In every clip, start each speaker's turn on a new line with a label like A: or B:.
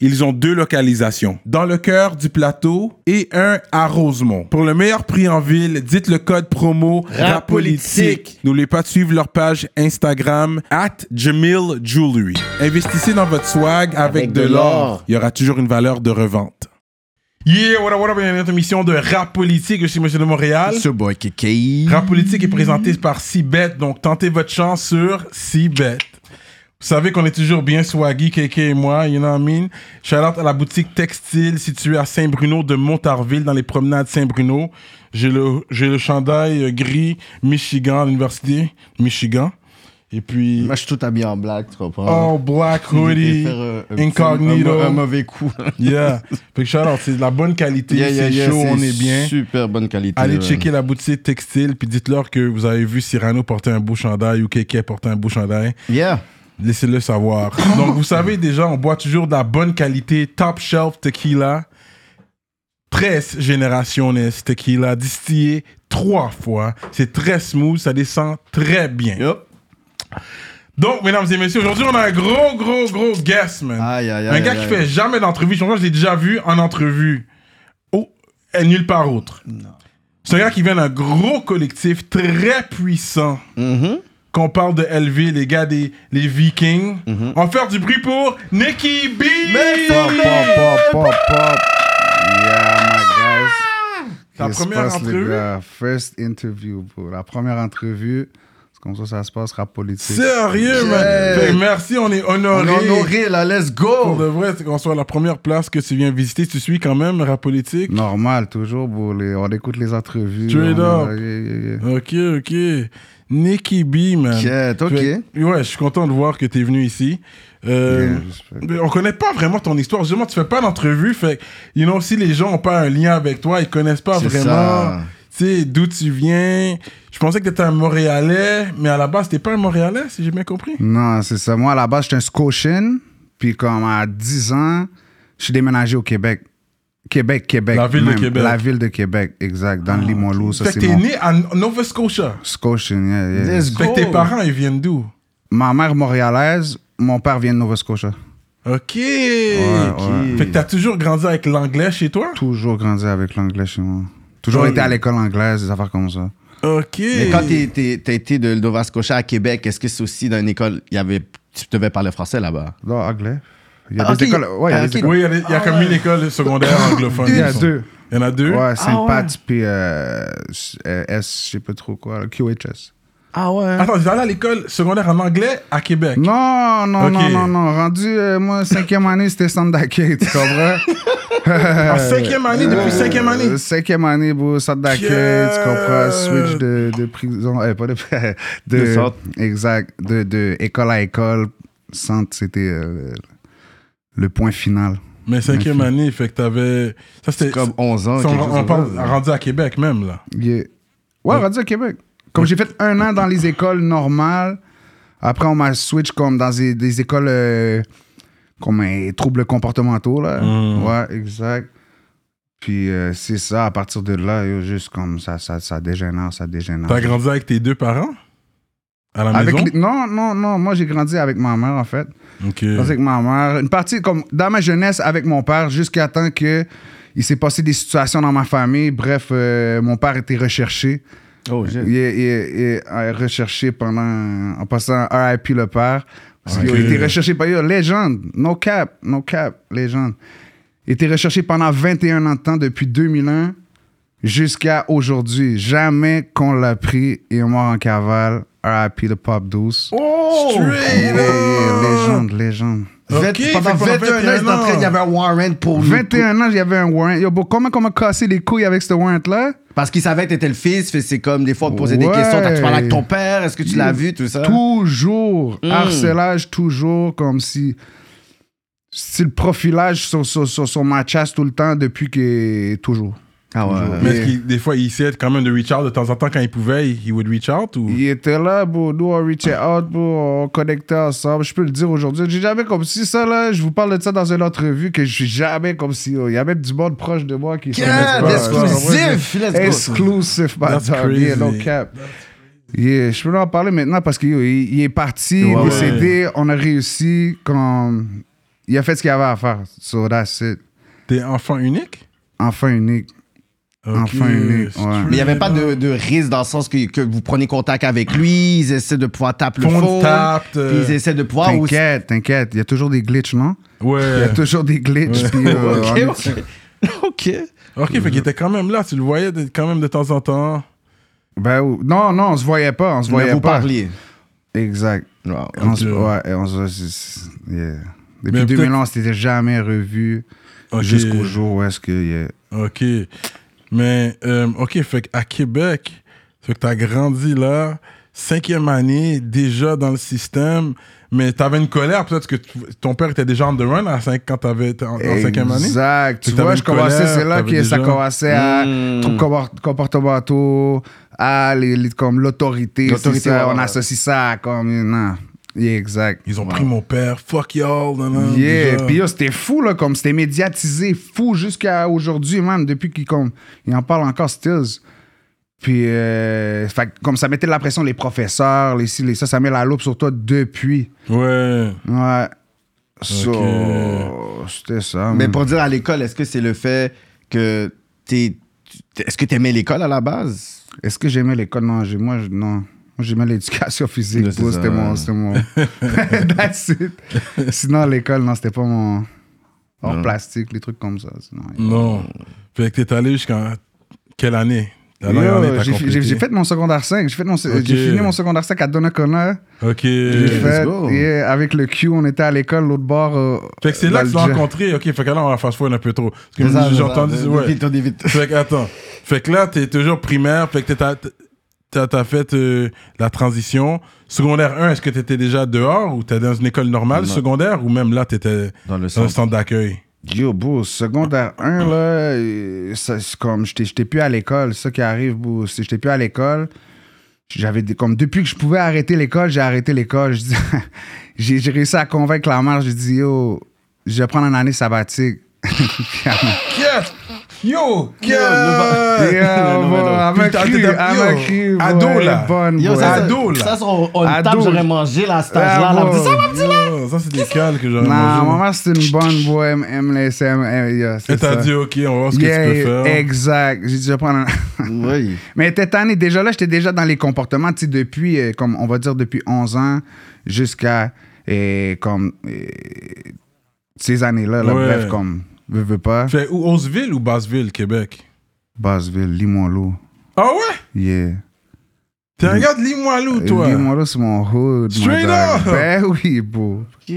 A: ils ont deux localisations, dans le cœur du plateau et un à Rosemont. Pour le meilleur prix en ville, dites le code promo RAPOLITIQUE. N'oubliez pas de suivre leur page Instagram at Jamil Jewelry. Investissez dans votre swag avec,
B: Avec
A: de
B: de
A: l'or
B: l'or.
A: il y aura toujours une valeur de revente. Yeah, what up, what up, bienvenue à notre émission de Rap Politique, je suis Monsieur de Montréal.
B: Ce boy Kiki.
A: Rap Politique est présenté par Cibet, donc tentez votre chance sur Cibet. Vous savez qu'on est toujours bien swaggy, KK et moi, you know what I mean? Shout out à la boutique textile située à Saint-Bruno de Montarville, dans les promenades Saint-Bruno. J'ai le, j'ai le chandail euh, gris Michigan, à l'université Michigan. Et puis,
B: Moi, je suis tout habillé en black, tu comprends?
A: all black
B: Je vais
A: hoodie,
B: faire, euh, un petit-
A: Oh, incognito.
B: Un, un mauvais coup.
A: Yeah. Fait que shout out, c'est de la bonne qualité,
B: Yeah, yeah,
A: c'est
B: yeah,
A: chaud, on est bien.
B: Super bonne qualité.
A: Allez
B: ouais.
A: checker la boutique textile, puis dites-leur que vous avez vu Cyrano porter un beau chandail ou Keke porter un beau chandail.
B: Yeah.
A: Laissez-le savoir. Donc, vous savez déjà, on boit toujours de la bonne qualité, top shelf tequila. 13 générationes tequila, distillé trois fois. C'est très smooth, ça descend très bien.
B: Yup.
A: Donc, mesdames et messieurs, aujourd'hui, on a un gros, gros, gros guest, man.
B: Aïe, aïe, aïe.
A: Un gars
B: aïe,
A: qui
B: aïe.
A: fait jamais d'entrevue, je crois que je l'ai déjà vu en entrevue. Oh, et nulle part autre. C'est un gars qui vient d'un gros collectif très puissant.
B: Mhm.
A: Qu'on parle de LV, les gars des les Vikings. On va faire du bruit pour Nicky B.
B: Mm-hmm. Pop, pop, pop, pop, pop.
C: Yeah, my guys.
A: Ta
C: Qu'est-ce qui se
A: première
C: passe, les
A: entrevue?
C: gars? First interview, bro. La première entrevue, c'est comme ça que ça se passe, rap politique.
A: Sérieux, man.
B: Yeah.
A: Fait que merci, on est
B: On
A: honoré.
B: est honoré, là, let's
A: Pour de
B: go.
A: vrai, c'est qu'on soit à la première place que tu viens visiter. Tu suis quand même rap politique.
C: Normal, toujours, bro. Les- on écoute les entrevues.
A: Straight
C: on-
A: up.
C: yeah, yeah, yeah.
A: Ok, ok. Nicky B, man.
B: Shit, ok.
A: Fait- Ouais, je suis content de voir que tu es venu ici. Euh,
C: Yeah, respect.
A: mais on connaît pas vraiment ton histoire. Justement, tu fais pas d'entrevue. Fait, que, you know, si les gens ont pas un lien avec toi, ils connaissent pas
B: C'est
A: vraiment.
B: ça.
A: Tu sais, d'où tu viens. Je pensais que t'étais un Montréalais, mais à la base, t'es pas un Montréalais, si j'ai bien compris.
C: Non, c'est ça. Moi, à la base, j'étais un Scotian. Puis, comme à 10 ans, je suis déménagé au Québec. Québec, Québec.
A: La ville de
C: même.
A: Québec. Ah,
C: La ville de Québec, exact. Dans le Limoilou, ça,
A: fait que
C: c'est
A: t'es
C: mon
A: né à Nova Scotia.
C: Scotian. yeah, yeah.
B: Let's go.
A: Fait que tes parents, ils viennent d'où?
C: Ma mère montréalaise, mon père vient de Nova Scotia.
A: Ok.
C: ouais.
A: Fait que t'as toujours grandi avec l'anglais chez toi?
C: Toujours grandi avec l'anglais chez moi. Toujours
A: Ouais.
C: été à l'école anglaise, des affaires comme ça.
A: Ok.
B: Mais quand t'es- t'es- t'as été de Nova Scotia à Québec, est-ce que c'est aussi dans une école, il y avait, tu devais parler français là-bas?
C: Non, anglais. Il y a
B: Ah,
C: des
B: ok.
C: écoles. Ouais, il y
B: Ah,
C: a des
B: ok.
C: écoles.
A: Oui, il y a, des- il y a comme une école secondaire anglophone.
C: Il y a
A: ils sont-
C: deux.
A: Il y en a deux?
C: Ouais, Saint-Pat, puis euh, euh, S, je sais pas trop quoi, là, QHS.
B: Ah ouais.
A: Attends, t'es allé à l'école secondaire en anglais à Québec.
C: Non, non,
A: Ok.
C: non, non, non. Rendu, euh, moi, cinquième année, c'était Sandakay, tu comprends?
A: En cinquième année, depuis cinquième année.
C: Euh, cinquième année, bro, Sandakay, tu comprends? Switch de, de prison, euh, pas de, de,
B: De centre.
C: Exact, de, de école à école. Centre, c'était euh, le point final.
A: Mais cinquième année, fait que t'avais. Ça, c'était.
B: Comme 11 ans.
A: ça,
B: quelque
A: on,
B: chose
A: on
B: comme
A: parle
C: hein.
B: ça.
A: rendu à Québec même, là.
C: Yeah. Ouais, rendu à Québec. Comme j'ai fait un an dans les écoles normales, après on m'a switch comme dans des, des écoles euh, comme euh, troubles comportementaux. Là.
A: Mm.
C: Ouais, exact. Puis euh, c'est ça, à partir de là, yo, juste comme ça, ça, ça dégénère, ça dégénère.
A: T'as grandi avec tes deux parents À la
C: Ah. Avec
A: maison
C: les- Non, non, non, moi j'ai grandi avec ma mère en fait.
A: Ok.
C: Grandi Avec ma mère. Une partie, comme dans ma jeunesse avec mon père, jusqu'à temps que il s'est passé des situations dans ma famille. Bref, euh, mon père était recherché.
B: Oh, j'ai-
C: Il est, il est- il est, euh, recherché pendant. En passant RIP le père. Parce qu'il
A: Ok.
C: a été recherché par. yo, légende. No cap. No cap. Légende. Il était recherché pendant 21 ans de temps, depuis 2001 jusqu'à aujourd'hui. Jamais qu'on l'a pris. Il est mort en cavale. RIP le Pop 12.
A: Oh
C: Yeah,
A: Straight
C: yeah,
A: up!
C: légende, légende.
A: Ok,
B: Vingt-
A: fait
B: pendant
A: qu'on a
B: 21 ans,
A: ans.
B: d'entraîne, il y avait un warrant pour
A: Mmh.
B: lui.
C: 21 ans, il y avait un warrant. Yo, bro, comment qu'on m'a cassé les couilles avec ce warrant-là?
B: Parce qu'il savait que t'étais le fils, fait c'est comme des fois, on te posait des
C: Ouais.
B: questions, t'as tu parlé avec ton père, est-ce que tu l'as vu, tout ça?
C: Toujours.
B: Mm.
C: Harcelage, toujours comme si. C'est le profilage sur, sur, sur, sur ma chasse tout le temps depuis que. Toujours.
B: Ah ouais.
A: Mais est-ce qu'il- des fois, il essayait quand même de reach out de temps en temps quand il pouvait, il il would reach out ou.
C: Il était là, bro. Nous, on reachait out, bro. On connectait ensemble. Je peux le dire aujourd'hui. J'ai jamais comme si ça, là. Je vous parle de ça dans une entrevue que je suis jamais comme si. oh, Il y a même du monde proche de moi qui se
B: Yeah,
C: connaît pas, ouais.
B: l'exclusif! Let's go!
C: Exclusif, my
A: That's
C: dog. Yeah,
A: crazy.
C: no cap. Yeah, je peux en parler maintenant parce qu'il il est parti, il est
B: Ouais,
C: décédé. On a réussi quand il a fait ce qu'il avait à faire. So that's it.
A: T'es enfant unique?
C: Enfant unique. Enfant unique,
A: straight
C: ouais.
B: Mais il n'y avait pas de, de risque dans le sens que, que vous prenez contact avec lui, ils essaient de pouvoir taper le
A: Phone
B: phone,
A: tapped,
B: puis
A: euh,
B: ils essaient de pouvoir aussi...
C: T'inquiète, t'inquiète. Il y a toujours des glitches, non? Il y
A: Ouais.
C: a toujours des glitches. puis, euh, on est-
B: ok. ok.
A: Ok, fait
C: Mhm.
A: qu'il était quand même là, tu le voyais de- quand même de temps en temps.
C: Ben, ou- non, non, on se voyait pas. On se
B: Mais
C: voyait
B: vous
C: pas.
B: parliez.
C: Exact.
B: Wow.
C: On se-
A: Ok.
C: ouais, et on se- c'est- c'est- yeah.
A: Mais
C: Depuis 2011, t'étais jamais revu
A: Ok.
C: jusqu'au jour où est-ce que. yeah.
A: Ok. Mais, euh, ok, fait qu'à Québec, fait que t'as grandi là, cinquième année, déjà dans le système, mais t'avais une colère, peut-être que tu- ton père était déjà en the run à cinq, quand t'avais été en, en cinquième année.
C: Exact. Tu
A: Fait que
C: vois,
A: t'avais
C: je
A: une colère,
C: commençais, c'est là
A: t'avais
C: que ça
A: déjà-
C: commençait à troubles compor- comportementaux, à les, les- comme l'autorité.
B: L'autorité,
C: c'est ça,
B: ouais,
C: on
B: ouais.
C: associe ça à comme. Non. Yeah, exact.
A: Ils ont pris mon père, fuck y'all, nan, nan,
C: Yeah,
A: déjà.
C: puis yo, c'était fou, là, comme c'était médiatisé, fou jusqu'à aujourd'hui, man, depuis qu'il comme, il en parle encore, Stills. Puis, euh, fait que comme ça mettait de la pression, les professeurs, les ci, les ça, ça met la loupe sur toi depuis.
A: Ouais.
C: Ouais. So,
A: Ok.
C: c'était ça.
B: Mais
C: man.
B: pour dire à l'école, est-ce que c'est le fait que t'es... tu- Est-ce que t'aimais l'école à la base?
C: Est-ce que j'aimais l'école? Non, j'ai- moi, je- non. Moi, j'aimais l'éducation physique.
B: Ouais, c'est
C: bro,
B: ça,
C: C'était mon.
B: ouais.
C: C'était mon... That's it. Sinon, l'école, non, c'était pas mon. Hors plastique, les trucs comme ça. sinon, yeah.
A: Non. Fait que t'es allé jusqu'en quelle année? La
C: Yo,
A: dernière année, t'as
C: j'ai- J'ai
A: complété.
C: j'ai fait mon secondaire 5. J'ai fait mon se-
A: Ok.
C: j'ai fini mon secondaire 5 à Donnacona.
A: Ok.
C: J'ai fait,
B: go.
C: yeah, avec le Q, on était à l'école, l'autre bord. euh,
A: Fait que c'est
C: dans
A: là que
C: le
A: tu l'as
C: jet.
A: rencontré. Ok, fait que là, on va fast forward un peu trop. Parce que
B: C'est ça, c'est
A: j'ai
B: ça.
A: entendu.
B: Euh,
A: Ouais.
B: Vite, on est vite.
A: Fait que, attends. Fait que là, t'es toujours primaire. Fait que t'es- t'as- t'as t'as fait euh, la transition. Secondaire 1, est-ce que t'étais déjà dehors ou t'étais dans une école normale
B: Non.
A: secondaire ou même là, t'étais
B: Dans le
A: dans le
B: centre.
A: centre d'accueil?
C: Yo, bro, secondaire 1, là, euh, ça, c'est comme, j'étais j'étais plus à l'école. C'est ça qui arrive, bro. C'est- J'étais plus à l'école. J'avais des- comme depuis que je pouvais arrêter l'école, j'ai arrêté l'école. Je dis- J'ai j'ai réussi à convaincre la mère. J'ai dit, yo, je vais prendre une année sabbatique. Puis elle m'a-
A: Yo!
C: Yeah,
B: Non,
C: bro,
B: non, non.
C: elle m'a
A: Putain,
C: cru,
A: t'es-
C: elle m'a
A: yo,
C: cru, bro,
A: ado,
C: elle est
A: là.
C: bonne,
B: Yo,
C: bro.
B: ça,
C: Elle-
B: ça,
A: Ado, là.
B: ça, on, on le
C: Ado,
B: tape, j'aurais
C: je-
B: mangé la stage là,
C: Ah,
B: là,
C: bon.
B: ça va.
A: Ça, c'est des cales que j'aurais
C: Non,
A: mangé.
C: ma mère, c'est une bonne, bro. Elle, me- elle me laissait. elle me- elle- yeah, c'est
A: Et t'as
C: ça.
A: dit, ok, on va voir ce que
C: Yeah,
A: tu peux faire.
C: Exact. J'ai dit, je vais prendre un-
B: Oui.
C: Mais elle était tannée. Déjà là, j'étais déjà dans les comportements, tu sais, depuis, euh, comme on va dire, depuis 11 ans jusqu'à, euh, comme, euh, ces années-là, là,
A: Ouais.
C: bref, comme, veux, veux pas.
A: Fait où, Oseville ou Basseville, Québec?
C: Basseville, Limoilou,
A: Ah ouais?
C: yeah.
A: T'es un gars de Limoilou, toi?
C: Euh, Limoilou, c'est mon hood, my
A: Straight
C: dog.
A: up!
C: Ben oui, bro.
B: Ok.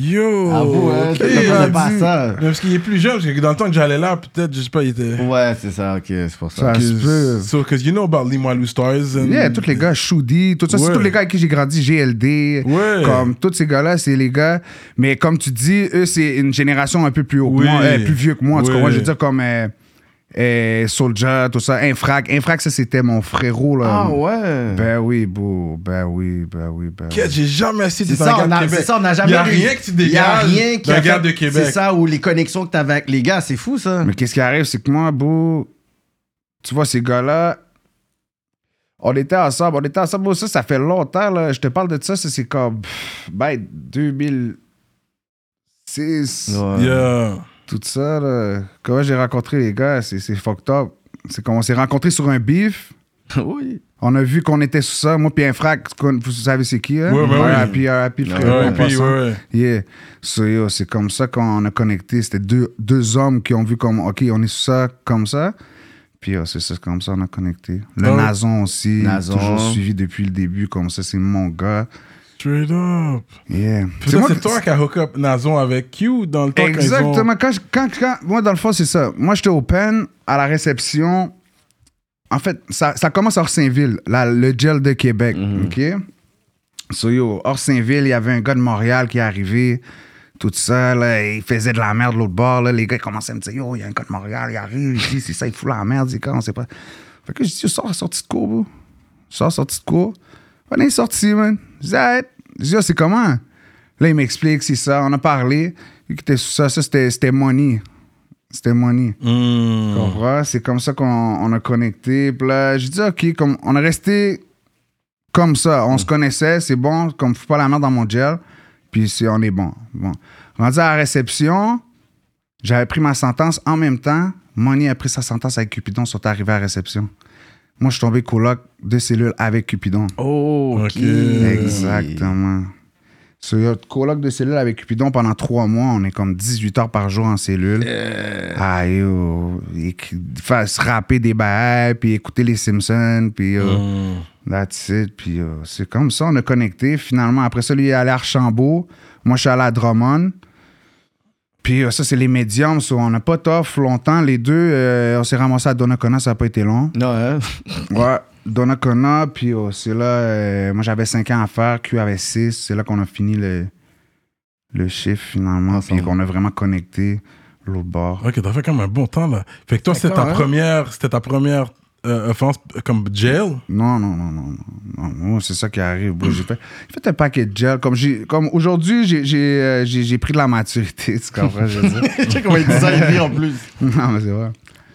A: Yo!
B: Ah vous, hein,
A: ok.
B: t'attendais
A: Il a
B: pas à
A: dit-
B: ça.
A: Mais parce qu'il est plus jeune, parce que dans le temps que j'allais là, peut-être, je sais pas, il était.
B: Ouais, c'est ça, ok, c'est pour ça.
C: Ça se peut.
A: So, cause you know about Limoilou Stars. And...
C: Yeah, tous les gars, Shoudi, tout ça,
A: Ouais.
C: c'est tous les gars avec qui j'ai grandi, GLD,
A: Ouais.
C: comme tous ces gars-là, c'est les gars. Mais comme tu dis, eux, c'est une génération un peu plus haut que
A: Oui.
C: moi, euh, plus vieux que moi. En tout
A: Ouais.
C: cas, moi, je veux dire comme euh, euh, Soldier, tout ça, Infrac. Infrac, ça, c'était mon frérot, là.
B: Ah ouais.
C: Ben oui, bro, ben oui, ben oui, ben oui.
A: Qu'est-ce que j'ai jamais essayé
B: C'est
A: d'être
B: ça,
A: un
B: on
A: gars
B: a,
A: de Québec.
B: c'est ça, on n'a jamais.
A: Il y a
B: eu-
A: rien que tu
B: il y a rien
A: dégages
B: qui a
A: d'un gars
B: fait-
A: de Québec.
B: C'est ça, ou les connexions que t'avais avec les gars, c'est fou ça.
C: Mais qu'est-ce qui arrive, c'est que moi, bro, tu vois, ces gars-là, on était ensemble, on était ensemble. Bro, ça, ça fait longtemps, là. Je te parle de ça, ça, c'est comme, pff, ben, 2006,
B: Ouais.
A: Yeah.
C: tout ça, là. Comment j'ai rencontré les gars, c'est c'est fucked up. C'est qu'on s'est rencontrés sur un beef.
B: oui.
C: On a vu qu'on était sous ça, moi puis un frac, vous savez c'est qui, hein?
A: Ouais, ben oui.
C: Puis RIP, frérot,
A: Ouais,
C: en
A: puis,
C: passant.
A: ouais, ouais.
C: Yeah. So, yo, c'est comme ça qu'on a connecté. C'était deux, deux hommes qui ont vu comme, OK, on est sous ça, comme ça. Puis, yo, c'est ça, comme ça, on a connecté. Le
A: Oh.
C: Nazon aussi,
B: Nazon.
C: toujours suivi depuis le début, comme ça, c'est mon gars.
A: Straight up.
C: Yeah.
A: C'est
C: moi
A: c'est
C: qui-
A: toi qui as hook up Nazon avec Q dans le temps quand ils ont-
C: Exactement. Quand, je- quand, quand- moi, dans le fond, c'est ça. Moi, j'étais open à la réception. En fait, ça, ça commence à Orsainville, la- le gel de
A: Mhm.
C: Québec. OK? So, yo, Orsainville, il y avait un gars de Montréal qui est arrivé. tout ça, là, ils faisaient de la merde de l'autre bord, là, les gars ils commençaient à me dire, yo, il y a un gars de Montréal, il arrive, il dit, c'est ça, il fout la merde, c'est quand, on sait pas. Fait que je dis, yo, sors à sortie de cours, bro. Sors à sortie de cours. On est sorti, man. Je dis, Hey. Je dis, yo, c'est comment? Là, il m'explique, c'est ça, on a parlé. Il était sous ça, ça, c'était c'était money. C'était money.
A: Hmm.
C: Tu comprends? C'est comme ça qu'on on a connecté. Puis là, j'ai dit, OK, comme, on a resté comme ça. On se connaissait, c'est bon, comme fous pas la merde dans mon gel. Puis c'est- on est bon. bon. Rendu à la réception, j'avais pris ma sentence en même temps. Money a pris sa sentence avec Cupidon, ils sont arrivés à la réception. Moi, je suis tombé coloc de cellule avec Cupidon.
B: Oh,
A: Ok.
C: Exactement. Sur le colloque de cellule avec Cupidon pendant trois mois, on est comme 18 heures par jour en cellule. Ah, yo. Et qui- fa- se rapper des bails, puis écouter les Simpsons, puis yo, that's it. Puis yo, c'est comme ça, on a connecté. Finalement, après ça, lui, il est allé à Archambault. Moi, je suis allé à Drummond. Puis yo, ça, c'est les médiums. so on n'a pas tough longtemps. Les deux, euh, on s'est ramassé à Donnacona, ça n'a pas été long.
B: Non, hein?
C: Ouais, Donnacona, puis oh, c'est là, euh, moi j'avais 5 ans à faire, Q avait 6, c'est là qu'on a fini le, le chiffre finalement, puis
B: Ensemble.
C: qu'on a vraiment connecté l'autre bord.
A: Ok, t'as fait comme un bon temps là. Fait que toi, c'était ta
B: D'accord, hein.
A: première, c'était ta première euh, offense comme jail.
C: Non, non, non, non, non, non, moi, c'est ça qui arrive. bro. J'ai fait, j'ai fait un paquet de gel, comme, j'ai- comme aujourd'hui, j'ai- j'ai euh, j'ai- j'ai pris de la maturité, tu comprends, je veux dire.
B: Tu sais comment il dit ça, il rit en plus.
C: non, mais c'est vrai.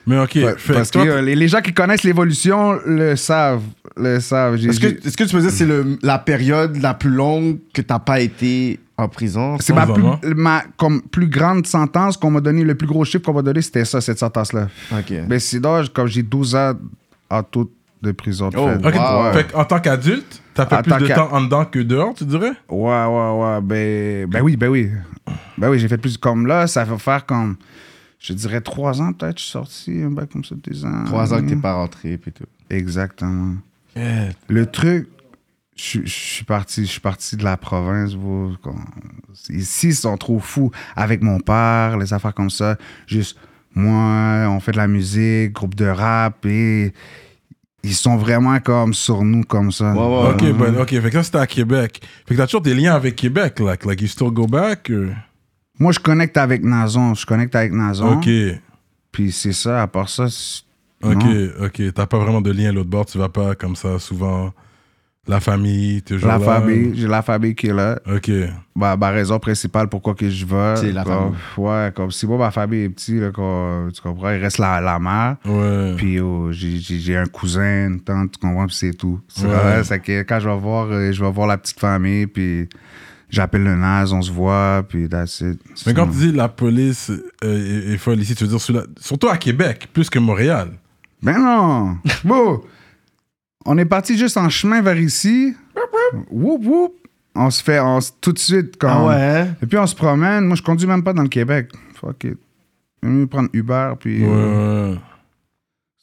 A: Mais ok,
C: Pa-
A: fait
C: Parce
A: que
C: que
A: toi,
C: euh, les, les gens qui connaissent l'évolution le savent, le savent. J'ai-
B: Est-ce que,
C: j'ai-
B: est-ce que tu peux dire que c'est le- la période la plus longue que t'as pas été en prison?
C: C'est
A: Ouais,
C: ma plus,
A: vraiment.
C: ma comme plus grande sentence qu'on m'a donné, le plus gros chiffre qu'on m'a donné, c'était ça, cette sentence-là.
B: Ok.
C: Mais sinon, comme j'ai 12 ans en tout de prison. de
B: Oh,
C: fait.
A: ok,
B: Wow.
A: fait que en tant qu'adulte, t'as fait
C: En
A: plus
C: tant
A: de
C: qu'a-
A: temps en dedans que dehors, tu dirais
C: Ouais, ouais, ouais. Ben, ben oui, ben oui. Ben oui, j'ai fait plus comme là, ça va faire comme, je dirais 3 ans peut-être, je suis sorti, un bac comme ça, 2 ans.
B: Trois ans que t'es pas rentré, puis tout.
C: Exactement.
A: Yeah.
C: Le truc, je suis- je suis parti, je suis parti de la province. bro. Quand- Ici, ils sont trop fous avec mon père, les affaires comme ça. Juste, moi, on fait de la musique, groupe de rap, et ils sont vraiment comme sur nous comme ça.
B: Ouais, ouais,
A: Ok, ben, ok, fait que ça c'était à Québec. Fait que t'as toujours des liens avec Québec, like, like you still go back. euh?
C: Moi, je connecte avec Nazon, je connecte avec Nazon.
A: Ok,
C: Puis c'est ça. À part ça, c'est-
A: ok,
C: Non.
A: ok. T'as pas vraiment de lien à l'autre bord, tu vas pas comme ça souvent. La famille, toujours
C: la
A: là.
C: famille, j'ai la famille qui est là.
A: Ok,
C: bah, bah, raison principale pourquoi que je vais.
B: C'est la
C: Comme- Ouais, comme si moi, ma famille est petite, là, comme- tu comprends, il reste la, la mère.
A: ouais.
C: Puis oh, j'ai- j'ai j'ai un cousin, une tante, tu comprends, puis c'est tout. C'est
A: Ouais.
C: vrai, c'est que quand je vais voir, euh, je vais voir la petite famille, puis j'appelle le NAS, on se voit, puis that's it.
A: Mais
C: C'est-
A: quand tu dis la police euh, est, est folle ici, tu veux dire sous la- surtout à Québec, plus que Montréal.
C: Ben non! bon, on est parti juste en chemin vers ici. Whoop, whoop. On se fait, on, se- tout de suite, quand
A: Ah
B: hein?
C: Et puis on se promène. Moi, je conduis même pas dans le Québec. Fuck it. J'aime mieux prendre Uber, puis
A: Ouais,
C: euh,
A: ouais.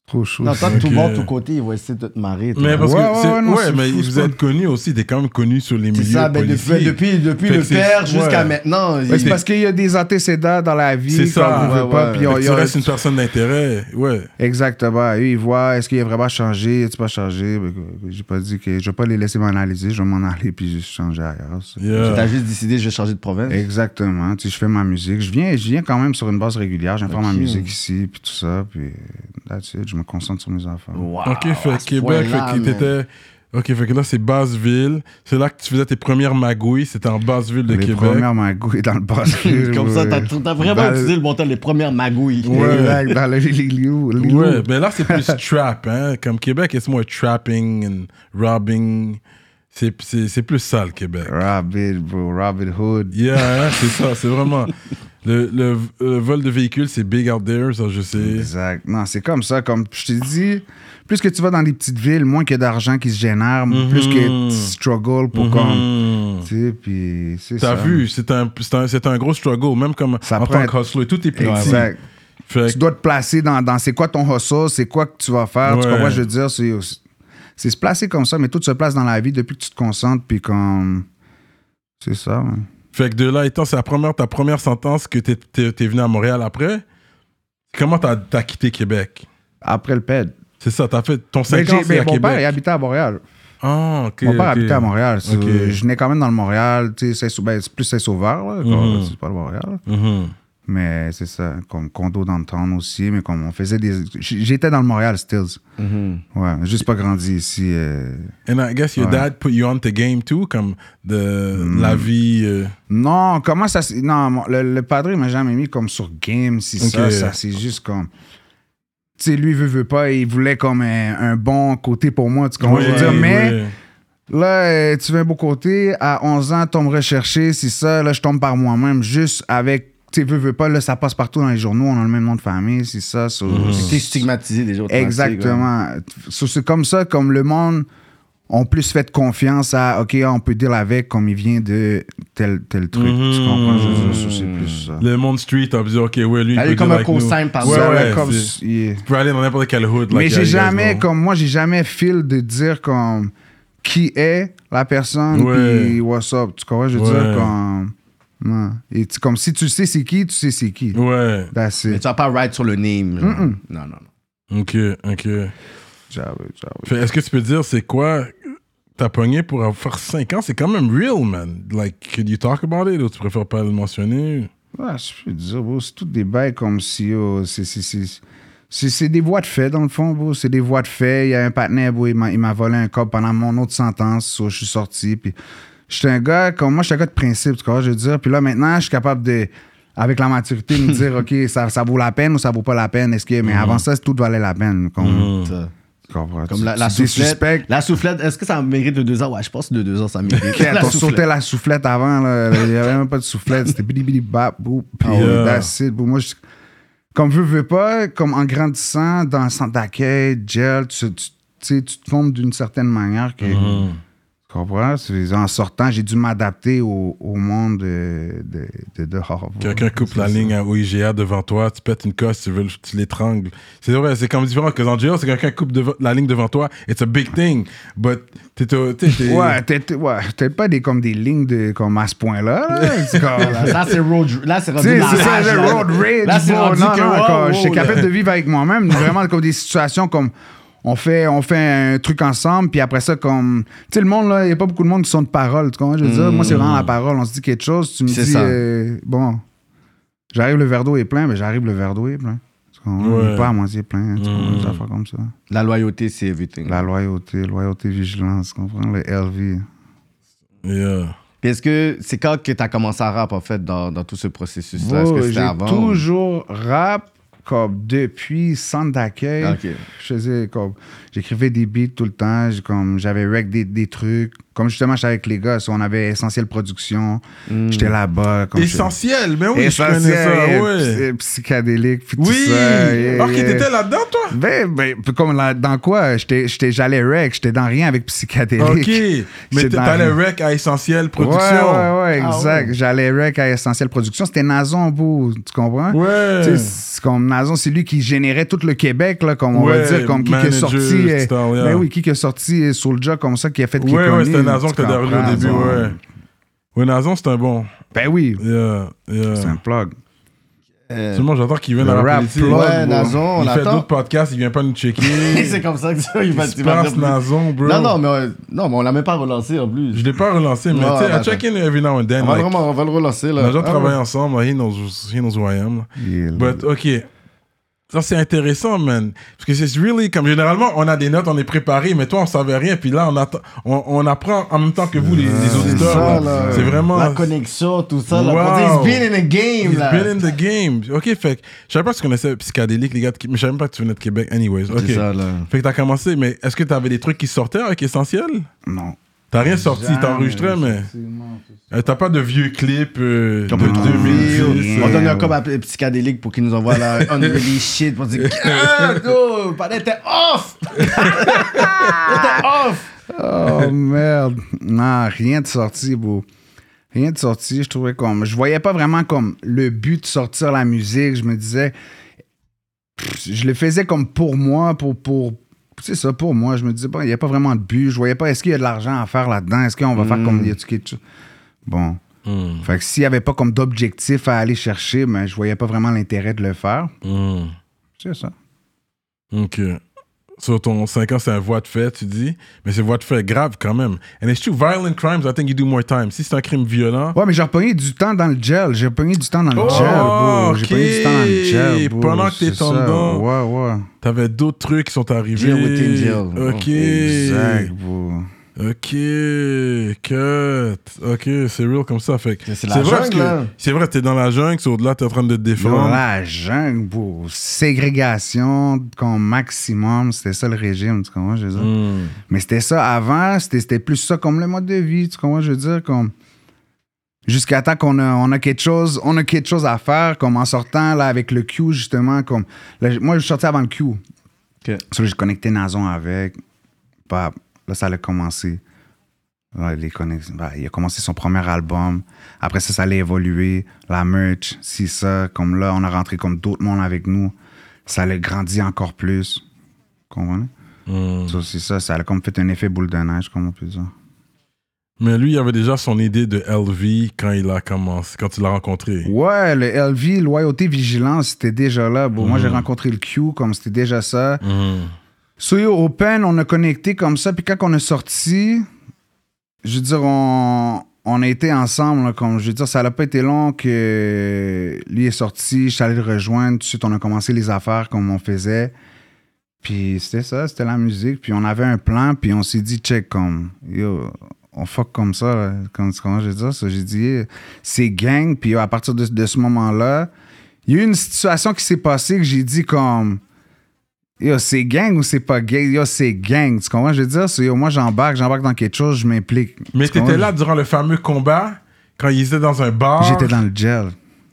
C: trop chaud.
B: Non,
C: ça.
B: toi, tout
A: Ok.
B: le monde, tout côté, ils vont essayer de te marrer. toi.
A: Mais parce
C: Ouais,
A: que
C: ouais,
A: c'est-
C: ouais, non,
A: ouais,
C: c'est
A: mais
C: fou, c'est
A: vous
C: pas-
A: êtes connu aussi, t'es quand même connu sur les
B: C'est
A: milieux
B: ça, ben,
A: policiers.
B: depuis, depuis, depuis
A: Fait que
B: le
A: c'est-
B: père
A: ouais.
B: jusqu'à maintenant.
C: Ouais,
B: il-
C: c'est parce qu'il y a des antécédents dans la vie.
A: C'est ça.
C: qu'on veut
B: Ouais,
C: pas,
B: ouais.
C: puis
A: Fait
C: on-
A: que
C: y
A: tu
C: a-
A: restes une personne d'intérêt, ouais.
C: Exactement. Eux, ils voient est-ce qu'il a vraiment changé, est-ce pas changé. Ben, que- J'ai pas dit que je vais pas les laisser m'analyser, je vais m'en aller puis je changer ailleurs. ça.
A: Yeah.
B: T'as juste décidé, je vais changer de province.
C: Exactement. Tu sais, je fais ma musique. Je viens, je viens quand même sur une base régulière. J'aime faire ma
B: Ok.
C: musique ici, puis tout ça. Puis that's it. Je me concentre sur mes enfants.
B: Wow,
A: Ok,
B: à
A: fait
C: ben,
B: ce
A: Québec,
B: point-là,
A: fait que
B: man.
A: t'étais... Ok, fait que là, c'est Basseville. C'est là que tu faisais tes premières magouilles, c'était en Basseville de
C: les
A: Québec.
C: premières magouilles dans le basket.
B: Comme ça,
C: ouais.
B: t'as t'as vraiment
C: Dans le-
B: utilisé le bon temps, les premières magouilles.
A: Ouais.
C: Exact, dans le Lilou. Lilou.
A: Ouais, mais là, c'est plus trap, hein. Comme Québec, it's more trapping and robbing. C'est c'est- c'est plus ça, le Québec.
C: Rabbit, bro. Rabbit Hood.
A: Yeah, hein, c'est ça, c'est vraiment. Le, le- le vol de véhicules, c'est big out there, ça, je sais.
C: Exact. Non, c'est comme ça. Comme je t'ai dit, plus que tu vas dans des petites villes, moins qu'il y a d'argent qui se génère,
A: Mhm.
C: plus que tu struggles pour comme.
A: Hmm.
C: Tu sais, puis c'est ça.
A: T'as vu, c'est un, c'est un, c'est un gros struggle, même comme
C: Ça
A: en
C: prend
A: tant que hustler, tout est petit.
C: Exact.
A: Fait
C: Tu
A: que-
C: dois te placer dans, dans c'est quoi ton hustle, c'est quoi que tu vas faire. Tu
A: Ouais.
C: comprends, je veux dire, c'est, c'est se placer comme ça, mais tout se place dans la vie depuis que tu te concentres, puis comme. C'est ça, ouais.
A: Fait que de là étant, c'est la première, ta première sentence que t'es, t'es- t'es venu à Montréal après. Comment t'as, t'as quitté Québec
C: Après le PED.
A: C'est ça, t'as fait ton
C: Ben,
A: 5 ans,
C: j'ai-
A: c'est
C: ben,
A: à
C: mon père, il
A: Québec.
C: habitait à Montréal.
A: Ah, ok.
C: Mon père
A: ok.
C: habitait à Montréal. so-
A: Ok.
C: Je venais quand même dans le Montréal. tu sais, Saint-Sau- ben, C'est plus Saint-Sauveur, là. quand- C'est pas le Montréal.
A: Mhm.
C: Mais c'est ça, comme condo d'antan aussi, mais comme on faisait des. j- J'étais dans le Montréal Stills.
A: Mm-hmm.
C: Ouais, juste pas grandi ici. euh.
A: And I guess your
C: Ouais. Mm.
A: dad put you on the game too, comme de la vie. euh,
C: Non, comment ça. s- Non, mon- le, le padre, il m'a jamais mis comme sur game, si
A: Ok.
C: ça, ça. C'est juste comme. Tu sais, lui, veut, veut pas, il voulait comme un, un bon côté pour moi, tu comprends? ce que je veux dire, mais.
A: ouais.
C: Là, euh, tu veux un beau côté, à 11 ans, tombe recherché, c'est ça. Là, je tombe par moi-même, juste avec. Tu sais, veux, veux pas, là, ça passe partout dans les journaux, on a le même nom de famille, c'est ça. so-
A: Mm-hmm.
B: T'es stigmatisé déjà. automatiquement.
C: Exactement. So, c'est comme ça, comme le monde ont plus fait confiance à, OK, on peut deal avec, comme il vient de tel, tel truc. Tu
A: Mm-hmm.
C: comprends? So, so, so, c'est plus ça.
A: Le monde street a dit, ok, ouais, lui. il
B: Elle
A: peut
B: est comme
A: dire
B: un
A: like
B: cosign
A: nous.
B: par
A: ouais,
C: Ça,
B: zone,
A: ouais,
C: là, comme-
A: c'est-
C: yeah.
A: Tu peux aller dans n'importe quel hood.
C: Mais
A: like,
C: j'ai
A: you guys
C: jamais,
A: know.
C: comme moi, j'ai jamais feel de dire comme qui est la personne,
A: Ouais.
C: puis what's up. Tu comprends? Je veux
A: Ouais.
C: dire comme. Non. Et tu- comme si tu sais c'est qui, tu sais c'est qui.
A: Ouais,
C: That's
B: Mais
C: it.
B: tu vas pas ride sur le name. genre. Non, non, non.
A: ok, ok.
C: J'avoue, j'avoue.
A: Fait, Est-ce que tu peux dire, c'est quoi t'as pogné pour avoir- faire 5 ans? C'est quand même real, man. Like, could you talk about it ou tu préfères pas le mentionner?
C: Ouais, Ah, je peux dire, bro, c'est toutes des bails comme si. oh, c'est- c'est- c'est- c'est c'est des voies de fait, dans le fond, bro. C'est des voies de fait. Il y a un partenaire, bro, il m'a il m'a volé un cop pendant mon autre sentence. so, je suis sorti. Puis j'étais un gars, comme moi, j'étais un gars de principe, tu vois, je veux dire. Puis là, maintenant, je suis capable de. Avec la maturité, me dire, OK, ça, ça vaut la peine ou ça vaut pas la peine. Est-ce que, mais avant ça, tout valait la peine. Comme,
B: Ça.
C: tu comprends?
B: Comme
C: Tu-
B: la,
C: tu
B: la soufflette.
C: désuspectes.
B: La soufflette, est-ce que ça mérite le 2 ans? Ouais, je pense que le 2 ans, ça mérite. la
C: on
B: soufflette.
C: sautait la soufflette avant, là. il n'y avait même pas de soufflette, c'était bidi bidi bap, boum, puis
A: Yeah.
C: that's it. Bon, Moi, je- comme je veux pas, comme en grandissant dans le centre d'accueil, gel, tu, tu- tu sais, tu te formes d'une certaine manière que. Tu comprends? C'est- En sortant, j'ai dû m'adapter au, au monde de, de, de dehors.
A: Quelqu'un coupe la ligne à OIGA devant toi, tu pètes une cosse, tu, veux le- tu l'étrangles. C'est vrai, c'est comme différent que dans jail, c'est quelqu'un coupe deva- la ligne devant toi, it's a big thing. But t'es. t'es- t'es-
C: Ouais, t'es- t'es- ouais, peut-être pas des, comme des lignes de, comme à ce point-là. là. C'est comme-
B: Là, c'est road. Là, c'est rendu
C: Tu sais,
B: de la
C: c'est ça,
B: rage,
C: le
B: là.
C: road rage.
B: Là, c'est
C: bon,
B: rendu
C: non,
B: que,
C: non,
B: wow,
C: quand
B: wow,
C: j'étais
B: là.
C: capable de vivre avec moi-même. Vraiment, comme des situations comme on fait, on fait un truc ensemble, puis après ça, comme. Tu sais, le monde, là, il n'y a pas beaucoup de monde qui sont de parole. Tu comprends? Je veux dire, moi, c'est vraiment la parole. On se dit quelque chose, tu me
B: Mm. C'est
C: dis,
B: ça.
C: euh, bon, j'arrive, le verre d'eau est plein, mais j'arrive, le verre d'eau est plein. Tu comprends? Il
A: Ouais.
C: est pas à moitié plein. Tu comprends?
B: Mm.
C: Des affaires comme ça.
B: La loyauté, c'est everything.
C: La loyauté, loyauté, vigilance, tu comprends? Le LV.
A: Yeah.
B: Puis est-ce que c'est quand que t'as commencé à rap, en fait, dans, dans tout ce processus-là? Est-ce
C: Bro,
B: que c'était
C: j'ai
B: avant? ou-
C: toujours rap comme depuis centre d'accueil.
B: Ok.
C: Je faisais comme j'écrivais des beats tout le temps, j'ai comme j'avais rec des, des trucs. Comme justement j'étais avec les gars, so, on avait Essentiel Production. J'étais là-bas comme je-
A: Essentiel, mais oui,
C: Hmm. Essentiel,
A: je connais ça,
C: yeah,
A: ouais.
C: psy- psychédélique puis tout
A: Oui!
C: ça. yeah,
A: Alors
C: yeah.
A: qu'il était là-dedans, toi?
C: Ben, ben, puis comme là- dans quoi J'étais j'étais- j'allais rec, j'étais dans rien avec psychédélique.
A: Ok, mais
C: C'est
A: t'es
C: dans-
A: allé rec à Essentiel Production. Ah,
C: Ouais, ouais, ouais, exact. J'allais rec à Essentiel Production. C'était Nazon, bro, tu comprends?
A: Ouais.
C: Tu sais, c'est comme Nazon, c'est lui qui générait tout le Québec, là, comme on
A: Ouais,
C: va dire, comme qui qui a
A: manager,
C: sorti.
A: style,
C: euh,
A: yeah.
C: Ben oui, qui qui a sorti euh, sur le job comme ça, qui a fait qu'il est
A: Ouais, ouais,
C: connu,
A: c'était Nazon
C: tu
A: que t'as derrière
C: comprends,
A: au début,
C: Nazon.
A: ouais. Ouais, Nazon, c'est un bon.
C: Ben oui,
A: Yeah, yeah.
C: c'est un plug.
B: Euh,
A: Seulement, j'entends qu'il vient
C: Le
A: dans la
C: rap
A: politique.
C: plug,
B: Ouais,
C: bro.
B: Nazon, on
A: Il fait
B: l'attend.
A: d'autres podcasts, il vient pas nous checker.
B: c'est comme ça que ça, il va
A: Il se passe Nazon, bro.
B: Non, non, mais, euh, non, mais on l'a même pas relancé en plus.
A: Je l'ai pas relancé, mais
B: Ouais,
A: tu sais, I
B: ouais,
A: check in every now and then.
B: On va,
A: like,
B: Ah, vraiment, on va le relancer là.
A: on a déjà
B: Ah,
A: travaillé
B: ouais.
A: ensemble, like, he knows, he knows who I am. là.
C: Yeah,
A: But,
B: Mm.
A: ok. Ça, c'est intéressant, man. Parce que c'est really, comme généralement, on a des notes, on est préparé, mais toi, on savait rien, puis là, on, atta- on, on apprend en même temps que vous, les, les
B: C'est
A: auditeurs.
B: ça,
A: là.
B: là.
A: C'est vraiment.
B: La connexion, tout ça. là.
A: Wow.
B: Pour dire, He's been in a game,
A: He's
B: là.
A: been in the game. Ok, fait que je savais pas que tu connaissais Psychadélique, les gars, de Qué- mais je savais même pas que tu venais de Québec, anyways. Ok.
B: C'est ça, là.
A: Fait que t'as commencé, mais est-ce que t'avais des trucs qui sortaient avec Essentiel
C: Non.
A: T'as rien sorti, t'enregistrais, mais. Euh, T'as pas de vieux clips euh,
B: Comme
A: de
B: un
C: Yeah,
A: 2010.
B: Ah, on
A: euh,
B: donne un
C: ouais.
B: cob à Psychadélique pour qu'il nous envoie la unreleased shit pour dire Ah, yo, Panette était off! était off!
C: Oh merde. Non, rien de sorti, bro. Rien de sorti. Je trouvais comme. Je voyais pas vraiment comme le but de sortir la musique. Je me disais. Pff, Je le faisais comme pour moi, pour. pour c'est ça, pour moi. Je me disais, bon, il n'y a pas vraiment de but. Je voyais pas, est-ce qu'il y a de l'argent à faire là-dedans? Est-ce qu'on va faire comme. Y a-tu quelque chose? Bon. Fait que s'il n'y avait pas comme d'objectif à aller chercher, mais je voyais pas vraiment l'intérêt de le faire.
A: hmm,
C: C'est ça.
A: Ok. Sur ton 5 ans, c'est un voie de fait, tu dis. Mais c'est voie de fait grave quand même. And it's true, violent crimes, I think you do more time. Si c'est un crime violent.
C: Ouais, mais j'ai repogné du temps dans le gel. J'ai repogné du temps dans le gel, bro. J'ai
A: Oh, ok.
C: repogné du temps dans le gel, bro.
A: Pendant que t'es
C: C'est ça.
A: dedans.
C: Ouais, ouais.
A: T'avais d'autres trucs qui sont arrivés.
B: Deal within jail.
A: Ok.
C: Exact, bro.
A: Ok, cut. Ok, c'est real comme ça. Fait que-
B: C'est la
A: vrai
B: jungle,
A: parce que-
C: hein.
B: là.
A: C'est vrai, t'es dans la jungle, sur là, t'es en train de te
C: Yo,
A: défendre.
C: la jungle, bro. Ségrégation, comme maximum. C'était ça le régime, tu comprends, je veux dire?
A: Hmm.
C: Mais c'était ça avant, c'était c'était plus ça comme le mode de vie, tu comprends, je veux dire, comme. Jusqu'à temps qu'on a, on a quelque chose, on a quelque chose à faire, comme en sortant là avec le Q, justement, comme. là, j- moi, je suis sorti avant le Q. So, j'ai connecté Nazon avec. Bah, là, ça allait commencer. Là, il, est connex- bah, il a commencé son premier album. Après ça, ça allait évoluer. La merch, si ça, comme là, on a rentré comme d'autres mondes avec nous. Ça allait grandir encore plus. Comprenez?
A: Hmm. Mm.
C: So, c'est ça, ça a comme fait un effet boule de neige, comme on peut dire.
A: Mais lui, il avait déjà son idée de LV quand il a commencé, quand il l'a rencontré.
C: Ouais, le LV, loyauté, vigilance, c'était déjà là. Bon, Moi, j'ai rencontré le Q, comme c'était déjà ça.
A: Hmm.
C: Soyo Open, on a connecté comme ça. Puis quand on est sorti, je veux dire, on, on a été ensemble. là, comme, je veux dire, ça n'a pas été long que lui est sorti, je suis allé le rejoindre. Tout de suite, on a commencé les affaires comme on faisait. Puis c'était ça, c'était la musique. Puis on avait un plan, puis on s'est dit, check, comme, yo, on fuck comme ça. là. Comme, comment je veux dire ça? J'ai dit, yeah, c'est gang. Puis yo, à partir de, de ce moment-là, il y a eu une situation qui s'est passée que j'ai dit, comme, Yo, c'est gang ou c'est pas gang? Yo, c'est gang. Tu comprends? Je veux dire, So, yo, moi, j'embarque, j'embarque dans quelque chose, je m'implique.
A: Mais
C: Tu comprends?
A: t'étais là durant le fameux combat, quand ils étaient dans un bar.
C: J'étais dans le gel.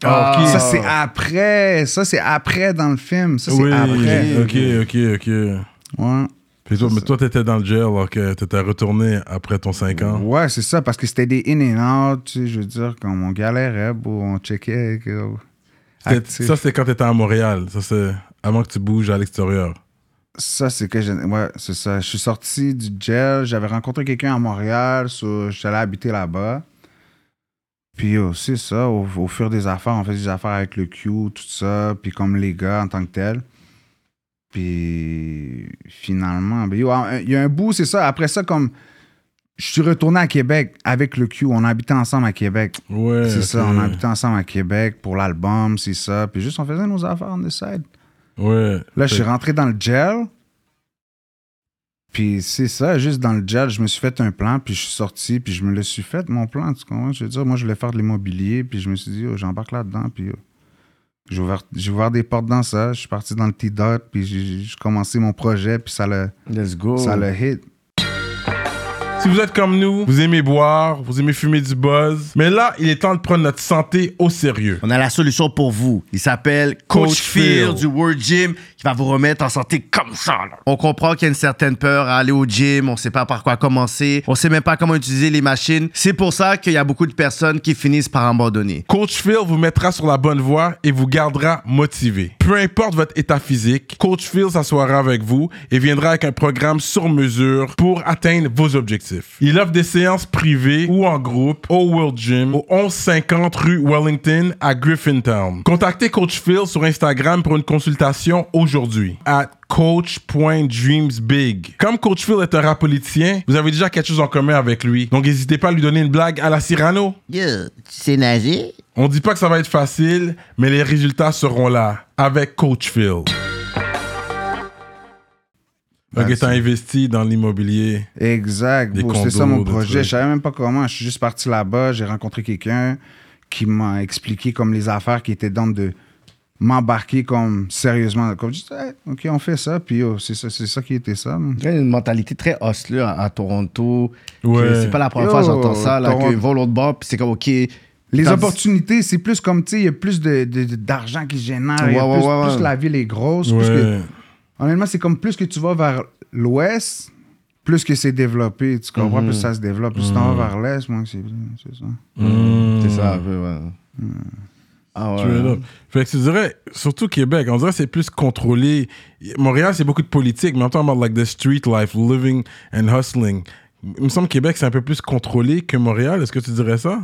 A: Ah, ok.
C: Ça, c'est après. Ça, c'est après dans le film. Ça, c'est
A: Oui,
C: après.
A: ok, ok, ok.
C: Ouais.
A: Puis toi, mais toi, t'étais dans le jail, ok. T'étais retourné après ton 5 ans.
C: Ouais, c'est ça, parce que c'était des in and out. tu sais, je veux dire, comme on galérait, bro, on checkait. que-
A: C'était-
C: actif.
A: Ça, c'est quand t'étais à Montréal. Ça, c'est avant que tu bouges à l'extérieur.
C: Ça, c'est que. j'ai- Ouais, c'est ça. Je suis sorti du gel. J'avais rencontré quelqu'un à Montréal. so, je suis allé habiter là-bas. Puis aussi, ça, au, au fur des affaires, on faisait des affaires avec le Q, tout ça. Puis comme les gars en tant que tels. Puis finalement, ben, yo, un- il y a un bout, c'est ça. Après ça, comme. Je suis retourné à Québec avec le Q. On habitait ensemble à Québec.
A: Ouais.
C: C'est
A: ok.
C: ça, on habitait ensemble à Québec pour l'album, c'est ça. Puis juste, on faisait nos affaires on the side.
A: Ouais.
C: Là, je suis
A: Fait-
C: rentré dans le gel. Puis c'est ça, juste dans le gel, je me suis fait un plan, puis je suis sorti, puis je me le suis fait, mon plan, tu comprends? Je veux dire, moi, je voulais faire de l'immobilier, puis je me suis dit, oh, j'embarque là-dedans, puis oh, j'ai ouvert, j'ai ouvert des portes dans ça, je suis parti dans le T-Dot, puis j'ai j'ai commencé mon projet, puis ça le,
B: Let's go.
A: Oh.
C: ça le hit.
A: Si vous êtes comme nous, vous aimez boire, vous aimez fumer du buzz, mais là, il est temps de prendre notre santé au sérieux.
B: On a la solution pour vous. Il s'appelle Coach,
A: Coach
B: Phil,
A: Phil.
B: du World Gym qui va vous remettre en santé comme ça. là. On comprend qu'il y a une certaine peur à aller au gym, on sait pas par quoi commencer, on sait même pas comment utiliser les machines. C'est pour ça qu'il y a beaucoup de personnes qui finissent par abandonner.
A: Coach Phil vous mettra sur la bonne voie et vous gardera motivé. Peu importe votre état physique, Coach Phil s'assoira avec vous et viendra avec un programme sur mesure pour atteindre vos objectifs. Il offre des séances privées ou en groupe au World Gym au 1150 rue Wellington à Griffintown. Contactez Coach Phil sur Instagram pour une consultation aujourd'hui à coach.dreamsbig. Comme Coach Phil est un rap politicien, vous avez déjà quelque chose en commun avec lui. Donc n'hésitez pas à lui donner une blague à la Cyrano.
D: Yo, tu sais nager?
A: On dit pas que ça va être facile, mais les résultats seront là avec Coach Phil. Fait que t'as investi dans l'immobilier.
C: Exact.
A: Des
C: bro, C'était ça
A: condos,
C: mon
A: des
C: projet.
A: trucs.
C: Je savais même pas comment. Je suis juste parti là-bas. J'ai rencontré quelqu'un qui m'a expliqué comme les affaires qui étaient dans de m'embarquer comme sérieusement. Comme juste, Hey, OK, on fait ça. Puis yo, c'est ça, c'est ça qui était ça. man.
B: une mentalité très hustler à, à Toronto.
A: Ouais.
B: Que C'est pas la première
C: Yo,
B: fois que j'entends ça, là,
C: Toronto.
B: qu'ils vont l'autre bord, puis c'est comme, OK.
C: Les
B: Tandis-
C: opportunités, c'est plus comme, tu sais, il y a plus de- de- de- d'argent qui se génère. il y a
B: Ouais, ouais,
C: plus,
B: ouais, ouais.
C: plus la ville est grosse. plus que-
A: Ouais.
C: honnêtement, c'est comme plus que tu vas vers l'ouest, plus que c'est développé. Tu comprends?
A: Mhm.
C: Plus ça se développe. Plus tu t'en vas vers l'est, moins que c'est c'est ça.
B: C'est ça, un peu, ouais. Ah
A: Tu es là. Fait que tu dirais, surtout Québec, on dirait que c'est plus contrôlé. Montréal, c'est beaucoup de politique, mais en même temps, about like the street life, living and hustling. Il me semble que Québec, c'est un peu plus contrôlé que Montréal. Est-ce que tu dirais ça?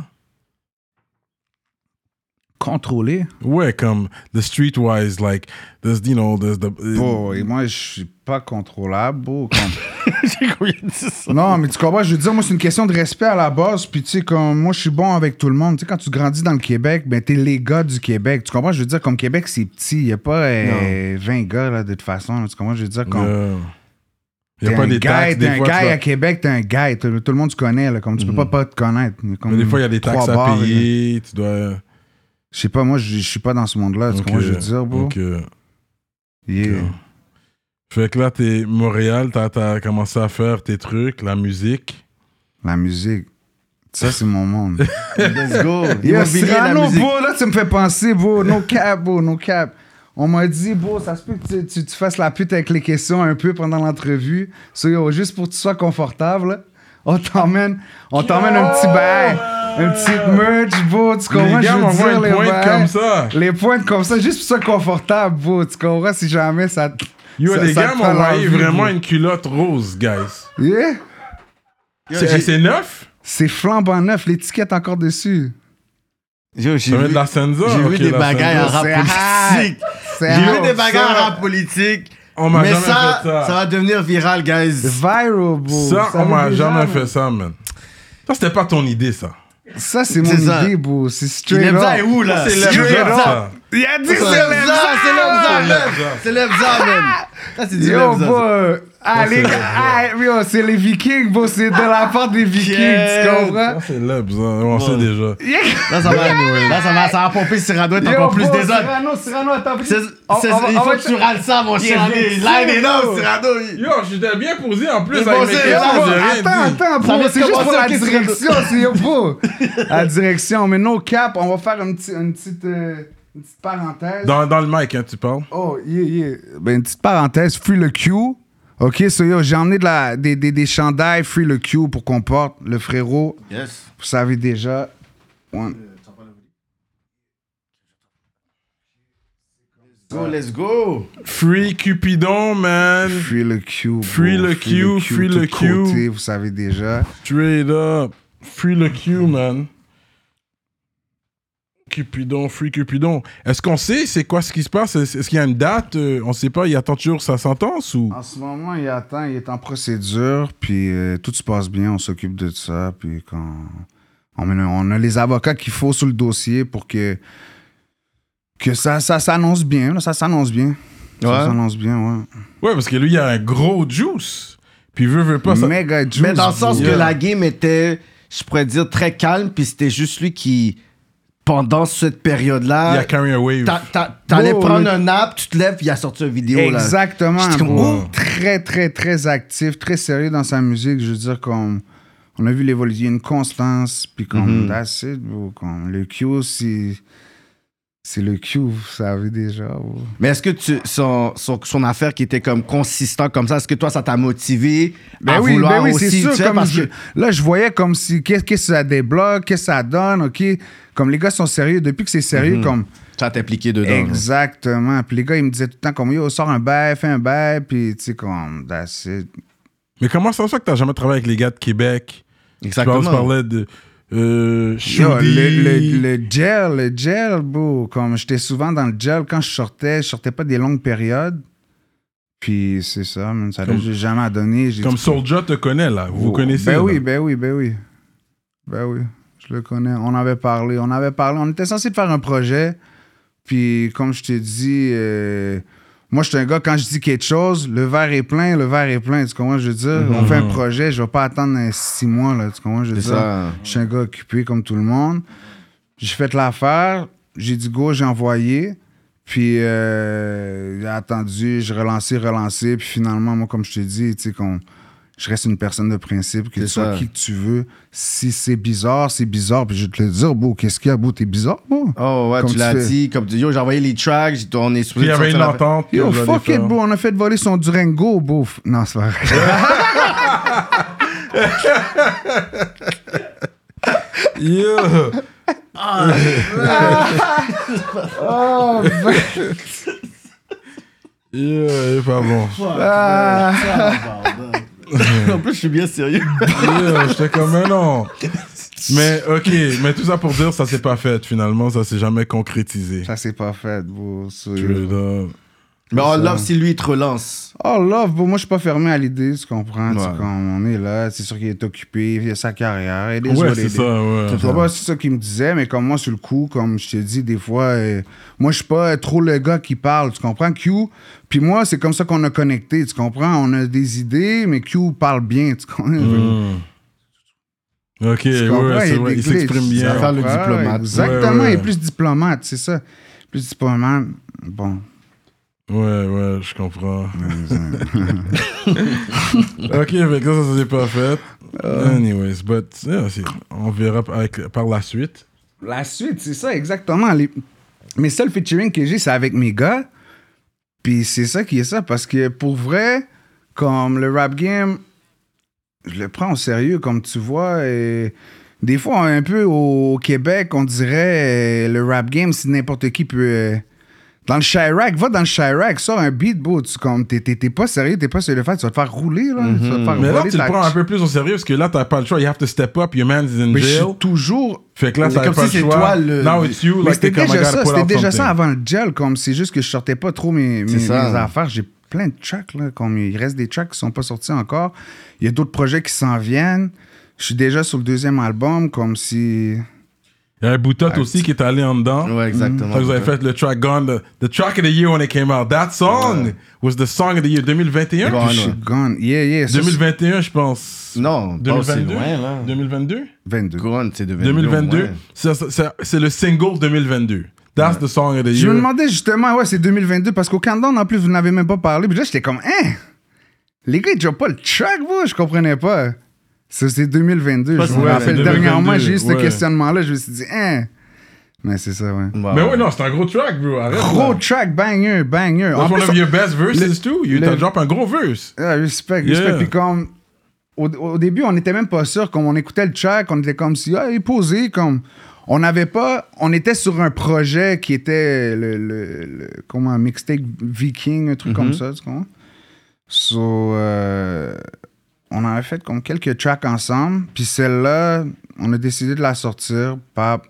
C: Contrôler.
A: Ouais, comme the streetwise, like, there's, you know, there's the.
C: Boy, moi, je suis pas contrôlable. bro, comme-
B: J'ai combien de ça?
C: non, mais tu comprends, je veux dire, moi, c'est une question de respect à la base. Puis, tu sais, comme moi, je suis bon avec tout le monde. Tu sais, quand tu grandis dans le Québec, ben, t'es les gars du Québec. Tu comprends, je veux dire, comme Québec, c'est petit. Il n'y a pas euh, 20 gars, là, de toute façon. Tu comprends, je veux dire, comme.
A: Il n'y a
C: T'es
A: pas
C: un
A: des
C: guy,
A: taxes,
C: t'es
A: des
C: un
A: fois. tu
C: guy
A: vas-
C: à Québec, t'es un guy. Tout, tout le monde se connaît, là, comme tu peux pas pas te connaître. Comme
A: mais des fois, il y a des
C: trois
A: taxes à
C: bars, là.
A: payer, tu dois. euh,
C: Je sais pas, moi, je je suis pas dans ce monde-là. Tu
A: Ok,
C: comprends, je veux dire, bro.
A: ok.
C: Yeah.
A: ok. euh, Fait que là, t'es Montréal, t'as as commencé à faire tes trucs, la musique.
C: La musique. Ça, c'est mon monde.
B: Let's go.
C: Yo,
B: Immobilier, la
C: Cyrano,
B: musique.
C: bro, là, tu me fais penser, bro. No cap, bro, no cap. On m'a dit, bro, ça se peut que tu, tu- tu fasses la pute avec les questions un peu pendant l'entrevue. So, yo, juste pour que tu sois confortable, là, on t'emmène, on t'emmène un petit bail, un petit merch, bro. Tu comprends?
A: les
C: je
A: gars
C: veux
A: m'envoient
C: dire,
A: une
C: les
A: pointe
C: bails,
A: comme ça.
C: Les pointes comme ça, juste pour que tu sois confortable, bro. Tu comprends si jamais ça. t-
A: Yo,
C: ça-
A: les
C: ça
A: gars
C: te prend
A: m'ont envoyé
C: l'envie,
A: vraiment
C: bro.
A: une culotte rose, guys.
C: Yeah?
A: C'est c'est neuf?
C: C'est flambant neuf, l'étiquette encore dessus.
B: Yo, J'ai
A: Ça vient
B: vu,
A: de la Senza.
B: j'ai
A: Ah, ok,
B: vu des
A: la
B: bagailles en
A: Senza.
B: rap
C: C'est
B: politique.
C: C'est
B: J'ai vu
C: hard,
B: des bagailles en
C: ça.
B: rap politique.
A: On m'a
B: Mais
A: jamais
B: ça,
A: fait ça.
B: ça va devenir viral, guys.
C: Viral, bro.
A: Ça, on
C: veut
A: m'a
C: dire,
A: jamais
C: là.
A: fait ça, man. Ça, c'était pas ton idée, ça.
C: Ça, c'est mon
B: C'est ça.
C: idée, bro. C'est
B: Il
C: straight
B: aime
C: up.
B: ça et où, là?
A: C'est
B: Straight
A: Lebza,
B: up.
A: ça.
C: Il a dit
B: C'est Lebza, c'est Lebza, man. C'est Lebza, man. Ça, c'est du
C: Yo,
B: Lebza. ça.
C: bro. Ah, les gars, ah, yo, c'est les Vikings, bro. C'est de la part des Vikings, tu
B: Yeah.
A: Ça,
C: comprends?
A: c'est là, bizarre. on sait déjà.
B: Là, ça va, là, ça va, ça va pomper Cyrano est encore plus
C: bro,
B: des autres.
C: Cyrano, Cyrano, attends.
B: C'est-
C: on-
B: c'est-
C: on va-
B: Il
C: on
B: faut
C: va-
B: que tu râles ça, mon Cyrano.
C: bien sûr,
B: Là, il est là,
C: bro.
B: Cyrano. il-
A: Yo, j'étais bien posé en plus
B: Mais
A: avec
B: bon,
A: mes
B: c'est là,
A: questions, j'ai rien
C: Attends,
A: dit.
C: attends,
B: Ça
C: bro,
B: vient de
C: c'est juste pour
B: commencer,
C: la
B: ok,
C: direction, c'est yo, bro. La direction, mais no cap, on va faire une petite, une petite, euh, une petite parenthèse.
A: Dans, dans le mic, hein, tu parles.
C: Oh, yeah, yeah. Ben, une petite parenthèse, Free le Q. OK, so yo, j'ai emmené de la, des, des, des chandails Free le Q pour qu'on porte. Le frérot,
B: Yes.
C: vous savez déjà. One.
B: Go, let's go.
A: Free Cupidon, man.
C: Free le Q. bro.
A: Free Le Q, Free
C: tout
A: Le Q.
C: côté, vous savez déjà.
A: Straight up. Free le Q, man. Cupidon, Free Cupidon. Est-ce qu'on sait c'est quoi ce qui se passe? Est-ce est-ce qu'il y a une date? Euh, On sait pas, il attend toujours sa sentence ou...
C: En ce moment, il attend, il est en procédure, puis euh, tout se passe bien, on s'occupe de ça, puis quand on, met le- on a les avocats qu'il faut sur le dossier pour que que ça ça s'annonce bien, là, ça s'annonce bien.
B: Ouais.
C: Ça s'annonce bien, ouais.
A: Ouais, parce que lui, il a un gros juice. Puis veut, veut pas... Ça...
C: Mega juice,
B: Mais dans le sens
C: bro.
B: que
A: Yeah.
B: la game était, je pourrais dire, très calme, puis c'était juste lui qui, pendant cette
A: Il a
C: euh,
B: période-là,
A: carry a wave.
B: t'a- t'a- t'allais
C: Bro,
B: prendre
C: le-
B: un nap, tu te lèves, il a sorti une vidéo. là.
C: Exactement.
B: J'étais comme,
C: bro.
A: oh.
C: Très, très, très actif, très sérieux dans sa musique. Je veux dire, comme, on a vu l'évolution, une constance, puis comme, that's it, bro. Comme, le Q, c'est. C'est le Q, vous savez déjà. bro.
B: Mais est-ce que tu, son, son, son affaire qui était comme consistant comme ça, est-ce que toi, ça t'a motivé
C: Ben
B: à vouloir aussi, tu sais,
C: comme
B: parce
C: je-
B: que...
C: Là, je voyais comme si. Qu'est-ce que ça débloque, qu'est-ce que ça donne, OK? Comme les gars sont sérieux. Depuis que c'est sérieux, comme.
B: Ça t'impliquait dedans. là.
C: Exactement. Puis les gars, ils me disaient tout le temps, comme, yo, sors un bail, fais un bail, puis tu sais, comme, that's it.
A: Mais comment ça se fait que t'as jamais travaillé avec les gars de Québec? Tu
B: Exactement.
A: parlais de... Euh,
C: Yo,
A: Shudi.
C: le, le, le gel, le gel, bro. Comme j'étais souvent dans le gel, quand je sortais, je sortais pas des longues périodes. Puis c'est ça, man, ça n'a
A: Comme-
C: jamais donné. J'ai
A: Comme
C: dit,
A: Soulja te connaît, là. Vous vous
C: oh,
A: connaissez.
C: Ben
A: là.
C: oui, ben oui, ben oui. Ben oui, je le connais. On avait parlé, on avait parlé. On était censé de faire un projet. Puis comme je t'ai dit, euh, moi, je suis un gars, quand je dis quelque chose, le verre est plein, le verre est plein. Tu comprends, je veux dire?
A: Mm-hmm.
C: On fait un projet, je vais pas attendre euh, six mois, là. Tu comprends, je veux
B: C'est
C: dire?
B: ça.
C: Je suis un gars occupé comme tout le monde. J'ai fait l'affaire, j'ai dit go, j'ai envoyé. Puis euh, il a attendu, j'ai relancé, relancé. Puis finalement, moi, comme je te dis, tu sais, qu'on- je reste une personne de principe, que
B: C'est
C: tu sois
B: ça.
C: qui que tu veux. Si c'est bizarre, c'est bizarre. Puis je vais te le dire, beau, qu'est-ce qu'il y a, beau, t'es bizarre, beau.
B: Oh ouais,
C: Comme
B: tu
C: tu
B: l'as
C: fais.
B: dit, comme tu dis, yo, j'ai envoyé les tracks, j'ai- on est
A: Puis il y avait une
B: sortir la-
A: entente. que
C: Yo,
A: vous allez
C: fuck it,
A: faire.
C: bro, on a fait voler son Durango, beau. Non, c'est pas vrai.
A: Yo.
C: Oh,
A: Yo, il est pas bon.
B: Ah!
C: Ah!
B: en plus, je suis bien sérieux.
A: Yo, j'étais comme, mais non. Mais ok, mais tout ça pour dire, ça s'est pas fait finalement, ça s'est jamais concrétisé.
C: Ça, euh, c'est pas fait, bro. C'est-
A: Straight up.
B: Mais on love si lui, il te relance.
C: Oh, love, bro. Moi, je suis pas fermé à l'idée, tu comprends? Tu
B: Ouais.
C: sais, quand on est là, c'est sûr qu'il est occupé, il a sa carrière. et des
A: Ouais, c'est ça, ouais.
C: Je sais pas si c'est ça qu'il me disait, mais comme moi, sur le coup, comme je te dis, des fois, euh, moi, je suis pas euh, trop le gars qui parle, tu comprends? Q, puis moi, c'est comme ça qu'on a connecté, tu comprends? On a des idées, mais Q parle bien, tu comprends?
A: Hmm. Ok,
C: Tu comprends?
A: Mm. ouais,
C: y
A: c'est
C: a
A: vrai,
C: des
A: il s'exprime
C: glitches,
A: bien.
C: tu
B: Faire le
C: comprends?
B: diplomate.
A: Ouais,
C: Exactement,
A: ouais.
C: il est plus diplomate, c'est ça. Plus diplomate, bon.
A: Ouais, ouais, je comprends. ok, avec ça, ça s'est pas fait.
C: Euh.
A: Anyways, but yeah, c'est- on verra avec- par la suite.
C: La suite, c'est ça, exactement. Les... Mes seuls featuring que j'ai, c'est avec mes gars. Puis c'est ça qui est ça, parce que pour vrai, comme le rap game, je le prends au sérieux, comme tu vois. Et des fois, un peu au Québec, on dirait euh, le rap game, si n'importe qui peut. euh, Dans le Chirac, va dans le Chirac, sors un beat, bro. Tu comme, t'es, t'es- t'es pas sérieux, t'es pas sur le fait, tu vas te faire rouler, là. tu vas te faire
A: Mhm. Mais là,
C: voler
A: tu le
C: ta-
A: prends un peu plus au sérieux parce que là, t'as pas le choix. You have to step up, your man's in
C: Mais je
A: jail.
C: suis toujours
A: Fait que là,
B: C'est
A: t'as
B: comme
A: pas
B: si
A: le
B: c'est
A: choix.
B: toi le-
A: Now it's you,
C: Mais
A: like, t'es
C: c'était
A: comme I
C: déjà
A: gotta
C: ça,
A: pull
C: c'était
A: out
C: déjà ça
A: something.
C: avant le gel, comme c'est juste que je sortais pas trop mes, mes,
B: C'est ça.
C: mes affaires. J'ai plein de tracks, là, comme il reste des tracks qui sont pas sortis encore. Il y a d'autres projets qui s'en viennent. Je suis déjà sur le deuxième album, comme si.
A: Il y a un boutotte aussi qui est allé en dedans.
B: Ouais, exactement.
A: Quand vous avez fait le track Gone, the, the track of the year when it came out. That song was the song of the year 2021.
B: Gone. Ah,
C: je suis
B: ouais.
C: gone. Yeah, yeah. ça, c'est
A: 2021, je pense.
B: Non, pas aussi
A: 2022.
B: loin, là.
A: 2022?
C: 22.
B: Couronne, c'est de
A: 2022.
B: ouais.
A: Ça, ça, ça, C'est le single 2022. That's the song of the
C: Je
A: year.
C: me demandais justement, ouais, c'est 2022, parce qu'au Canada, en plus, vous n'avez même pas parlé. Puis là, j'étais comme, hein? Les gars, ils n'ont pas le track, vous? Je comprenais pas. Ça, c'est 2022.
B: Pas
C: je
B: si-
C: me
B: ouais,
C: rappelle
A: c'est
C: dernièrement,
A: 2022,
C: j'ai eu ce
A: ouais.
C: questionnement-là. Je me suis dit, hein? Mais c'est ça, ouais.
B: Ouais,
A: Mais
B: ouais.
A: oui, non, c'est un gros track, bro. Arrête.
C: Gros
A: là.
C: track, banger, banger. En
A: That's one
C: plus,
A: of your best verses, too. You
C: le-
A: t'as drop un gros verse.
C: ah, respect,
A: Yeah.
C: respect. Puis comme, au, au début, on n'était même pas sûr. Comme on écoutait le track, on était comme si, ah, il est posé. Comme, on n'avait pas, on était sur un projet qui était le, le, le- comment, un mixtape viking, un truc
A: Mm-hmm.
C: comme ça, tu comprends? So, euh, on avait fait comme quelques tracks ensemble. Puis celle-là, on a décidé de la sortir. Pas,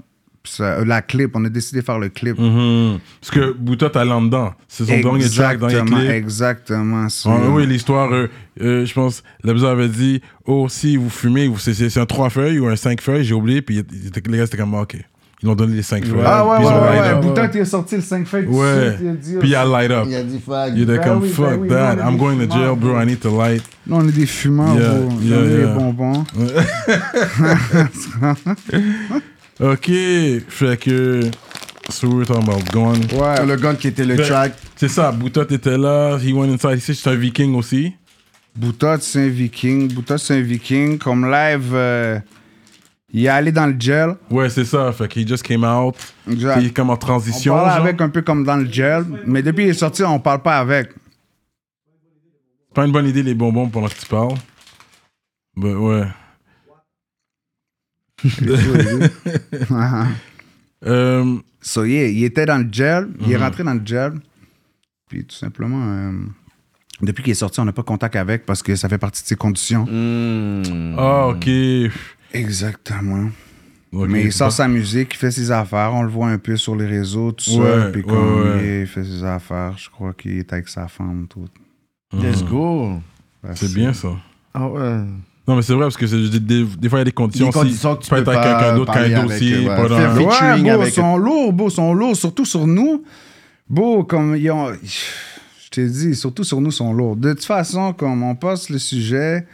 C: la clip, on a décidé de faire le clip.
A: Mm-hmm. Parce que Bouta, t'as l'en dedans. C'est son dernier track dans les
C: Mhm. Exactement,
A: clips.
C: Exactement. so-
A: Ah oui, l'histoire, euh, euh, je pense, Labza avait dit Oh, si vous fumez, vous- c'est- c'est c'est un 3 feuilles ou un 5 feuilles, j'ai oublié, puis il- il- les gars, c'était comme Ok. Ils l'ont donné les 5 feuilles.
C: Ah ouais,
A: puis
C: ouais,
A: ils ont light
C: ouais,
A: up.
C: ouais. Boutin, t'es sorti le 5 feuilles. tout de
A: Ouais.
C: suite, il a dit,
A: Puis il a light up.
D: Il a dit fuck.
A: Il était
C: Ben
A: comme
C: oui, ben
A: Fuck
C: oui,
A: that,
C: nous, on est
A: I'm going to
C: des
A: jail, bro, I need to light.
C: Nous, on est des fumeurs,
A: Yeah,
C: bro.
A: yeah,
C: on est
A: yeah.
C: des bonbons.
A: Ok, fait que. So we were talking about gone.
C: Ouais.
B: Le gun qui était le
A: Fait-
B: track.
A: C'est ça, Boutot était là, he went inside, ici, c'est un viking aussi.
C: Boutot, c'est un viking. Boutot, c'est un viking. Comme live, euh, il est allé dans le gel.
A: Ouais, c'est ça, fait qu'il just came out.
C: Exact.
A: Il est comme en
C: On
A: transition.
C: parle
A: genre.
C: avec un peu comme dans le gel. Mais depuis qu'il est sorti, on parle pas avec.
A: C'est pas une bonne idée les bonbons pendant que tu parles. Ben ouais. Euh,
C: So, yeah, il était dans le gel. Il est
A: Mm-hmm.
C: rentré dans le gel. Puis tout simplement, euh, depuis qu'il est sorti, on n'a pas contact avec parce que ça fait partie de ses conditions.
A: Mm. Ah, ok.
C: Exactement.
A: Ok.
C: Mais il sort sa musique, il fait ses affaires, on le voit un peu sur les réseaux, tout ça.
A: Ouais,
C: Puis
A: ouais,
C: comme
A: ouais.
C: il est- il fait ses affaires, je crois qu'il est avec sa femme, tout.
B: Let's go.
C: Ben,
A: C'est bien ça.
B: Ah ouais.
A: Non, mais c'est vrai, parce que c'est- des, des- des fois, il y a des conditions.
B: Des conditions
A: si
B: que tu
A: être
B: peux
A: avec
B: pas
A: quelqu'un d'autre,
B: parler
A: qu'un
B: avec,
A: dossier.
B: ouais.
A: pas dans-
B: Faire vite.
C: Ouais,
B: Featuring
C: beau,
B: avec-
C: sont lourds, beau, sont lourds, surtout sur nous. Beau, comme ils ont. Je t'ai dit, surtout sur nous, sont lourds. De toute façon, comme on passe le sujet,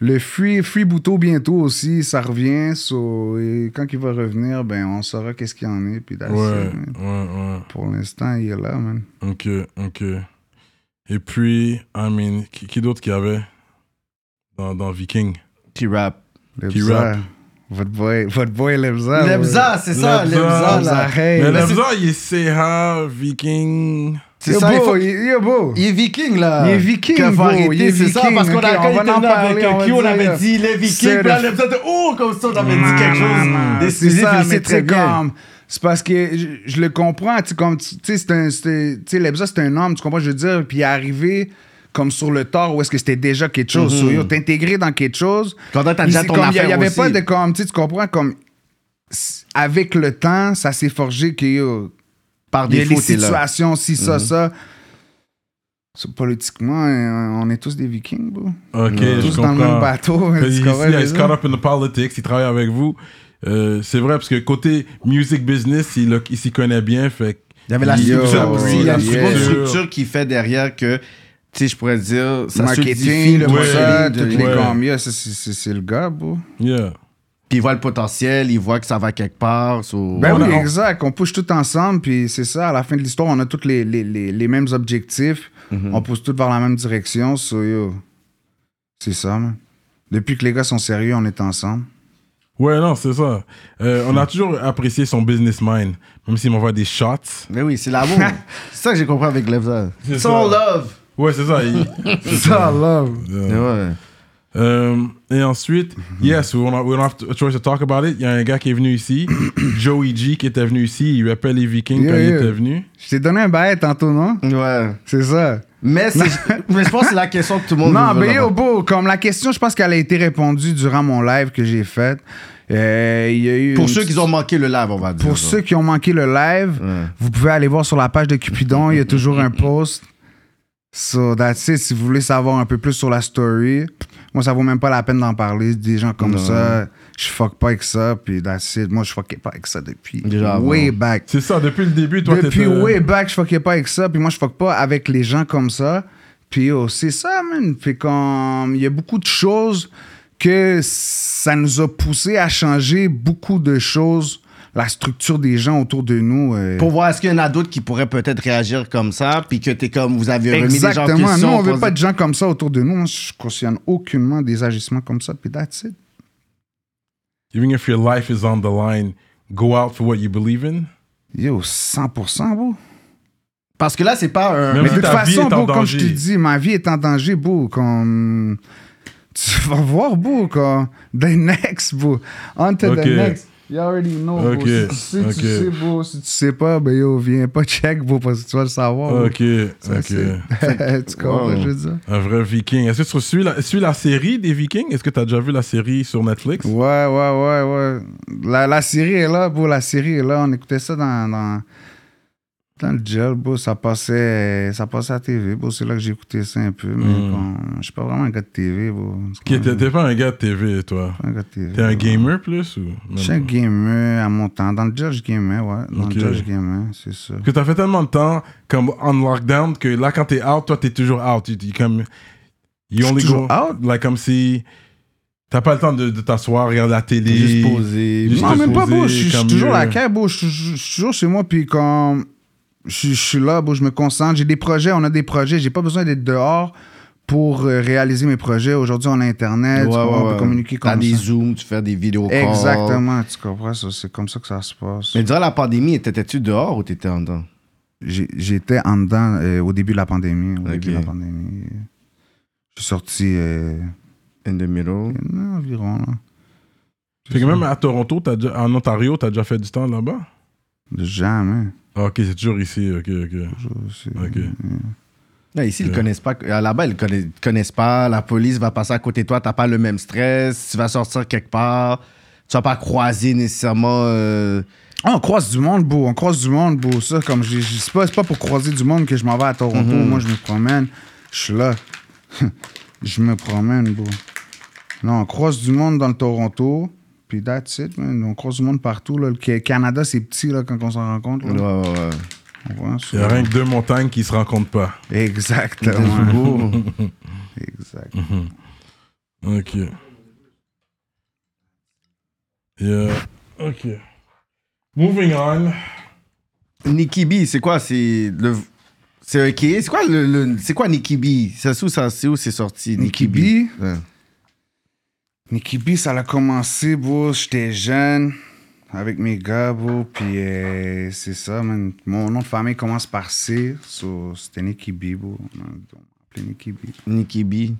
C: le Free, free Bouteau bientôt aussi, ça revient. so- et quand il va revenir, ben on saura qu'est-ce qu'il y en est. Puis that's it,
A: Ouais,
C: man.
A: ouais,
C: Pour l'instant, il est là, man.
A: ouais. Ok, ok. Et puis, I mean, qui, qui d'autre qu'il y avait dans, dans Viking
B: Qui rap.
C: Lebza.
A: Qui rappe.
C: Votre boy, votre boy
B: Ah
C: Lebza.
B: Lebza, c'est ça,
A: Lebza,
B: Lebza, là.
C: Lebza, hey.
A: Mais
C: Mais
A: là, il est CH, Viking.
B: C'est
C: Il est
B: ça, il
C: beau,
B: faut-
C: il il est beau.
B: Il est viking, là.
C: Il est viking,
B: Qu'il faut
C: bro,
B: arrêter,
C: il est
B: C'est ça,
C: viking,
B: parce qu'on
C: ok,
B: a, quand
C: on
B: il
C: va
B: était
C: en
B: venu avec
C: parler, on va
B: un Q, on
C: dire.
B: avait dit les vikings,
C: C'est
B: puis là,
C: le-
B: on avait dit, oh, comme ça, on avait dit quelque
C: Ah,
B: chose
C: C'est
B: d'exclusif,
C: ça,
B: il
C: mais
B: sait
C: tu sais,
B: très bien.
C: comme. C'est parce que je, je le comprends, tu sais, comme, tu tu sais, c'est un. c'est un- Tu sais, Lebza, c'est un homme, tu comprends, je veux dire, puis il est arrivé comme sur le tort où est-ce que c'était déjà quelque chose. So, yo, t'intégrer dans quelque chose.
B: Mm-hmm. Quand t'as
C: Puis
B: déjà
C: c'est
B: ton
C: comme, Il y a- il y
B: affaire
C: avait
B: aussi.
C: pas de comme, tu sais, tu comprends, comme s- avec le temps, ça s'est forgé que yo,
B: Par
C: il y a
B: défaut,
C: les
B: t'es là.
C: situations, si, ça, ça. So, politiquement, euh, on est tous des vikings, bro.
A: Ok, je
C: Tous dans
A: comprends.
C: le même bateau.
A: Parce
C: tu
A: que
C: comprends,
A: ici,
C: les
A: he's
C: gens?
A: caught up in the politics, il travaille avec vous. Euh, c'est vrai, parce que côté music business, il, a- il s'y connaît bien, fait que-
B: Il y avait la
C: Yo,
B: structure aussi. Il y a une
C: yeah.
B: grosse structure qui fait derrière que, tu sais, je pourrais dire, ça
C: marketing,
B: solidifie
C: le
B: marketing
C: ça,
B: de-
C: toutes les
A: Ouais.
C: gammes. Yeah, ça, c'est- c'est c'est le gars, bro.
A: yeah.
B: Puis il voit le potentiel, il voit que ça va quelque part. so-
C: Ben
A: On
C: oui,
A: a-
C: exact. On pousse tout ensemble, puis c'est ça. À la fin de l'histoire, on a tous les, les, les, les mêmes objectifs. On pousse tous vers la même direction. So, yo, c'est ça, man. Depuis que les gars sont sérieux, on est ensemble.
A: Ouais, non, c'est ça. Euh, on a toujours apprécié son business mind, même s'il m'envoie des shots.
B: Mais oui, c'est l'amour. c'est ça que j'ai compris avec Levza.
A: C'est
B: Son
A: ça.
B: love.
A: Ouais, c'est ça. il-
B: Son love. Ouais.
A: Euh, et ensuite,
C: Mhm.
A: yes, we don't, have- we don't have to- a choice to talk about it. Il y a un gars qui est venu ici, Joey G, qui était venu ici. Il rappelle les Vikings
C: Yeah,
A: quand il
C: yeah.
A: était venu.
C: Je t'ai donné un bail tantôt, non?
B: Ouais.
C: C'est ça.
B: Mais, c'est- mais je pense que c'est la question que tout le monde
C: Non,
B: veut
C: mais
B: avoir.
C: yo, beau, comme la question, je pense qu'elle a été répondue durant mon live que j'ai fait. Euh, il y a eu
B: Pour
C: une
B: ceux
C: petite-
B: qui ont manqué le live, on va dire.
C: Pour ceux qui ont manqué le live,
B: Ouais.
C: vous pouvez aller voir sur la page de Cupidon, il y a toujours un post. So that's it. Si vous voulez savoir un peu plus sur la story, moi ça vaut même pas la peine d'en parler. Des gens comme
B: Non.
C: ça, je fuck pas avec ça, puis that's it. Moi je fuckais pas avec ça depuis
B: Déjà avant.
C: way back.
A: C'est ça, depuis le début, toi,
C: Depuis
A: t'étais... euh,
C: way back, je fuckais pas avec ça. Puis moi, je fuck pas avec les gens comme ça. Puis yo, c'est ça, man. Puis comme, il y a beaucoup de choses que ça nous a poussé à changer beaucoup de choses, la structure des gens autour de nous. euh.
B: Pour voir, est-ce qu'il y en a d'autres qui pourraient peut-être réagir comme ça, puis que t'es comme, vous avez remis des gens en
C: Exactement. Nous,
B: question.
C: on
B: pour
C: veut pas
B: dire-
C: de gens comme ça autour de nous. Moi, je cautionne aucunement des agissements comme ça. Puis that's it.
A: Even if your life is on the line, go out for what you believe in.
C: Yo, 100%, bro.
B: Parce que là, c'est pas un.
A: Même
C: Mais
A: si
C: de toute
A: ta vie
C: façon,
A: est en
C: beau, comme je te
A: danger.
C: dis, ma vie est en danger, beau. Comme... Tu vas voir, beau, comme... The next, beau. On to
A: Ok.
C: the next. You already know, beau.
A: Ok,
C: Si tu sais,
A: ok.
C: tu sais, beau. Si tu sais pas, ben yo, viens pas check, beau, parce que tu vas le savoir. beau.
A: Ok,
C: Oh, Ça,
A: ok.
C: c'est- tu comprends,
B: Wow.
C: je veux dire?
A: Un vrai viking. Est-ce que tu suis la, suis la série des vikings? Est-ce que tu as déjà vu la série sur Netflix?
C: Ouais, ouais, ouais, ouais. La, la série est là, beau, la série est là. On écoutait ça dans... dans... dans le gel, beau, ça passait, ça passait à TV, beau, c'est là que j'ai écouté ça un peu, mais
A: Hmm.
C: comme, je suis pas vraiment un gars de TV, beau.
A: Qui était- T'es pas un gars de TV, toi.
C: Un gars de TV,
A: T'es un
C: ouais.
A: gamer plus ou?
C: Je suis un
A: Même pas?
C: gamer à mon temps. Dans le judge gamer, ouais. Dans
A: Ok.
C: le judge gamer, c'est ça.
A: Que t'as fait tellement de temps comme on lockdown que là quand t'es out, toi t'es toujours out. Tu dis comme you
C: suis
A: only
C: toujours
A: go
C: out?
A: Like, comme si t'as pas le temps de, de t'asseoir, regarder la télé.
B: Juste posé.
A: Juste
C: Non,
A: te
C: même pas,
A: poser
C: beau. Je suis- je
A: comme
C: suis toujours
A: mieux.
C: la caille, beau. Je suis- je suis toujours chez moi, puis quand je suis- je suis là, beau, je me concentre. J'ai des projets, on a des projets. J'ai pas besoin d'être dehors pour euh, réaliser mes projets. Aujourd'hui, on a Internet, tu comprends, on peut communiquer
B: T'as
C: comme
B: des
C: ça.
B: zooms, tu fais des vidéos.
C: Exactement, tu comprends ça. C'est comme ça que ça se passe.
B: Mais durant la pandémie, t'étais-tu dehors ou t'étais en dedans?
C: J'ai- J'étais en dedans euh, au début de la pandémie. Au début de
B: Ok.
C: la pandémie. Je suis sorti euh,
B: In the middle.
C: environ, là.
A: Fait que même à Toronto, t'as déjà- en Ontario, t'as déjà fait du temps là-bas.
C: Jamais.
A: Ah, Ok, c'est toujours ici. Ok, ok,
C: C'est-
A: ok.
B: Là, ici, ils
A: Ouais.
B: connaissent pas. euh, Là-bas, ils connaissent, ils connaissent pas. La police va passer à côté de toi. T'as pas le même stress. Tu vas sortir quelque part. Tu vas pas croiser nécessairement. euh,
C: Ah, on croise du monde, beau. On croise du monde, beau. Ça, comme je je- c'est pas, c'est pas pour croiser du monde que je m'en vais à Toronto.
A: Mhm.
C: Moi, je me promène. Je suis là. je me promène, beau. Non, on croise du monde dans le Toronto. Puis that's it, man. On croise du monde partout. Là. Le Ca- Canada, c'est petit là, quand on s'en rencontre. là.
B: Ouais, ouais, ouais.
C: On voit ça.
A: Il y a rien que deux montagnes qui se rencontrent pas.
C: Exactement.
B: Beau.
C: exact.
A: Ok. Yeah. Ok. Moving on.
B: Nicky B, c'est quoi C'est le. C'est un qui C'est quoi, le, le- c'est quoi Nicky B C'est où, ça- c'est où c'est sorti
C: Nicky B?
B: Ouais.
C: Nicky B, ça l'a commencé, bro. J'étais jeune avec mes gars, bro. Puis euh, c'est ça, man. Mon nom de famille commence par C. So, c'était Nicky B, bro. On m'a on m'a appelé Nicky B.
B: Nicky B.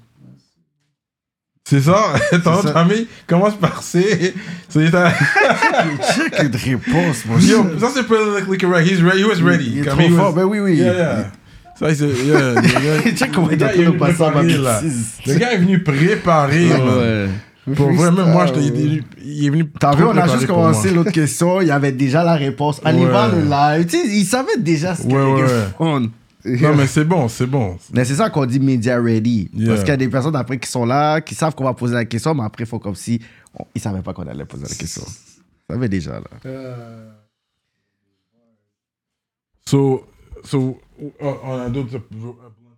A: C'est ça, ton autre
B: ça.
A: famille commence par C. C'est ta-
B: Check de réponse, mon
A: Yo, ça c'est politically correct. He's ready. He was ready.
B: Il est
A: Comme
B: trop
A: he was-
B: fort. Ben oui, oui.
A: Yeah, yeah. Ça, il se- yeah, le gars-
B: Check comment
A: le
B: il
A: gars,
B: a pris
A: est
B: nos
A: venu
B: passants en
A: préparer, là.
B: 2006.
A: Le gars est venu préparer. man.
B: Ouais.
A: Pour
C: Freestyle.
A: vraiment, moi, je t'ai- il, il est venu.
B: T'as vu,
A: trop
B: on a
A: préparer
B: juste
A: pour moi.
B: commencé l'autre question, il y avait déjà la réponse. En y va
A: Ouais.
B: le live, tu sais, il savait déjà ce que les
A: Ouais,
B: gars
A: ouais.
B: font.
A: Non, mais c'est bon, c'est bon.
B: Mais c'est ça qu'on dit media ready.
A: Yeah.
B: Parce qu'il y a des personnes après qui sont là, qui savent qu'on va poser la question, mais après, ils font comme si on- ils savaient pas qu'on allait poser la question. Ils savaient déjà, là.
A: So, so oh, on a d'autres.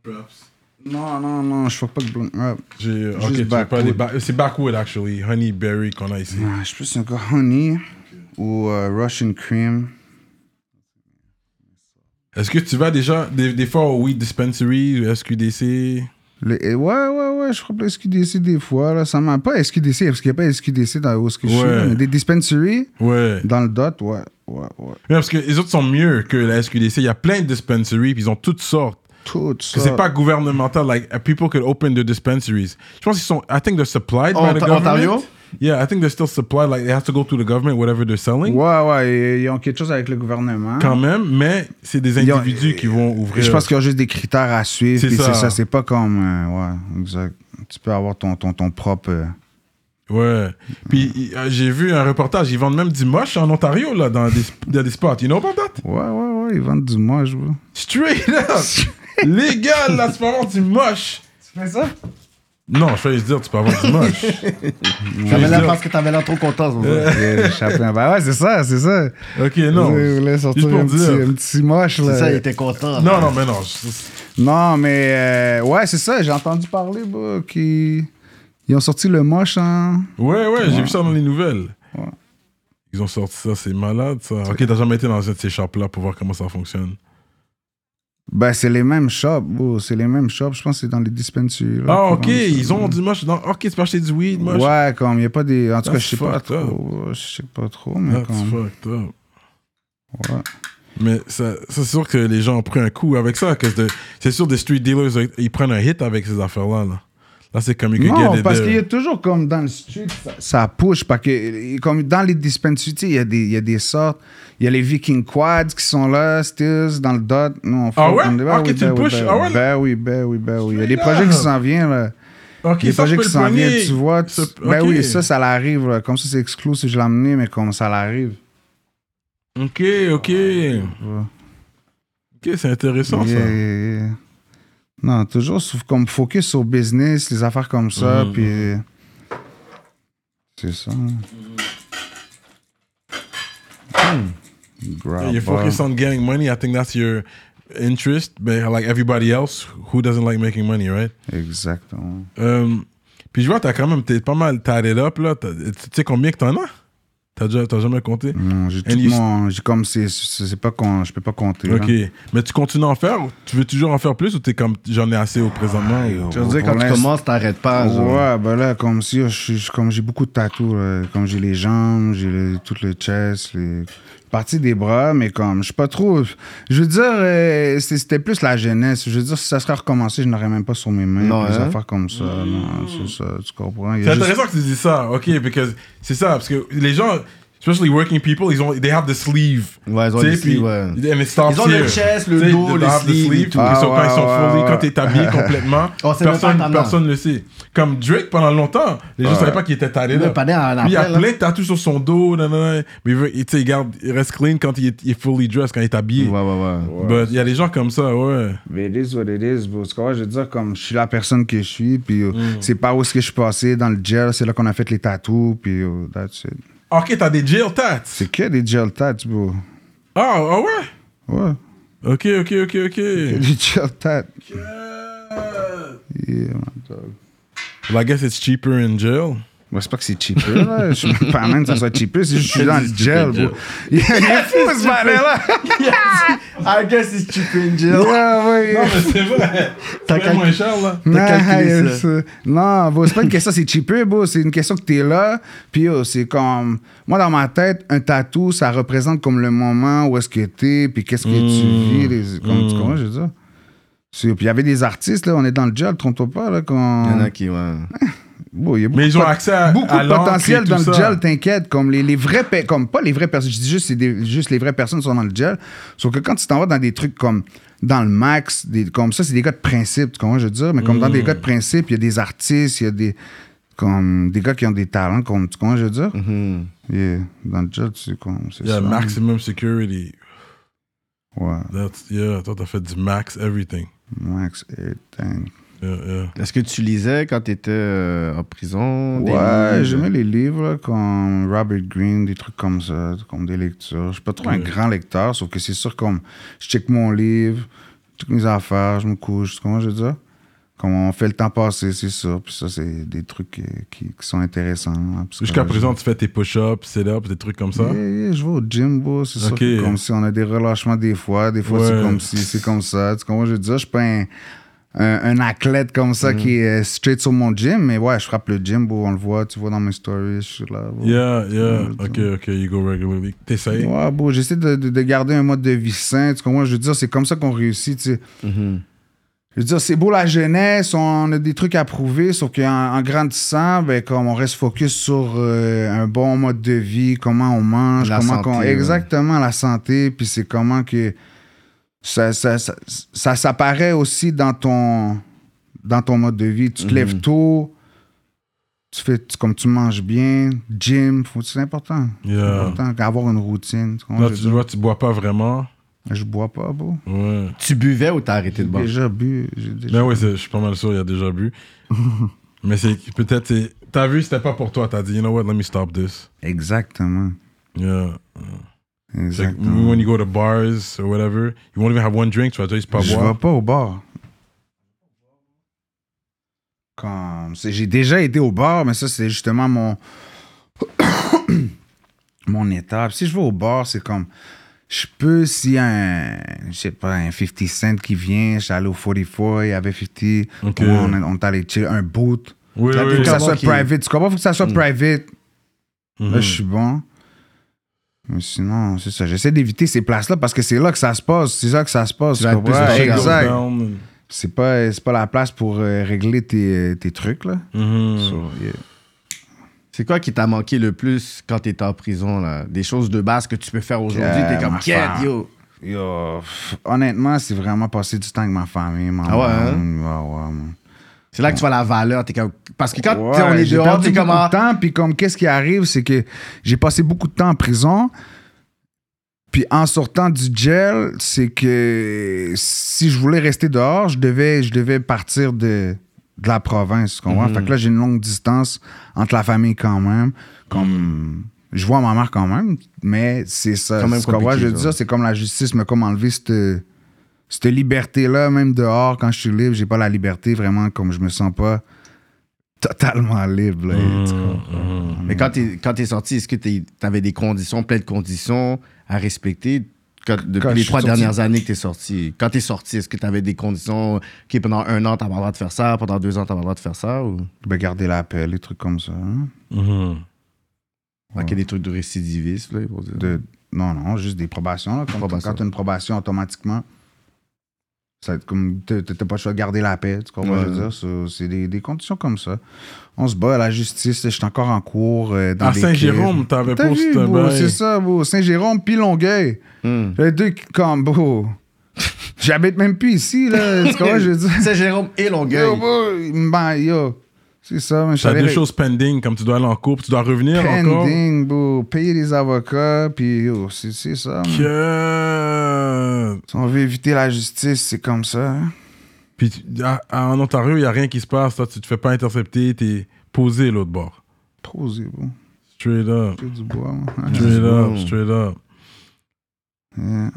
A: props.
C: Non, non, non, je fuck pas de blunt rap.
A: J'ai.
C: Juste
A: Ok, tu veux pas
C: backwood.
A: les ba- C'est backwood, actually. Honey berry qu'on a ici.
C: Ah, Je pense encore Honey ou euh, Russian Cream.
A: Est-ce que tu vas déjà des, des fois au weed dispensary, au SQDC
C: Le- eh, ouais, ouais, ouais, je frappe le SQDC des fois. Là, ça m'a pas SQDC, parce qu'il n'y a pas SQDC dans où est-ce que je suis.
A: Ouais.
C: là, mais des dispensaries
A: Ouais.
C: dans le dot, ouais, ouais, ouais.
A: Ouais, parce que les autres sont mieux que la SQDC. Il y a plein de dispensaries, puis ils ont toutes sortes.
C: Tout ça.
A: Que c'est pas gouvernemental. Like uh, people could open the dispensaries. Je pense qu'ils sont. I think they're supplied by
B: Ont-
A: the government.
B: Ontario?
A: Yeah, I think they're still supplied. Like they have to go through the government, whatever they're selling.
C: Ouais, ouais, ils- ils ont quelque chose e avec le gouvernement.
A: Quand même, mais c'est des
C: Ils ont-
A: individus qui vont ouvrir.
C: Je pense qu'ils ont juste des critères à suivre.
A: C'est
C: puis
A: ça.
C: C'est ça, c'est pas comme. euh, ouais, exact. Tu peux avoir ton, ton, ton propre. euh,
A: Ouais. Puis il- euh, j'ai vu un reportage. Ils vendent même du moche en Ontario là dans des dans des spots. You know about that?
C: Ouais, ouais, ouais, ils vendent du moche, je
A: Straight up. les gars, là, tu peux avoir du moche.
C: Tu fais ça?
A: Non, je fallait juste dire, tu peux avoir du moche. Je fallait
B: T'avais l'air
A: dire-
B: parce que t'avais l'air trop content, c'est pour ça.
C: Le chapeau. Ben ouais, c'est ça, c'est ça.
A: Ok, non.
C: Vous voulez
A: Juste
C: sortir
A: pour
C: un petit,
A: dire.
C: un petit moche, là.
B: C'est ça, il était content.
A: Non, non, mais non. je-
C: Non, mais euh, ouais, c'est ça, j'ai entendu parler, bah, qui. Ils ont sorti le moche hein. en.
A: Ouais, ouais, j'ai vu ça dans les nouvelles. Ils ont sorti ça, c'est malade ça. Ok, t'as jamais été dans un de ces shops-là pour voir comment ça fonctionne.
C: Ben, c'est les mêmes shops, bah, c'est les mêmes shops, je pense que c'est dans les dispensaires. là,
A: Ah,
C: qui
A: ok,
C: vendent ça.
A: ils ont du moche. Non, ok, tu peux acheter du weed, moche. Ah,
C: Ouais, comme, il n'y a pas des. En tout cas,
A: That's
C: je sais pas
A: fucked up.
C: trop. Je sais pas trop, mais
A: That's Ah,
C: comme.
A: fucked up.
C: Ouais.
A: Mais ça, ça, c'est sûr que les gens ont pris un coup avec ça. que c'est- C'est sûr, des street dealers, ils prennent un hit avec ces affaires-là. Là, Là, c'est comme ils
C: Non, parce qu'il y a toujours comme dans le street, ça, ça push. Parce que, comme dans les dispensaires, tu sais, il y, a des- il y a des sortes. Il y a les Viking Quads qui sont là, Stills, dans le Dot. Non,
A: Ah ouais?
C: Ben
A: Ah,
C: oui,
A: que tu
C: ben
A: le
C: oui,
A: pushes?
C: ben
A: Ah
C: oui.
A: ouais?
C: Ben oui, ben oui, ben oui. Il y a des
A: Celui-là.
C: projets qui s'en viennent, là.
A: Ok, ça,
C: des
A: je
C: projets
A: peux
C: qui
A: le
C: s'en viennent,
A: pogner.
C: tu vois. tu-
A: Ça-
C: Ben
A: ok.
C: oui, ça, ça l'arrive, là. Comme ça, c'est exclu si je l'amenais, mais comme ça l'arrive.
A: Ok, ok. Ok, c'est intéressant
C: Yeah,
A: ça.
C: yeah, yeah. euh, Non, toujours sauf comme focus au business, les affaires comme
A: Mhm.
C: ça, puis. C'est ça. Hmm. Grab
A: You're
C: bar.
A: focused on getting money. I think that's your interest. But like everybody else who doesn't like making money, right?
C: Exactement.
A: Um, puis je vois, t'as quand même, t'es pas mal tatted up là. T'as- Tu sais combien que t'en as? T'as déjà, t'as jamais compté?
C: Non, j'ai
A: And
C: tout
A: you-
C: mon. J'ai comme. c'est- C'est c'est pas con. Je peux pas compter. là.
A: Ok. Mais tu continues à en faire? ou Tu veux toujours en faire plus ou t'es comme, j'en ai assez au présentement? ou-
B: Je veux dire, quand
C: Pour
B: tu
C: l'instant-
B: commences, t'arrêtes pas. genre.
C: Ouais, ben là, comme si je suis- comme j'ai beaucoup de tatous, là. comme j'ai les jambes, j'ai le, tout le chest, les parties des bras, mais comme je suis pas trop. Je veux dire, euh, c'est- c'était plus la jeunesse. Je veux dire, si ça serait recommencé, je n'aurais même pas sur mes mains
B: Non,
C: des
B: hein?
C: affaires comme ça. Non, c'est ça, tu comprends. Il y
A: C'est
C: a juste-
A: intéressant que tu dis ça, ok, parce que c'est ça, parce que les gens, especially working people, ils ont, they have the sleeve.
B: Ouais, ils ont
A: Tu sais,
B: le sleeve,
A: puis-
B: ouais.
A: and it stops
B: Ils ont le
A: here.
B: chest, le
A: Tu sais,
B: dos,
A: they
B: le
A: have the
B: sleeve et
A: sleeve,
B: tout. Oh,
A: puis ils sont-
C: Ah,
A: quand ils sont
C: ouais,
A: fully,
C: ouais,
A: quand t'es habillé complètement,
B: On sait même pas
A: personne,
B: attendre.
A: personne le sait. Comme Drake pendant longtemps, les gens savaient pas qu'il était taré
B: Le
A: là.
B: panel en
A: Lui, il a
B: appel, là.
A: plein de tattoos sur son dos, nanana, mais il veut- il, tu sais, il garde, il reste clean quand il est, il est fully dressed, quand il est habillé.
B: Ouais, ouais, ouais.
A: But il y a des gens comme ça, ouais.
C: Mais it is what it is, bro. Tu comprends, je veux dire, comme je suis la personne que je suis, puis euh,
A: Mm.
C: c'est par où est-ce que je suis passé dans le gel, c'est là qu'on a fait les tatous, puis euh, that's it.
A: Ah, Ok, t'as des jail tats.
C: C'est que des gel tats, bro.
A: Ah, ah ouais?
C: Ouais,
A: Ok, ok, ok, ok.
C: des gel tats.
A: Yeah.
C: Yeah, my dog.
A: Well, I guess it's cheaper in jail.
C: Moi, c'est pas que c'est cheaper, là. Je suis même pas même que ça soit cheaper, c'est juste que je suis dans le gel, bro. Il est fou, ce balai là
B: I guess it's cheap in jail.
C: Ouais, ouais.
A: C'est vrai.
B: T'as
A: C'est
B: calculé-
A: moins cher, là.
C: Non,
B: T'as calculé ça.
C: Non, bro, c'est pas une question, c'est cheaper, bro. C'est une question que t'es là. Puis, yo, c'est comme. Moi, dans ma tête, un tatou, ça représente comme le moment où est-ce que t'es, puis qu'est-ce que tu vis. les- comme, Tu comprends, je veux dire? C'est- Puis, il y avait des artistes, là. On est dans le gel, trompe-toi pas, là.
B: Il y en
C: Quand...
B: a qui, ouais.
C: Bon, il y a beaucoup
A: Mais ils
C: de
A: ont
C: pot-
A: accès à-
C: beaucoup
A: à
C: de
A: l'encre et
C: potentiel
A: tout
C: dans le
A: ça.
C: gel, t'inquiète. Comme les, les vrais, pe- comme pas les vraies personnes. Je dis juste, c'est des- juste les vraies personnes sont dans le gel. Sauf que quand tu t'en vas dans des trucs comme dans le max, des, comme ça, c'est des gars de principe, tu comprends, je veux dire. Mais comme dans
A: Mm.
C: des gars de principe, il y a des artistes, il y a des comme des gars qui ont des talents, comme tu comprends, je veux dire.
B: Mhm.
C: Yeah. Dans le gel, tu sais, comme c'est
A: Mm. Il y a
C: ça.
A: maximum security.
C: Ouais,
A: That's, yeah, toi, t'as fait du max everything.
C: max everything.
A: Yeah, yeah.
B: Est-ce que tu lisais quand t'étais euh, en prison? des
C: Ouais,
B: livres?
C: j'aimais les livres là, comme Robert Greene, des trucs comme ça, comme des lectures. Je suis pas trop un grand lecteur, sauf que c'est sûr comme je check mon livre, toutes mes affaires, je me couche, comment je veux dire. Comme on fait le temps passer, c'est sûr. Puis ça, c'est des trucs qui, qui- qui sont intéressants. hein, parce que
A: Jusqu'à
C: là,
A: présent, tu fais tes push-ups, sit-ups, des trucs comme
C: je-
A: ça.
C: Yeah, yeah, je vais au gym, bro. C'est sûr
A: Ok.
C: que comme si on a des relâchements des fois. Des fois, c'est
A: Ouais.
C: comme si, c'est comme ça. Tu comprends, je veux dire, je suis pas un, un- un athlète comme
A: Mm.
C: ça qui est euh, straight sur mon gym. Mais ouais, je frappe le gym, bro. On le voit, tu vois dans mes stories, je suis là. bro.
A: Yeah, yeah. Ok, ok, you go regularly. T'essayes.
C: Ouais, bro, j'essaie de, de- de garder un mode de vie sain. Tu comprends? Je veux dire, c'est comme ça qu'on réussit, tu sais.
B: Mm-hmm.
C: Je veux dire, c'est beau la jeunesse, on a des trucs à prouver, sauf qu'en en grandissant, ben, comme on reste focus sur euh, un bon mode de vie, comment on mange,
B: La
C: comment
B: santé,
C: qu'on-
B: ouais.
C: exactement la santé, puis c'est comment que ça, ça, ça, ça s'apparaît aussi dans ton, dans ton mode de vie. Tu te
B: Mm-hmm.
C: lèves tôt, tu fais tu- comme tu manges bien, gym, faut- c'est important.
A: Yeah.
C: C'est important avoir une routine. tu comprends,
A: Là,
C: je veux
A: Euh, tu
C: dire.
A: vois, tu bois pas vraiment.
C: Je bois pas, bro.
A: Ouais.
B: Tu buvais ou t'as arrêté de
C: J'ai
B: boire?
C: déjà bu. j'ai déjà-
A: Mais oui, je suis pas mal sûr, il a déjà bu. Mais c'est peut-être, c'est- t'as vu, c'était pas pour toi. T'as dit, you know what, let me stop this.
C: Exactement.
A: Yeah. It's like,
C: Exactement.
A: when you go to bars or whatever, you won't even have one drink, tu vas juste pas
C: je
A: boire.
C: vais pas au bar. Comme c'est- j'ai déjà été au bar, mais ça c'est justement mon mon étape. Si je vais au bar, c'est comme je peux s'il y a un je sais pas un 50 cent qui vient, je suis allé au 44, il y avait 50,
A: Ok.
C: on, on est allé chill, un boot.
A: Oui,
B: T'as
A: oui,
C: Faut
A: oui.
C: que ça
B: Comment
C: soit
B: qu'il-
C: private, tu comprends? Faut que ça
A: Mm.
C: soit private. Là,
A: Mhm.
C: je suis bon. Mais sinon, c'est ça. J'essaie d'éviter ces places-là parce que c'est là que ça se passe. C'est là que ça se passe.
B: Tu vas
C: tu
B: être plus
C: comprends?
B: dans le
C: exact.
A: Down.
C: C'est pas, c'est pas la place pour euh, régler tes, euh, tes trucs, là.
A: Mhm.
C: So, yeah.
B: C'est quoi qui t'a manqué le plus quand t'étais en prison? Là? Des choses de base que tu peux faire aujourd'hui,
C: Yeah,
B: t'es comme
C: Euh, ma
B: quête,
C: femme.
B: yo!
C: Yo, pff, honnêtement, c'est vraiment passer du temps avec ma famille, ma
B: Ah ouais, hein?
C: maman. Ouais, ouais, man.
B: C'est là que tu vois la valeur. T'es comme... Parce que quand
C: Ouais,
B: t'sais, on est
C: j'ai
B: dehors,
C: perdu
B: t'es comme.
C: beaucoup
B: ah,
C: de temps, puis comme qu'est-ce qui arrive, c'est que j'ai passé beaucoup de temps en prison. Puis en sortant du gel, c'est que si je voulais rester dehors, je devais, je devais partir de, de la province, tu comprends?
B: Mhm.
C: Fait que là, j'ai une longue distance entre la famille quand même. Comme... Je vois ma mère quand même, mais c'est ça.
B: Quand même
C: tu comprends?
B: compliqué,
C: Je veux
B: ça.
C: dire, c'est comme la justice m'a comme enlevé cette cette liberté-là, même dehors, quand je suis libre, j'ai pas la liberté vraiment comme je me sens pas totalement libre. là,
A: Hmm.
C: tu comprends?
A: Mm-hmm.
B: Mais quand t'es, quand t'es sorti, est-ce que t'es- t'avais des conditions, plein de conditions à respecter? Quand- depuis
C: Quand je
B: les
C: suis
B: trois
C: sorti.
B: dernières années que t'es sorti, quand t'es sorti, est-ce que t'avais des conditions qui pendant un an t'as pas le droit de faire ça, pendant deux ans t'as pas le droit de faire ça ou
C: Ben, garder la paix, les trucs comme ça. hein.
A: Mhm.
B: Fait qu'il y a des trucs de récidivisme là, ils vont dire.
C: De... Non, non, juste des probations. Là, comme
B: Probation.
C: Quand tu as une probation, automatiquement, ça va être comme. t'as- T'as pas le choix de garder la paix. Tu comprends?
B: Ouais.
C: Je veux dire, So, c'est des, des conditions comme ça. On se bat à la justice. Je suis encore en cours euh, dans
A: À
C: des
A: Saint-Jérôme,
C: cases.
A: t'avais
C: T'as
A: posté
C: vu,
A: un
C: bro, c'est
A: bail.
C: ça, bro. Saint-Jérôme puis Longueuil.
B: Hmm.
C: Les deux qui- comme, bro. J'habite même plus ici, là. Tu comprends? Je veux dire.
B: C'est Jérôme et
C: Yo,
B: Longueuil.
C: bro, ben, yo. C'est ça, mais je
A: T'as
C: savais-
A: deux choses pending, comme tu dois aller en cours, puis tu dois revenir encore.
C: Pending, bro. Payer les avocats, puis yo, c'est c'est ça. man.
A: Que...
C: Si on veut éviter la justice, c'est comme ça. hein.
A: Puis tu- à- à- en Ontario, il n'y a rien qui se passe. Toi, tu te fais pas intercepter, t'es posé l'autre bord.
C: Posé, bro.
A: Straight up.
C: Que du bois, moi.
A: Straight up,
B: bon.
A: straight up.
C: Yeah.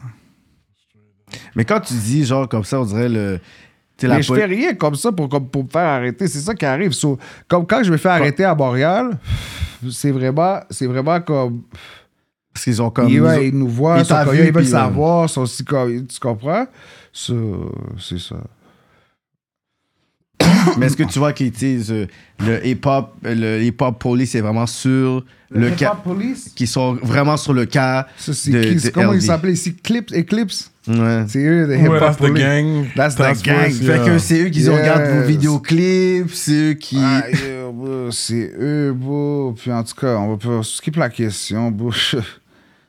B: Mais quand tu dis genre comme ça, on dirait le. t'sais,
C: Mais je
B: poli-
C: fais rien comme ça pour, comme- pour me faire arrêter. C'est ça qui arrive. So, comme quand je me fais arrêter à Montréal, c'est vraiment, c'est vraiment comme.
B: Parce qu'ils ont comme.
C: ils,
B: ils
C: ouais,
B: ont-
C: ils nous voient,
B: ils
C: ils, sont
B: t'ont
C: curieux,
B: vu,
C: ils veulent
B: puis, euh,
C: savoir, ils sont aussi comme- tu comprends? So, c'est ça.
B: Mais est-ce que tu vois qu'ils utilisent euh, le hip-hop, euh, le hip-hop police est vraiment sur le,
C: Hip
B: cas.
C: Hop Police?
B: Qui sont vraiment sur le cas.
C: Ça, c'est
B: de-
C: qui-
B: de
C: c'est- comment
B: LD.
C: ils s'appelaient ici? Clips, Eclipse?
B: Ouais.
C: C'est eux, les
A: Ouais,
C: Hip Hop
A: that's the
C: Police.
A: gang.
C: That's the
A: Task
C: gang.
A: force,
B: Fait
A: yeah.
B: que c'est eux qui
C: Yes.
B: regardent vos vidéoclips, c'est eux qui.
C: Ah, yeah, bro, c'est eux, bro. Puis en tout cas, on va pas skip la question, bro. Ce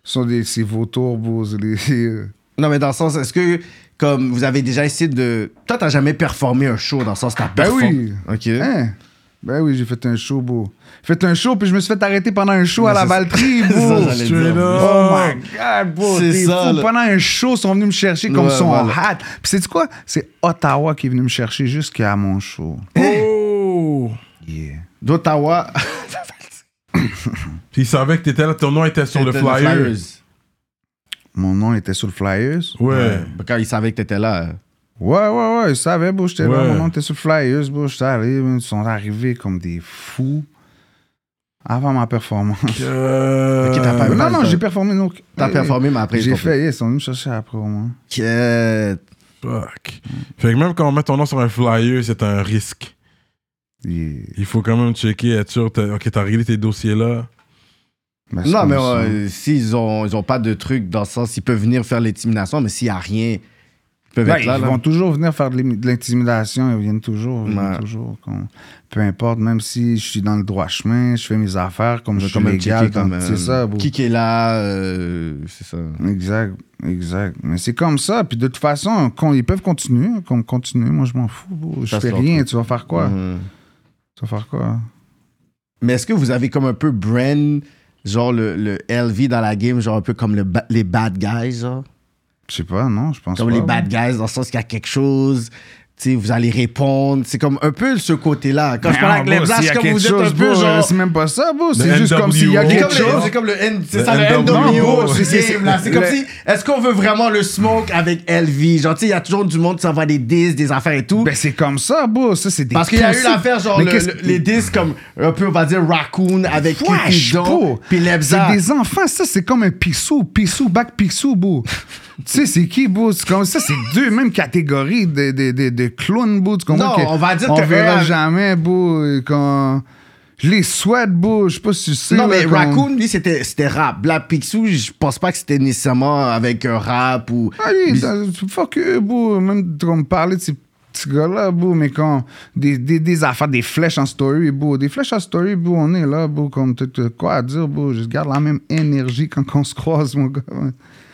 C: sont des ces vautours, bro. C'est euh, des-
B: Non, mais dans le sens, est-ce que, comme vous avez déjà essayé de. Toi, t'as jamais performé un show, dans le sens, t'as
C: Ben
B: performé.
C: oui.
B: Ok.
C: Hein? Ben oui, j'ai fait un show, bro. J'ai fait un show, puis je me suis fait arrêter pendant un show à la
B: Ben, c'est ça.
C: Valtrie,
B: C'est ça,
C: bro.
B: j'allais
A: Straight
B: dire.
A: up.
C: Oh my god, bro.
B: C'est
C: t'es
B: ça,
C: fou.
B: là.
C: Pendant un show, ils sont venus me chercher comme
B: Ouais,
C: son
B: voilà.
C: hat. Puis c'est quoi? C'est Ottawa qui est venu me chercher jusqu'à mon show.
A: Oh!
C: Yeah.
B: D'Ottawa.
A: Puis il savait que t'étais là, ton nom était sur le
B: C'était
A: flyer.
C: Mon nom était sur le Flyers.
A: Ouais.
B: Ouais. Quand ils savaient que t'étais là.
C: Ouais, ouais, ouais, ils savaient, bro, j'étais là,
A: Ouais.
C: mon nom était sur le Flyers, bro, j'étais allé, man, ils sont arrivés comme des fous avant ma performance.
A: Euh,
B: Ok, t'as pas-
C: non, non,
B: t'as-
C: j'ai performé, donc. euh,
B: T'as performé, mais après, ils
C: J'ai
B: t'ont
C: fait, yeah, ils sont venus me chercher après, au moins.
B: Quête.
A: fuck. Fait que même quand on met ton nom sur un flyer, c'est un risque.
C: Yeah.
A: Il faut quand même checker, être sûr, t'as- ok, t'as réglé tes dossiers là.
C: Ben, c'est
B: Non,
C: comme
B: mais
C: ça.
B: euh, s'ils ont, ils ont pas de truc, dans le sens, ils peuvent venir faire l'intimidation, mais s'il y a rien, ils peuvent
C: Ben,
B: être là.
C: ils
B: là.
C: vont toujours venir faire de l'im- de l'intimidation, ils viennent toujours, ils viennent
B: Ouais.
C: toujours. comme- Peu importe, même si je suis dans le droit chemin, je fais mes affaires comme
B: Ils
C: je
B: vont
C: suis
B: quand même
C: légal.
B: checker comme,
C: comme-
B: euh,
C: C'est ça, bro.
B: Qui qui est là, euh, c'est ça.
C: Exact, exact. Mais c'est comme ça. Puis de toute façon, con- ils peuvent continuer, hein, comme continuer. Moi, je m'en fous. bro. Je
B: Ça,
C: fais
B: c'est leur
C: rien.
B: truc.
C: Tu vas faire quoi
B: Mhm.
C: Tu vas faire quoi
B: Mais est-ce que vous avez comme un peu brand, genre le, le LV dans la game, genre un peu comme le ba- les bad guys, genre?
C: Je sais pas, non, je pense
B: Comme
C: pas.
B: les
C: bro.
B: bad guys, dans le sens qu'il y a quelque chose, tu sais, vous allez répondre. C'est comme un peu ce côté-là. Quand je
C: Non,
B: parle avec les
C: bro, s'il
B: Blancs,
C: y a
B: c'est comme
C: quelque
B: vous êtes
C: chose,
B: un peu
C: bro,
B: genre.
C: C'est même pas ça, bro. C'est
A: Le
C: juste comme s'il y a
A: NWO.
B: C'est comme,
C: quelque
B: le,
C: chose.
B: c'est comme le N, c'est
A: Le
B: ça, le
A: NWO,
B: NWO,
C: bro,
B: c'est
C: c'est-
B: game, là. C'est
C: le-
B: comme si, est-ce qu'on veut vraiment le smoke avec LV? Genre, tu sais, il y a toujours du monde qui s'envoie des disques, des affaires et tout.
C: Ben, c'est comme ça, bro. Ça, c'est des
B: Parce qu'il y a eu
C: principes.
B: l'affaire, genre,
C: Mais
B: le-
C: qu'est-ce-
B: le- les disques comme, un peu, on va dire, Raccoon avec
C: Wesh,
B: Kitty Don,
C: bro.
B: puis Lebza.
C: C'est des enfants, ça, c'est comme un pissou, pissou, bac pissou, beau. tu sais, c'est qui, beau? C'est comme ça, c'est deux mêmes catégories de, de, de, de clowns, beau. Tu comprends
B: Non,
C: que
B: on va dire
C: on
B: que
C: verra
B: eux,
C: jamais, beau, et quand... Je les souhaite, beau. Je sais pas si tu sais.
B: Non, mais
C: là, quand-
B: Raccoon, lui, c'était c'était rap. Black Picsou, je pense pas que c'était nécessairement avec un rap ou.
C: Ah oui, ça- fuck eux, beau. Même quand me parlait de ces petits gars-là, beau, mais quand... Des, des, des affaires, des flèches en story, beau. Des flèches en story, beau, on est là, beau. Comme t'as t'as quoi à dire, beau. Je garde la même énergie quand on se croise, mon gars.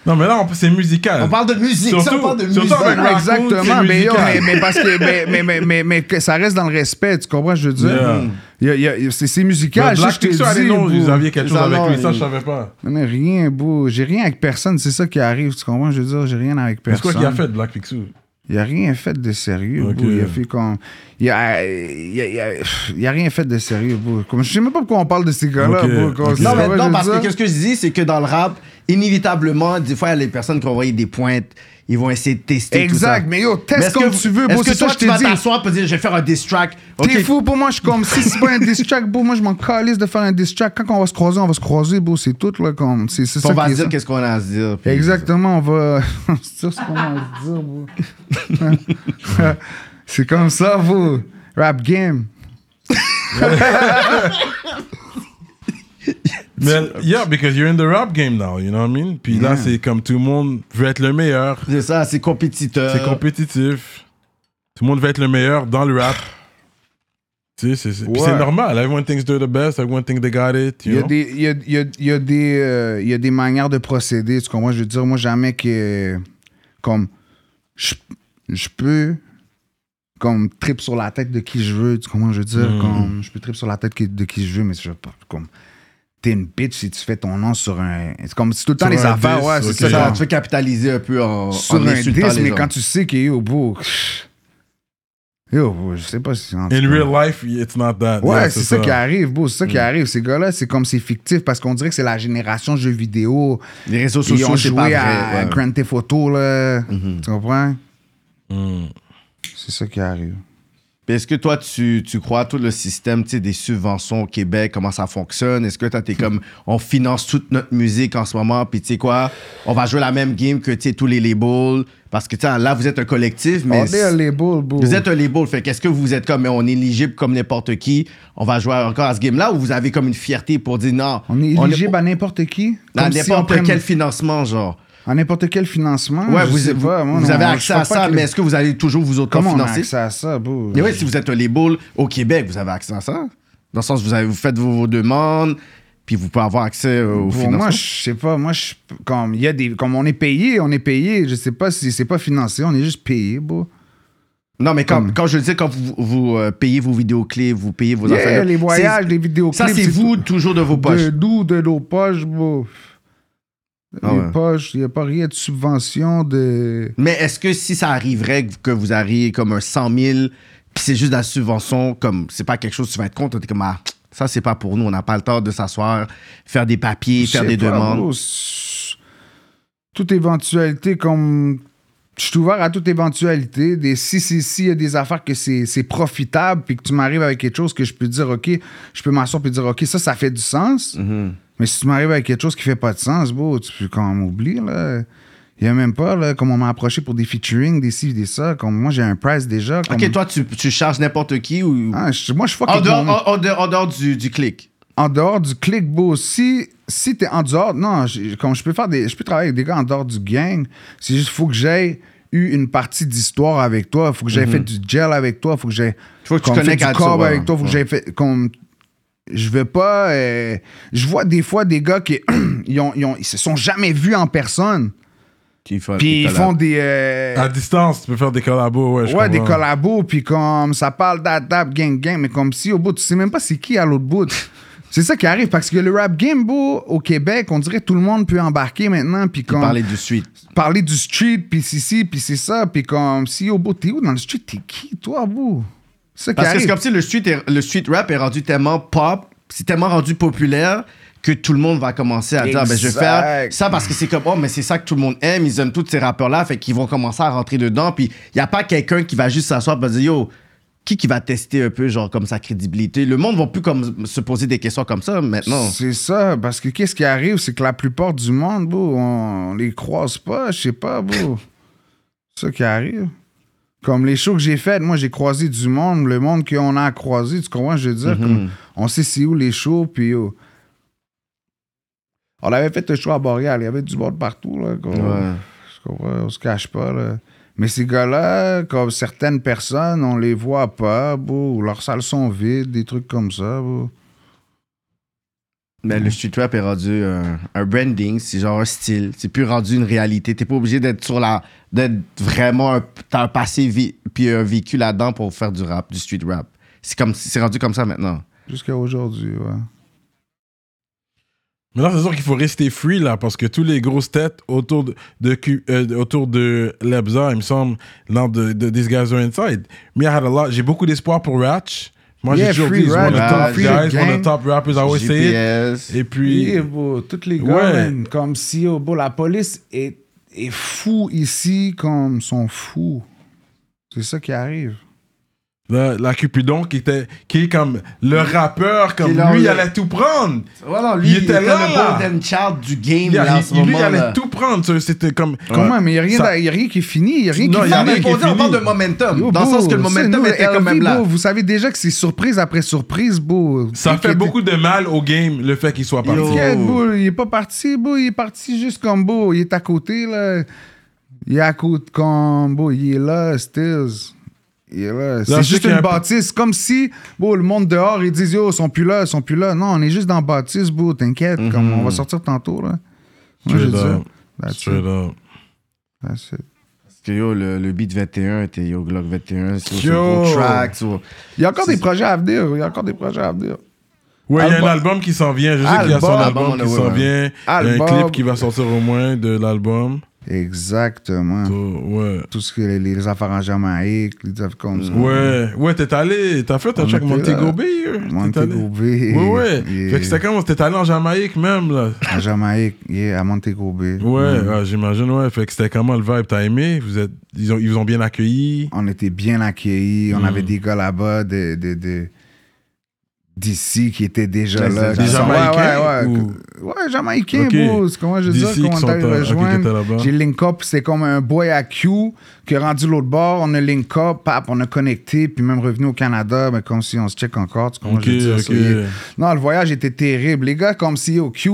A: Non, mais là, on- c'est musical.
B: On parle de musique,
A: Surtout-
B: ça, on parle de
A: surtout
B: musique.
A: avec
C: Non,
A: Raccoon,
C: Ben, exactement,
A: c'est
C: mais, yo,
A: musical.
C: mais, mais parce que mais, mais, mais, mais, mais que ça reste dans le respect, tu comprends, je veux dire.
A: Yeah.
C: Il y a- il y a- c'est, c'est musical,
A: Black
C: je, je t'ai
A: Pixie, ah,
C: dit.
A: non,
C: bro.
A: vous aviez quelque chose
B: Ça,
A: avec
B: non,
A: lui, ça,
B: il-
A: je savais pas.
C: Non, mais rien, bro. J'ai rien avec personne, c'est ça qui arrive, tu comprends, je veux dire, j'ai rien avec
A: Mais C'est
C: personne.
A: quoi qu'il a fait, Black Picsou?
C: Il a rien fait de sérieux,
A: Ok.
C: bro. Il a fait comme. Il a, il a, il a- il a rien fait de sérieux, bro. Comme, je sais même pas pourquoi on parle de ces gars-là,
A: Ok,
C: bro. Comme-
A: ok.
C: tu
B: Non,
C: comprends,
B: mais non,
C: je
B: parce
C: veux
B: que
C: dire?
B: qu'est-ce que je dis, c'est que dans le rap, inévitablement, des fois, il y a les personnes qui ont envoyé des pointes, ils vont essayer de tester.
C: Exact,
B: tout ça.
C: mais yo, teste
B: Mais est-ce
C: comme
B: que-
C: tu veux, bro.
B: Est-ce
C: C'est
B: que
C: ça
B: toi,
C: que je
B: tu
C: t'ai
B: vas
C: dit.
B: t'asseoir pour dire, je vais faire un diss track.
C: T'es
B: Ok,
C: fou pour moi, je suis comme si c'est pas un diss track, bro. Moi, je m'en calisse de faire un diss track. Quand on va se croiser, on va se croiser, bro. C'est tout, là. Comme, c'est, c'est ça
B: On
C: qui
B: va
C: est
B: dire
C: ça.
B: qu'est-ce qu'on a à se dire. puis-
C: Exactement, on va. c'est ça, c'est comment on se dit, bro. c'est comme ça, bro. Rap game.
A: Mais, yeah, because you're in the rap game now, you know what I mean? Puis là, c'est comme tout le monde veut être le meilleur.
B: C'est ça, c'est compétiteur.
C: Euh,
A: C'est compétitif. Tout le monde veut être le meilleur dans le rap. Tu sais, c'est- c'est puis
C: Ouais.
A: c'est normal. Everyone thinks they're the best. Everyone thinks they got it.
C: Il y,
A: You
C: a
A: know?
C: des, il, y a, il y a- il y a des, euh, il y a des manières de procéder. Tu comprends? Je veux dire, moi, jamais que. Comme. Je, je peux. Comme trip sur la tête de qui je veux. Tu comprends? Je veux
A: Hmm.
C: dire, comme. Je peux trip sur la tête qui- de qui je veux, mais je veux pas. Comme. T'es une bitch si tu fais ton nom sur un. C'est comme c'est tout le temps
A: Sur
C: les
A: un
C: affaires,
A: disque,
C: ouais, c'est
A: ok.
C: ça.
B: C'est ça,
C: comme-
B: tu veux capitaliser un peu en. en
C: sur un disque,
B: insultant les
C: mais
B: gens.
C: quand tu sais qu'il est au bout. pff, Yo, bro, je sais pas si. en tout
A: In
C: cas.
A: real life, it's not that.
C: Ouais,
A: Yeah,
C: c'est ça, qui arrive, bro. C'est ça
B: Mm.
C: qui arrive. Ces gars-là, c'est comme c'est fictif parce qu'on dirait que c'est la génération jeux vidéo.
B: Les réseaux
C: Ils ont
B: sociaux, c'est pas vrai.
C: joué à
B: ouais. Mm-hmm.
C: Grand Theft Auto, là. Tu comprends?
A: Mm.
C: C'est ça qui arrive.
B: Puis Est-ce que toi, tu, tu crois à tout le système tu sais, des subventions au Québec, comment ça fonctionne? Est-ce que toi, t'es comme, on finance toute notre musique en ce moment, puis tu sais quoi, on va jouer la même game que tu sais, tous les labels? Parce que tu sais, là, vous êtes un collectif, mais.
C: On est un label, bro.
B: Vous êtes un label, fait qu'est-ce que vous êtes comme, mais on est éligible comme n'importe qui, on va jouer encore à ce game-là, ou vous avez comme une fierté pour dire non?
C: On est éligible à n'importe qui.
B: à
C: comme si on
B: n'importe
C: prenne-
B: quel financement, genre.
C: À n'importe quel financement.
B: Ouais,
C: je
B: vous,
C: sais
B: vous-
C: pas, moi,
B: vous
C: non,
B: avez
C: je
B: accès
C: crois
B: à
C: pas
B: ça,
C: que-
B: mais est-ce que vous allez toujours vous autant
C: Comment on a
B: financer?
C: accès à ça, bro?
B: Mais oui, si vous êtes un label au Québec, vous avez accès à ça. Dans le sens, vous, avez, vous faites vos, vos demandes, puis vous pouvez avoir accès euh, au
C: Pour
B: financement.
C: moi, je sais pas. Moi, je, comme, il y a des, comme on est payé, on est payé. Je sais pas si c'est pas financé, on est juste payé, bro.
B: non, mais quand,
C: Comme-
B: quand je le dis, quand vous, vous, euh, payez vos vidéoclips, vous payez vos
C: Yeah,
B: affaires.
C: les
B: c'est-
C: voyages, les
B: Ça,
C: vidéoclips.
B: c'est vous, toujours de vos
C: tout. De
B: poches.
C: d'où, de nos poches, bro. Des
B: Ah ouais.
C: poches, il n'y a pas rien de subvention, de.
B: Mais est-ce que si ça arriverait que vous arriviez comme un 100 000, puis c'est juste de la subvention, comme c'est pas quelque chose que tu vas être contre, t'es comme, ah, ça, c'est pas pour nous, on n'a pas le temps de s'asseoir, faire des papiers, faire
C: Je
B: des
C: sais pas,
B: demandes.
C: bro, c'est- toute éventualité, comme. Je suis ouvert à toute éventualité. Des, si, si, si, il y a des affaires que c'est c'est profitable, puis que tu m'arrives avec quelque chose que je peux dire, OK, je peux m'asseoir puis dire, OK, ça, ça fait du sens.
B: Mm-hmm.
C: Mais si tu m'arrives avec quelque chose qui fait pas de sens, bro, tu peux quand même oublier, là. Il y a même pas, là, comme on m'a approché pour des featuring, des ci, des ça. Comme moi, j'ai un price déjà. Comme...
B: Ok, toi, tu, tu charges n'importe qui ou.
C: Ah, je- moi, je fuck
B: en,
C: avec
B: dehors,
C: mon-
B: en- en dehors- en dehors du, du clic.
C: en dehors du click, bro. Si, si t'es en dehors, non, j'ai- comme je peux faire des. Je peux travailler avec des gars en dehors du gang. C'est juste faut que j'aie eu une partie d'histoire avec toi. Faut que j'aie fait du gel avec toi. Faut que j'aie.
B: Mhm. Faut que tu
C: comme, fait
B: connectes
C: du
B: à ça,
C: cob
B: ouais.
C: avec toi. Faut que j'aie fait. Comme, je veux pas. euh, je vois des fois des gars qui ils, ont- ils ont- ils se sont jamais vus en personne.
B: Qui font-
C: Puis ils
B: qui
C: font des. euh,
A: À distance, tu peux faire des collabos, ouais. je
C: Ouais, des
A: comprends.
C: collabos, puis comme ça parle d'adap, gang, gang, mais comme si au bout, tu sais même pas c'est qui à l'autre bout. C'est ça qui arrive, parce que le rap game, bro, au Québec, on dirait que tout le monde peut embarquer maintenant, puis comme
B: parlaient du suite.
C: parler du street, puis si, si, puis c'est ça, puis comme si au bout, t'es où dans le street, t'es qui, toi, bro? C'est ça qui
B: Parce que c'est
C: arrive.
B: comme si le street, est- le street rap est rendu tellement pop, c'est tellement rendu populaire que tout le monde va commencer à dire Ah, ben, je vais faire
C: Exact.
B: ça parce que c'est comme oh mais c'est ça que tout le monde aime ils aiment tous ces rappeurs là fait qu'ils vont commencer à rentrer dedans puis il y a pas quelqu'un qui va juste s'asseoir et dire yo qui qui va tester un peu genre comme sa crédibilité le monde va plus comme se poser des questions comme ça maintenant
C: C'est ça, parce que qu'est-ce qui arrive, c'est que la plupart du monde, bro, on les croise pas, je sais pas, bro. C'est ça qui arrive. Comme les shows que j'ai faites, moi j'ai croisé du monde, le monde qu'on a croisé, tu comprends, je veux dire, comme, on sait c'est où les shows, puis yo. On avait fait le show à Boréal, il y avait du monde partout, là. comme-
B: Ouais.
C: je comprends, on se cache pas, là. Mais ces gars-là, comme certaines personnes, on les voit pas, bro, leurs salles sont vides, des trucs comme ça, bro.
B: Mais le street rap est rendu un, un branding, c'est genre un style. C'est plus rendu une réalité. T'es pas obligé d'être sur la. d'être vraiment. un- T'as un passé vi- puis un vécu là-dedans pour faire du rap, du street rap. C'est comme c'est rendu comme ça maintenant.
C: Jusqu'à aujourd'hui, ouais.
A: Maintenant, c'est sûr qu'il faut rester free, là, parce que tous les grosses têtes autour de, de, Q- euh, autour de Lebza, il me semble, dans de, de These Guys Are Inside, me, I had a lot. J'ai beaucoup d'espoir pour Ratch. Moi,
C: Yeah,
A: j'ai toujours
C: free
A: dit, he's one of the
B: Ratch,
A: top
B: free
A: guys,
C: the
A: one of
C: gang.
A: the top rappers, I always say Ah it.
B: GPS.
A: Et puis,
C: Oui, bro, toutes les gars,
A: Ouais.
C: man, comme si oh, bro, la police est, est fou ici, comme sont fous. C'est ça qui arrive.
A: la, la Cupidon, qui, était, qui est comme le rappeur, comme
B: Qui est leur-
A: lui, il allait tout prendre.
B: Voilà,
A: lui, Il était il était là, le là.
B: le
A: golden
B: child du game
A: Il,
B: là,
A: allait- lui, il allait tout prendre. ça, C'était comme.
C: Comment? Mais il n'y a, rien
A: Ça-
C: d'a- y a rien qui est fini. Il n'y a rien
A: Non,
C: qui
A: y a
C: finit.
A: rien qui est
B: on parle de
A: fini.
B: momentum.
C: Yo,
B: dans le
C: bro,
B: sens que le
C: c'est
B: momentum
C: nous,
B: était quand
C: LV,
B: même là.
C: bro, vous savez déjà que c'est surprise après surprise, bro.
A: Ça
C: Qui- qui
A: fait
C: était-
A: beaucoup de mal au game, le fait qu'il soit parti.
B: Yo.
C: T'inquiète, bro, il est pas parti, bro. Il est parti juste comme, bro, il est à côté, là. Il est à côté comme, bro, il est là, Stills. Il est là.
A: je sais
C: C'est juste
A: qu'il y a
C: une
A: un-
C: bâtisse. Comme si, bro, le monde dehors, ils disent, yo, ils sont plus là, ils sont plus là. Non, on est juste dans la bâtisse, bro, t'inquiète. Comme, on va sortir tantôt, là. Moi, je
A: Mhm. Straight
C: dis ça.
A: up.
C: That's
A: Straight
C: it,
A: up.
C: that's it.
B: Parce que yo, le, le beat 21 était yo, Glock 21, c'est sur
A: Yo.
B: gros track, sur-
C: Il y a encore des projets à venir. Il y a encore des projets à venir.
A: Ouais, il y a un
C: Album.
A: album qui s'en vient. Je sais qu'il y a son
C: Album.
A: album,
B: Album,
A: qui
B: ouais,
A: s'en
B: ouais.
A: vient. Il y a un
C: Album.
A: clip qui va sortir au moins de l'album.
C: Exactement.
A: Oh, ouais.
C: Tout ce que les, les affaires en Jamaïque, les affaires comme ça.
A: Ouais, ouais, t'es allé, t'as fait ton
C: On
A: check
C: était
A: Montego
C: là.
A: Bay. euh, t'es
C: Montego
A: allé.
C: Bay.
A: Ouais, ouais.
C: Yeah.
A: Fait que c'était quand t'es allé en Jamaïque même, là.
C: En Jamaïque, yeah, à Montego Bay.
A: Ouais,
B: Mm.
A: ah, j'imagine, ouais. Fait que c'était comment le vibe? T'as aimé? Vous êtes, ils, ont, ils vous ont bien accueilli?
C: On était bien accueillis.
A: Mm.
C: On avait des gars là-bas de, de, de- d'ici qui étaient déjà
B: Des-
C: là.
B: des
C: qui sont-
A: Jamaïcains
C: Ouais, ouais, ouais. Ouais, Jamaïcains,
A: Ok.
C: bro. C'est comment je dis ça,
A: D'ici
C: qu'on
A: qui sont
C: allait
A: à- ok, qui étaient
C: rejoindre.
A: là-bas.
C: J'ai link up, c'est comme un boy à Q qui est rendu l'autre bord. On a link up, pap, on a connecté, puis même revenu au Canada, mais comme si on se check encore. Tu comprends
A: Ok,
C: je dis ça,
A: ok.
C: ça, il est- Non, le voyage était terrible. Les gars, comme si au Q,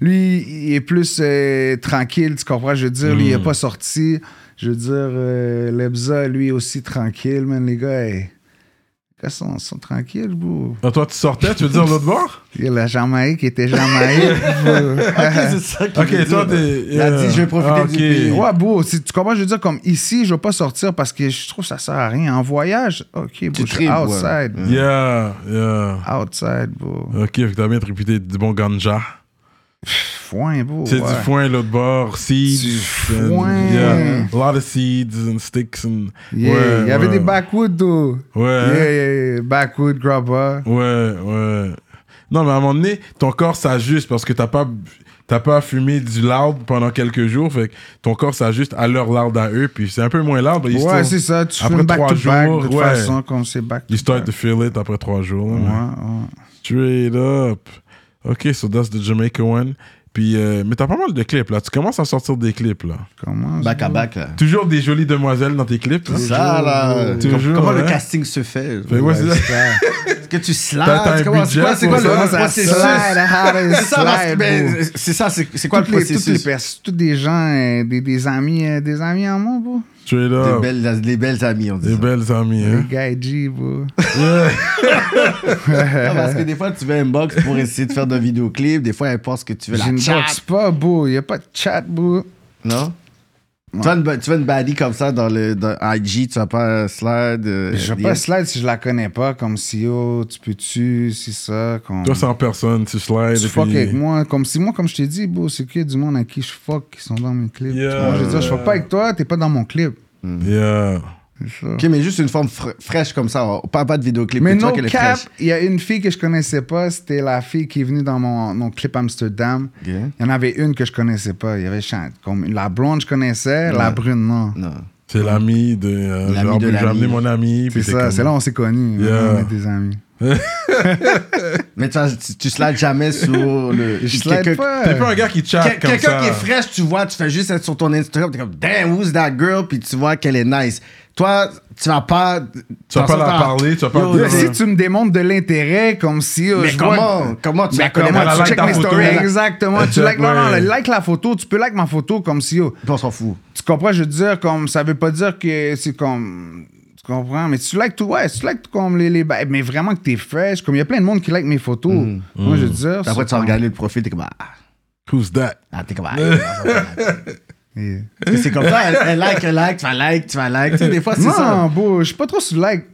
C: lui, il est plus euh, tranquille, tu comprends? Je veux dire, lui, il
A: Hmm.
C: n'est pas sorti. Je veux dire, euh, Lebza, lui aussi tranquille, man. Les gars, hey, les gars sont, sont tranquilles, bro.
A: Ah, toi, tu sortais, tu veux dire l'autre bord?
C: Il y a la Jamaïque était Jamaïque. bro.
B: C'est ça qu'il veut
A: Ok, toi,
B: dire.
A: t'es. Ah,
B: Il a dit, je vais profiter du pays.
C: Ouais, beau. Tu tu comprends, je veux dire, comme ici, je veux pas sortir parce que je trouve que ça sert à rien. En voyage, ok, bro, je suis
B: tripes, ouais.
C: outside.
A: Yeah, yeah.
C: Outside, bro.
A: Ok, fait que t'as bien réputé du bon ganja.
C: Foin, bro.
A: C'est
C: ouais.
A: du foin, l'autre bord. Seeds.
C: Du
A: and-
C: foin.
A: Yeah. A lot of seeds and sticks and.
C: Yeah,
A: Ouais,
C: il y avait
A: ouais.
C: des backwoods, though.
A: Ouais.
C: Yeah, yeah, yeah. Backwood, grubber.
A: Ouais, ouais. Non, mais à un moment donné, ton corps s'ajuste parce que t'as pas, t'as pas fumé du loud pendant quelques jours. Fait que ton corps s'ajuste à leur loud à eux. Puis c'est un peu moins loud. mais ils sont-
C: Ouais, c'est ça. Tu
A: après
C: fumes back
A: trois
C: to back, de
A: jours,
C: toute
A: ouais.
C: façon, comme c'est back to
A: You start
C: back. Ah,
A: to feel it après trois jours. là,
C: Ouais,
A: mais-
C: ouais.
A: Straight up. Ok, so that's the Jamaica one. Puis, euh, mais t'as pas mal de clips là. Tu commences à sortir des clips là.
C: Comment
B: Back à back, là.
A: Toujours des jolies demoiselles dans tes clips.
B: C'est ça, là.
A: Toujours,
B: Com- comment le
A: hein.
B: casting se fait?
A: Fait, ouais, c'est ça.
B: Est-ce que tu
A: T'as- t'as un
B: slides? Comment- C'est
A: budget
B: quoi, c'est quoi
A: pour ça?
B: le
C: Ça
B: processus?
C: slide, how to
B: C'est ça, parce-
C: slide,
B: ben,
C: bro.
B: c'est ça, c'est c'est quoi
C: Toutes
B: le
C: les, toutes les
B: processus?
C: personnes, tous des gens, euh, des, des amis, euh, des amis en moi, bro.
B: Hein?
A: Straight
B: Des
A: up.
B: belles, des belles amies, on dit.
A: Des
B: ça.
A: belles amies, hein.
C: Les gars G, bro.
B: Non, parce que des fois, tu veux un box pour essayer de faire d'un vidéoclip. Des fois, elle pense que tu veux la
C: Je ne
B: chat.
C: boxe pas, bro. Il n'y a pas de chat, bro.
B: Non? Tu veux une, ba- tu veux une baddie comme ça dans le dans IG, tu vas pas euh, slide. euh,
C: Je vais
B: yeah.
C: pas slide si je la connais pas, comme si, oh, tu peux-tu, si ça, comme...
A: Toi, c'est en personne, tu slides.
C: tu
A: et
C: fuck
A: puis-
C: avec moi. Comme si moi, comme je t'ai dit, bro, c'est que du monde à qui je fuck qui sont dans mes clips.
A: Yeah.
C: Tu vois, je veux dire, je fuck pas avec toi, t'es pas dans mon clip.
A: Mm. Yeah.
C: C'est ça.
B: Ok, mais juste une forme fra- fraîche comme ça. on- Pas, pas de vidéoclip.
C: Mais
B: tu vois
C: no
B: qu'elle est
C: cap,
B: fraîche.
C: il y a une fille que je connaissais pas, c'était la fille qui est venue dans mon, mon clip Amsterdam.
B: Ok.
C: Il y en avait une que je connaissais pas. Il y avait chan- comme la blonde je connaissais, la
B: Ouais.
C: brune non.
B: Non.
A: C'est l'ami de. euh,
B: L'ami
A: genre,
B: de
A: j'ai
B: l'ami.
A: amené mon ami.
C: C'est
A: puis
C: ça,
A: comme-
C: c'est là où on s'est connus.
A: Yeah.
C: On est des amis.
B: Mais tu, tu, tu slides jamais sur le.
C: Je slide
B: quelqu'un-
C: pas.
A: T'es pas un gars qui
B: Quel-
A: chatte comme ça.
B: Quelqu'un qui est fraîche, tu vois, tu fais juste être sur ton Instagram, t'es comme damn, who's that girl, puis tu vois qu'elle est nice. Toi, tu vas pas.
A: Tu vas pas
B: t'en
A: la
B: sortir-
A: parler, tu vas pas
B: Yo,
A: dire-
C: Mais si tu me démontres de l'intérêt, comme si. euh,
B: Mais
C: je
B: comment-
C: vois-
B: comment tu
C: Mais
B: la connais
C: comment
A: pas,
C: tu
A: elle
C: check
A: like
C: mes
A: ta photo.
C: stories Exactement. Tu
A: Elle
C: like, non,
A: check,
C: non,
A: ouais.
C: like la photo. Tu peux like ma photo comme si. oh,
B: On s'en fout.
C: tu comprends, je veux dire, comme ça veut pas dire que c'est comme. Tu comprends? Mais tu likes tout, ouais, tu likes tout comme les. les ba- mais vraiment que t'es fresh. Comme il y a plein de monde qui like mes photos. Moi, je veux dire.
B: Puis Mm. Après,
C: c'est
B: tu vas
C: comme-
B: regarder le profil, t'es comme ah,
A: Who's that?
B: ah, t'es ah. comme ah. Parce
C: Yeah.
B: que c'est comme ça, elle, elle like, elle like, tu vas like, tu vas like. Tu sais, des fois, c'est ça.
C: Non, bro, je suis pas trop sur like.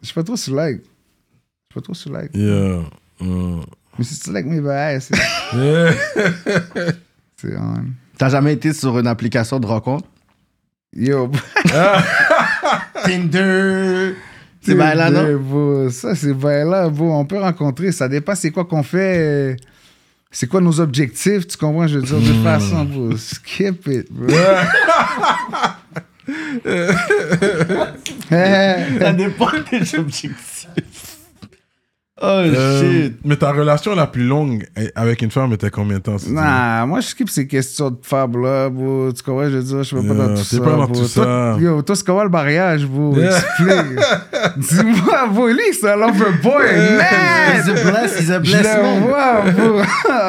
C: Je suis pas trop sur like. Je suis pas trop sur like.
A: Yeah. Mm.
C: Mais si tu like mes bails, c'est.
A: Yeah.
C: c'est um, on.
B: T'as jamais été sur une application de rencontre
C: Yo,
B: Tinder. C'est mal là,
C: Tinder,
B: non
A: hein?
C: bro. Ça, c'est bien là, bro. On peut rencontrer. Ça dépend c'est quoi qu'on fait. euh, C'est quoi nos objectifs, tu comprends? Je veux dire, de
A: Hmm.
C: toute façon, bro. Skip it, bro. Eh,
B: Ça dépend des objectifs. Oh
A: Euh,
B: shit.
A: mais ta relation la plus longue avec une femme était combien de temps? c'est-tu?
C: Nah, moi, je skip ces questions de fab là, bro. Tu comprends? Je veux dire, je suis pas
A: Yeah,
C: dans tout
A: t'es
C: ça.
A: pas dans
C: bro.
A: tout
C: Toi-
A: ça.
C: Yo, toi, c'est comment le mariage, bro? Explique. Dis-moi, bro, lui, c'est un loverboy, man!
B: He's a bless, he's a
C: Je
B: bless
C: le
B: man.
C: vois, bro.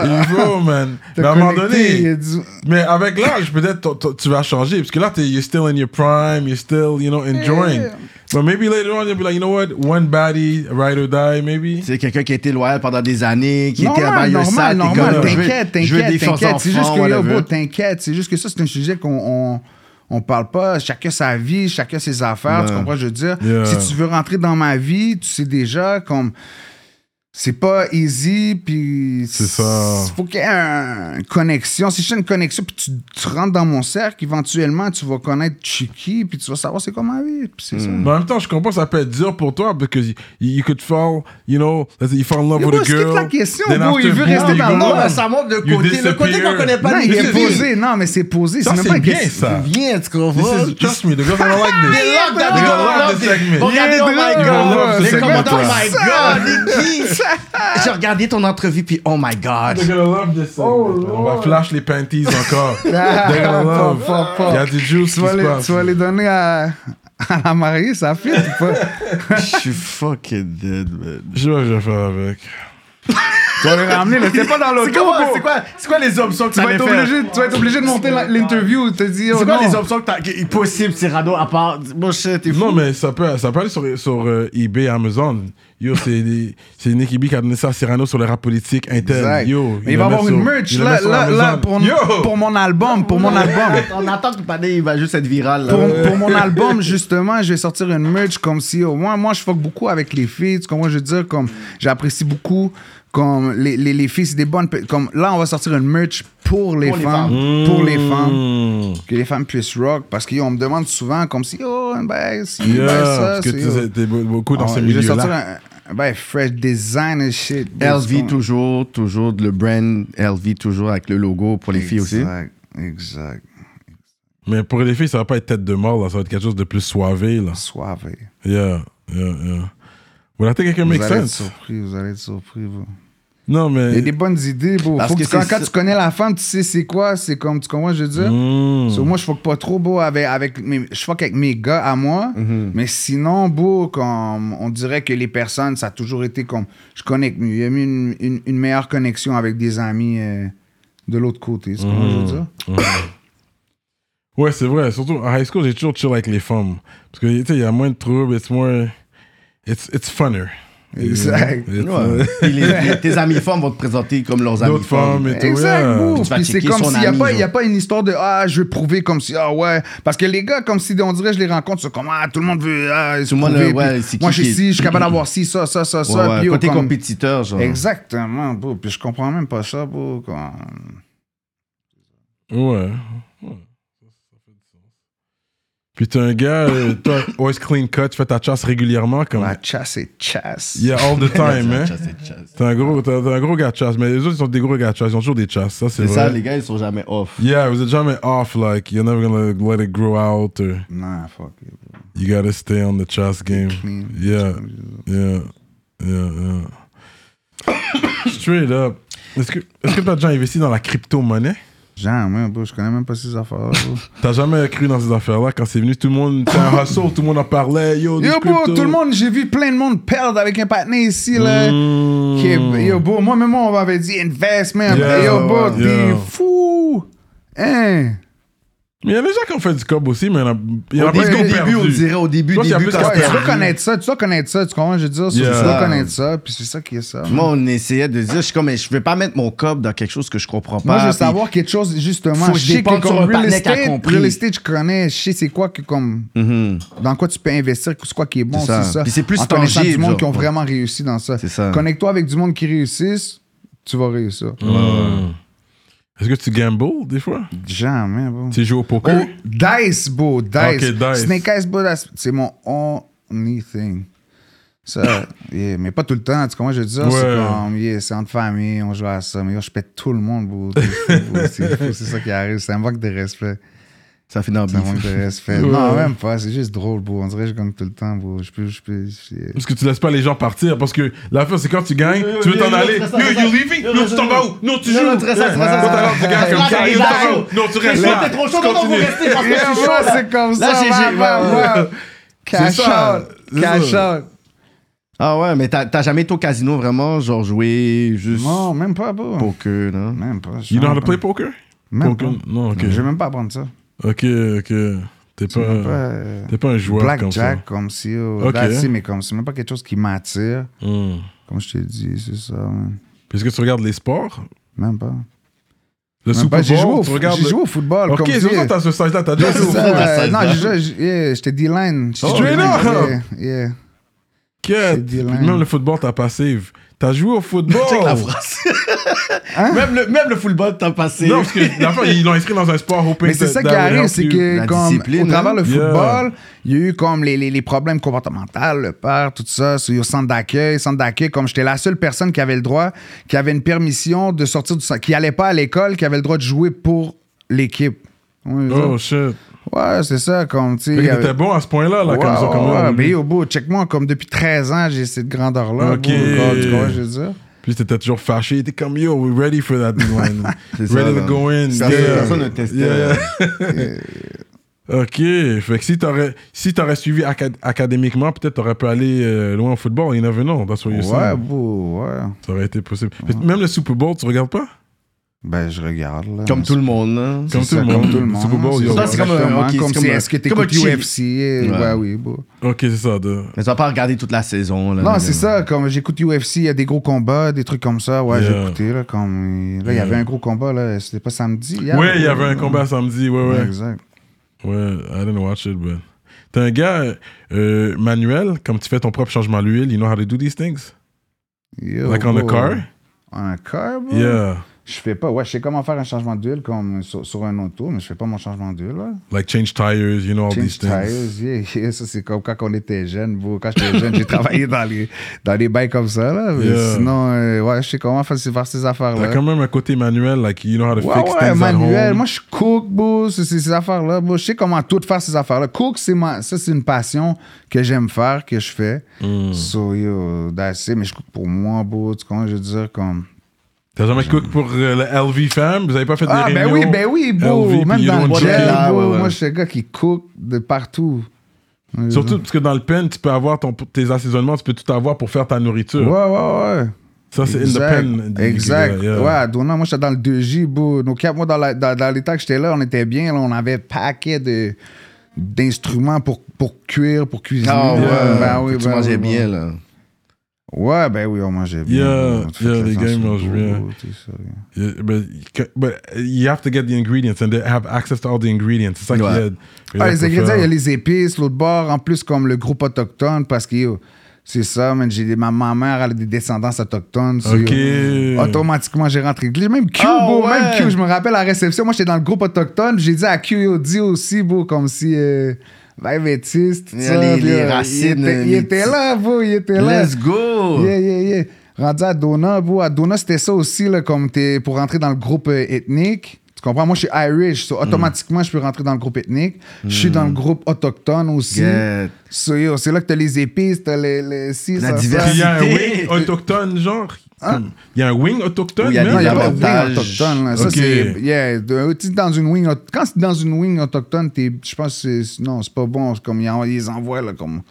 A: Il faut, man.
C: T'as
A: mais à un moment
C: connecté, il y a
A: donné,
C: du-
A: mais avec l'âge, peut-être ton- ton- tu vas changer. Parce que là, t'es, you're still in your prime, you're still, you know, enjoying.
C: Yeah.
A: But maybe later on, you'll be like, you know what, one body, ride or die, maybe.
B: C'est quelqu'un qui a été loyal pendant des années, qui était à
C: normal,
B: by your side,
C: normal,
B: t'es
C: normal.
B: comme, je veux-
C: T'inquiète,
B: je veux des
C: t'inquiète,
B: forces
C: t'inquiète. C'est juste
B: enfants,
C: que, yo,
B: whatever.
C: bro, t'inquiète. C'est juste que ça, c'est un sujet qu'on on, on parle pas. Chacun sa vie, chacun ses affaires. Tu comprends, je veux dire.
A: Yeah.
C: Si tu veux rentrer dans ma vie, tu sais déjà, comme. c'est pas easy, puis.
A: C'est ça.
C: Faut qu'il y ait un- une connexion. Si j'ai une connexion, puis tu, tu rentres dans mon cercle, éventuellement, tu vas connaître Chiki, puis tu vas savoir c'est comment vivre, puis c'est
B: Hmm.
C: ça.
A: Mais en même temps, je comprends que ça peut être dur pour toi parce que you, you could fall, you know, let's say you fall in love
C: Mais
A: with
C: moi,
A: a
C: je quitte
A: girl.
C: la question,
A: then
C: bro, il
A: after
C: veut
A: boom,
C: rester
A: you
C: dans
A: go
C: l'ordre.
A: on.
C: Ouais.
B: ça montre le
A: You
B: côté, le côté
A: disappear.
B: qu'on connaît pas.
C: Non,
B: nous,
C: il
B: nous,
C: est
B: nous.
C: posé. Non, mais c'est posé.
A: Ça,
C: C'est même
A: c'est
C: pas une
A: bien,
C: question.
A: ça.
B: Viens, tu comprends?
A: This is, trust me, the girls gonna like
B: They
A: this.
B: love that.
A: They
B: They
A: gonna
B: love
A: love
B: this
A: this segment.
B: Regardez,
C: Yeah,
B: oh
C: bro.
B: my
A: Love
B: god.
A: ce
B: Les
A: segment,
B: commentaires, oh my
C: toi.
B: god, Nicky. J'ai regardé ton entrevue, puis oh my god.
A: They're gonna love this segment. On va flash les panties encore. They're gonna love.
C: Oh, Ah, Fuck, fuck.
A: Il y a du juice
C: Tu
A: qui
C: vas,
A: se
C: les,
A: passe.
C: tu vas les donner à, à la mariée, ça fait ou pas?
B: Je suis fucking dead, man.
A: Je vois que je vais faire avec.
C: tu vas les ramener, là. T'es pas dans
B: C'est
C: l'autre
B: quoi,
C: combo.
B: c'est quoi, c'est quoi les options que
C: Tu
B: ça
C: vas,
B: fait
C: être obligé, tu vas être obligé de monter la- l'interview. T'as dit, oh
B: C'est quoi
C: non.
B: les options que t'as que- possible, Cyrano, à part. Moi, je sais, t'es fou.
A: Non, mais ça peut, ça peut aller sur, sur euh, eBay, Amazon. Yo, c'est des- c'est Nicky B qui a donné ça à Cyrano sur les rap politiques internes.
C: Exact.
A: Yo,
C: Mais il
A: le
C: va
A: met
C: avoir
A: sur-
C: une merch
A: il le met
C: là,
A: sur
C: là, là
A: Amazon.
C: pour,
A: Yo!
C: pour mon album, pour mon album.
B: On attend que le panier, il va juste être viral, là.
C: Pour,
A: Euh.
C: pour mon album, justement, je vais sortir une merch comme si. oh, moi, moi, je fuck beaucoup avec les filles. Tu comprends? Je veux dire, comme. J'apprécie beaucoup. Comme les, les, les filles, c'est des bonnes. pe- Comme, là, on va sortir une merch pour les
B: Pour les
C: femmes. Pour les femmes.
A: Hmm.
C: Que les femmes puissent rock. Parce qu'on me demande souvent, comme si. Oh, ben, si, ben,
A: Yeah,
C: ça.
A: parce que
C: c'est-
A: tu es, beaucoup dans
C: Ah,
A: ces
C: Je vais sortir
A: milieux-là.
C: un. un- Ben, fresh design and shit.
B: LV toujours, toujours le brand LV toujours avec le logo pour les filles aussi.
C: Exact, exact.
A: Mais pour les filles, ça va pas être tête de mort, là. Ça va être quelque chose de plus soivé, là.
C: Suave.
A: Yeah, yeah, yeah. Well, I think it can make
C: vous allez être
A: sense.
C: surpris, vous allez être surpris, vous.
A: Non,
C: Il y a
A: mais...
C: des bonnes idées, bro.
B: Parce
C: Faut que
B: que
C: tu- quand,
B: c'est
C: quand
B: ça-
C: tu connais la femme, tu sais c'est quoi, c'est comme, tu comprends, je veux dire.
A: Hmm.
C: So, moi, je fuck pas trop, beau avec, avec mes, je fuck avec mes gars à moi.
B: Mhm.
C: Mais sinon, beau, comme, on dirait que les personnes, ça a toujours été comme, je connecte mieux. Il y a eu une, une- une meilleure connexion avec des amis euh, de l'autre côté, c'est comment je
B: Hmm.
C: veux dire.
A: Ouais, c'est vrai. Surtout à high school, j'ai toujours chill avec les femmes. Parce que, tu sais, il y a moins de troubles, it's more... It's, it's funner.
C: Exact.
A: It's,
B: Ouais. Puis les- les- tes amis femmes vont te présenter comme leurs amis
A: D'autres femmes
B: femmes.
A: et tout.
C: Exact,
A: yeah.
C: bro.
B: Tu vas
C: Puis c'est
B: checker
C: comme
B: son
C: s'il n'y a,
B: ami,
C: pas-
B: genre.
C: y a pas une histoire de Ah, je veux prouver comme si, ah ouais. Parce que les gars, comme si on dirait, je les rencontre, c'est comme Ah, tout le monde veut. Ah, tout
B: le monde, euh, ouais, c'est qui
C: moi, je
B: qui est-
C: suis je suis capable d'avoir ci, ça, ça, ça,
B: Ouais,
C: ça.
B: ouais,
C: puis, yo,
B: côté
C: comme-
B: compétiteur, genre.
C: Exactement, bro. Puis je comprends même pas ça, bro. comme-
A: Ouais. Ouais. Puis t'es un gars, euh, toi, always clean cut, tu fais ta chasse régulièrement comme.
C: La chasse est chasse.
A: Yeah, all the time, hein.
B: Chasse et chasse.
A: T'es un gros, t'es t'es un gros gars de chasse, mais les autres ils sont des gros gars de chasse, ils ont toujours des chasses, ça c'est
B: C'est ça,
A: vrai.
B: les gars, ils sont jamais off.
A: Yeah, vous êtes jamais off, like you're never gonna let it grow out, or
C: Non, fuck it, bro.
A: you gotta stay on the chasse game.
C: Clean.
A: Yeah, yeah, yeah, yeah. Straight up. Est-ce que, est-ce que t'as déjà investi dans la crypto-monnaie?
C: Jamais, bro. Je connais même pas ces affaires, bro.
A: T'as jamais cru dans ces affaires-là quand c'est venu, tout le monde, c'était un hustle, tout le monde en parlait, yo,
C: Yo, bro,
A: crypto.
C: tout le monde, j'ai vu plein de monde perdre avec un patiné ici, là.
A: Mmh.
C: Qui est- Yo, bro, moi, même moi, on m'avait dit invest, man.
A: Yeah,
C: yo,
A: yeah.
C: bro, t'es fou. Hein?
A: Mais il y a des gens qui ont fait du cob aussi, mais il y en a, il y en a
B: Au
A: pas
B: début,
A: qui ont
B: au début, on
A: perdu.
B: dirait, au début,
A: Toi, c'est un
B: début,
A: peu
B: quand
A: ça.
C: Ouais,
B: c'était
C: tu dois
B: arrivé,
C: connaître ça, tu dois connaître ça, tu comprends, je veux dire, ça,
A: Yeah.
C: tu dois connaître ça, puis c'est ça qui est ça.
B: Moi, on essayait de dire, je suis comme, je vais pas mettre mon cop dans quelque chose que je comprends pas.
C: Moi, je veux
B: puis-
C: savoir quelque chose, justement.
B: Faut que je
C: je sais que
B: dépende sur un
C: comme real
B: partenaire qui a
C: estate,
B: compris.
C: real estate, je connais, je sais c'est quoi que comme,
B: Mhm.
C: dans quoi tu peux investir, c'est quoi qui est bon,
B: C'est
C: c'est
B: ça.
C: ça.
B: Puis c'est plus
C: en connaissant du
B: tangible,
C: monde
B: genre.
C: qui ont vraiment réussi dans ça.
B: C'est ça.
C: Connecte-toi avec du monde qui réussissent, tu vas réussir.
A: Mmh. Est-ce que tu gambles des fois?
C: Jamais, bon.
A: Tu joues au
C: Oh,
A: poker?
C: Dice, bro, Dice.
A: Ok, Dice.
C: Snake Eyes, bro, that's- c'est mon only thing. Ça, yeah, mais pas tout le temps, tu comprends, je veux dire, c'est
A: Ouais.
C: comme, yeah, c'est entre famille, on joue à ça, mais yo, je pète tout le monde, bro, t'es fou, bro, c'est fou, c'est ça qui arrive, ça me manque de respect,
B: Ça fait dans le
C: ça me
B: bif.
C: manque de respect.
A: Ouais.
C: Non, même pas, c'est juste drôle, bro, on dirait que je gagne tout le temps, bro, je peux, je peux, je-
A: Parce que tu laisses pas les gens partir, parce que l'affaire c'est quand tu gagnes,
C: Euh,
A: tu veux t'en aller. Yo, you leaving? Non, tu t'en vas où? Non, tu joues.
B: non, très ça,
A: Yeah.
B: très ça,
A: Toi, t'as l'air de
B: Là,
A: gars comme ça,
B: t'arrives
A: il
B: là,
A: t'en va où? Non, tu restes là.
B: T'es trop chaud,
A: Tu
B: non, non, vous
A: continues.
B: restez parce que je
C: Yeah,
B: suis chaud,
C: bro,
B: là.
C: c'est comme
B: Là,
C: ça,
B: j'ai-
C: va,
B: j'ai-
C: va,
B: ouais,
C: va.
A: C'est
C: cash
A: ça,
C: out,
A: c'est
C: cash
A: ça.
C: out.
B: Ah ouais, mais t'as t'as jamais été au casino vraiment, genre jouer juste
C: Non, même pas, bro,
B: poker, non?
C: même pas. je
A: You know how to
C: comprends
A: play
C: pas.
A: poker?
C: Même
A: Poker?
C: pas.
A: Non, ok.
C: Je vais même pas apprendre ça.
A: Ok, ok. T'es
C: Même pas,
A: pas,
C: euh,
A: t'es pas un Mm. joueur comme ça.
C: Blackjack, comme si. oh,
A: Ok.
C: that's it, mais comme c'est même pas quelque chose qui m'attire.
A: Hmm.
C: Comme je t'ai dit, c'est ça. man.
A: Puis Est-ce que tu regardes les sports?
C: Même pas.
A: Le
C: Même pas.
A: Super
C: J'ai joué,
A: Bowl,
C: au
A: tu
C: fo-
A: regardes.
C: j'ai
A: le-
C: joué au football.
A: Ok,
C: comme
A: c'est
C: si-
A: pour ça que t'as ce stage-là, t'as déjà
C: C'est
A: joué au
C: ça,
A: foot.
C: euh,
B: foot,
C: non,
B: à
C: j'ai joué- j'ai- yeah, j'étais D-line. J'étais
A: Oh, Straight
C: D-line,
A: up!
C: Yeah. yeah.
A: Quête.
C: C'est des
A: Puis
C: lines.
A: Même le football, t'as pas save. T'as joué au football.
B: Check la France. même, le, même le football t'a passé.
A: Non, parce que la fois, ils l'ont inscrit dans un sport open.
C: Mais c'est ça qui arrive, c'est que
B: La
C: comme,
B: discipline,
C: au travers
B: hein?
C: le
A: Yeah.
C: football, il y a eu comme les, les, les problèmes comportementaux, le père, tout ça, sur le centre d'accueil, centre d'accueil, comme j'étais la seule personne qui avait le droit, qui avait une permission de sortir du centre, qui allait pas à l'école, qui avait le droit de jouer pour l'équipe. Ouais,
A: Oh shit.
C: ouais, c'est ça, comme tu sais.
A: Fait
C: il y
A: que
C: avait-
A: t'étais bon à ce point-là, là,
C: Ouais,
A: comme ça,
C: euh, ouais,
A: quand
C: ouais,
A: même.
C: mais au bout, check-moi, comme depuis 13 ans, j'ai cette grandeur-là.
A: Ok.
C: bro, comme, tu comprends, ce que je veux dire?
A: Puis t'étais toujours fâché. T'es comme, yo, we're ready for that big one.
B: C'est ça,
A: ready
B: là.
A: to go in.
B: Personne-
A: Yeah.
B: personne ne testait.
A: Yeah.
C: Euh,
A: OK. Fait que si t'aurais, si t'aurais suivi aca- académiquement, peut-être t'aurais pu aller euh, loin au football. You never know. That's what you
C: Ouais,
A: said.
C: bro, ouais.
A: Ça aurait été possible. Fait que Même le Super Bowl, tu regardes pas?
C: Ben, je regarde, là.
B: Comme tout le monde. hein.
A: Comme
C: C'est
A: tout le
C: ça,
A: monde.
C: Comme tout le monde.
A: Super Bowl, yo.
C: ça,
B: C'est comme un-
C: exactement,
B: ok, c'est
C: comme
B: comme
C: si
B: un-
C: est-ce que
B: comme un
C: t'écoutes
B: cheat.
C: UFC. euh,
B: Ouais.
C: Ouais, oui, bon.
A: OK, c'est ça. de-
B: Mais tu vas pas regarder toute la saison.
A: Ben,
B: Là,
C: Non, c'est ça, comme j'écoute UFC, il y a des gros combats, des trucs comme ça. Ouais,
A: Yeah.
C: j'ai écouté, là, comme... Là, il y
A: Yeah.
C: avait un gros combat, là, c'était pas samedi? hier,
A: Ouais, il y
C: là,
A: avait un combat samedi. Ouais, ouais.
C: Exact.
A: Ouais, I didn't watch it, but... T'es un gars euh, manuel, comme tu fais ton propre changement à l'huile, you know how to do these things?
C: Yo,
A: like on the
C: bro.
A: car?
C: En un car, bro?
A: Yeah.
C: Je fais pas... Ouais, je sais comment faire un changement d'huile comme sur, sur un auto, mais je fais pas mon changement d'huile, là.
A: Like change tires, you know all these
C: Change
A: things.
C: tires, yeah, yeah. Ça, c'est comme quand on était jeune. bro. Quand j'étais jeune, j'ai travaillé dans les, dans les bails comme ça. Là. Mais
A: Yeah.
C: Sinon, euh, ouais, je sais comment faire, faire ces
A: T'as
C: affaires-là.
A: quand même un côté manuel, like you know how to
C: Ouais,
A: fix
C: ouais,
A: things at
C: manuel.
A: home.
C: Moi, je é, cook, bro. C'est c'est ces affaires-là. bro. Je sais comment tout faire, ces affaires-là. Cook, c'est ma... ça, c'est une passion que j'aime faire, que je fais. So, yo, that's it. Mais je cook pour moi, bro. Tu comprends, je veux dire, comme.
A: T'as jamais cook pour euh, la LV fam? Vous avez pas fait de
C: Ah, ben
A: réunions
C: oui, ben oui, bro.
A: LV,
C: Même
A: puis you
C: dans
A: don't
C: le
B: want
C: gel,
B: to cook.
C: bro.
B: Ouais, ouais.
C: Moi, je suis le gars qui cook de partout.
A: Surtout parce que dans le pen, tu peux avoir ton, tes assaisonnements, tu peux tout avoir pour faire ta
C: Ouais,
A: nourriture.
C: ouais, ouais.
A: Ça, c'est in the
C: Exact.
A: pen.
C: Exact.
A: Yeah.
C: Ouais, à Douna, moi, j'étais dans le 2J, bro. Nos quatre, moi, dans, la- dans- dans les temps que j'étais là, on était bien. là, on avait paquet de d'instruments pour, pour cuire, pour cuisiner.
B: Ah ouais,
C: Ben oui,
B: tu
C: ben
B: mangeais
C: oui,
B: bien,
C: ben.
B: là.
C: Ouais, ben oui, on mangeait bien.
A: Yeah,
C: On te fait
A: yeah,
C: la
A: les gars, ils
C: danse
A: mangent
C: au
A: bien.
C: bout, tout ça, yeah.
A: Yeah, Uh, but, but you have to get the ingredients and they have access to all the ingredients. C'est ça qui
B: Ouais.
A: aide.
C: Ah, les ingrédients, il y a les épices, l'autre bord, en plus, comme le groupe autochtone, parce que yo, c'est ça, man, j'ai des- ma, ma mère, elle a des descendants autochtones. so,
A: Ok.
C: yo, automatiquement, j'ai rentré. Même Q,
B: Ah,
C: beau, même
B: ouais.
C: Q, je me rappelle à la réception, moi, j'étais dans le groupe autochtone, j'ai dit à Q, yo, dis aussi, beau, comme si. Euh, ben, métiste, tout
B: Les-
C: ça,
B: les
C: puis, euh,
B: racines,
C: Il était, il
B: les
C: était
B: petits-
C: là, beau, il était là.
B: Let's go!
C: Yeah, yeah, yeah. Rendu à Dona, bro. À Dona, c'était ça aussi, là, comme t'es pour rentrer dans le groupe euh, ethnique. Tu comprends? Moi, je suis Irish, so automatiquement, je peux rentrer dans le groupe ethnique. Je suis dans le groupe autochtone aussi.
B: Get.
C: So, yo, c'est là que t'as les épices, t'as les, les ci,
B: La
C: ça, ça.
B: diversité.
A: Il y a un
B: Cité.
A: wing autochtone, genre. comme- Il y a un wing autochtone,
B: Oui, il y a
A: man?
C: Non, Ah. il n'y a
B: Les
C: pas de wing
B: avantages.
C: autochtone. Là. Ça,
A: Ok.
C: c'est. Yeah, de- euh, tu es dans une wing. aut- Quand c'est dans une wing autochtone, t'es- je pense que c'est- non, c'est pas bon. C'est Comme ils, en- ils les envoient, là, comme.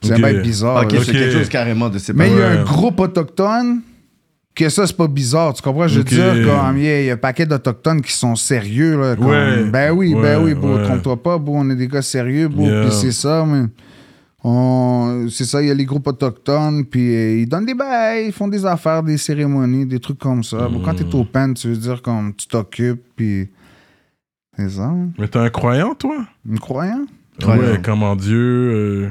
C: C'est
A: Ok.
C: un bail bizarre.
B: Ok,
C: là.
B: Ah, c'est
A: Ok.
B: quelque chose carrément de séparé.
C: Mais il y a
A: Ouais.
C: un groupe autochtone que ça, c'est pas bizarre. Tu comprends? Je veux
A: Ok.
C: dire, comme, yeah, il y a un paquet d'Autochtones qui sont sérieux. Là, comme,
A: Ouais.
C: Ben oui,
A: Ouais,
C: ben oui, bro,
A: ouais.
C: trompe-toi pas, bro, on est des gars sérieux, bro,
A: Yeah.
C: puis c'est ça, mais... on- C'est ça, il y a les groupes autochtones, puis euh, ils donnent des bails, ils font des affaires, des cérémonies, des trucs comme ça. Bro, Quand t'es
A: Mm.
C: au pen, tu veux dire, comme, tu t'occupes, puis... C'est ça, hein?
A: Mais t'es un croyant, toi?
C: Une croyance?
A: Ouais, comme en Dieu. euh,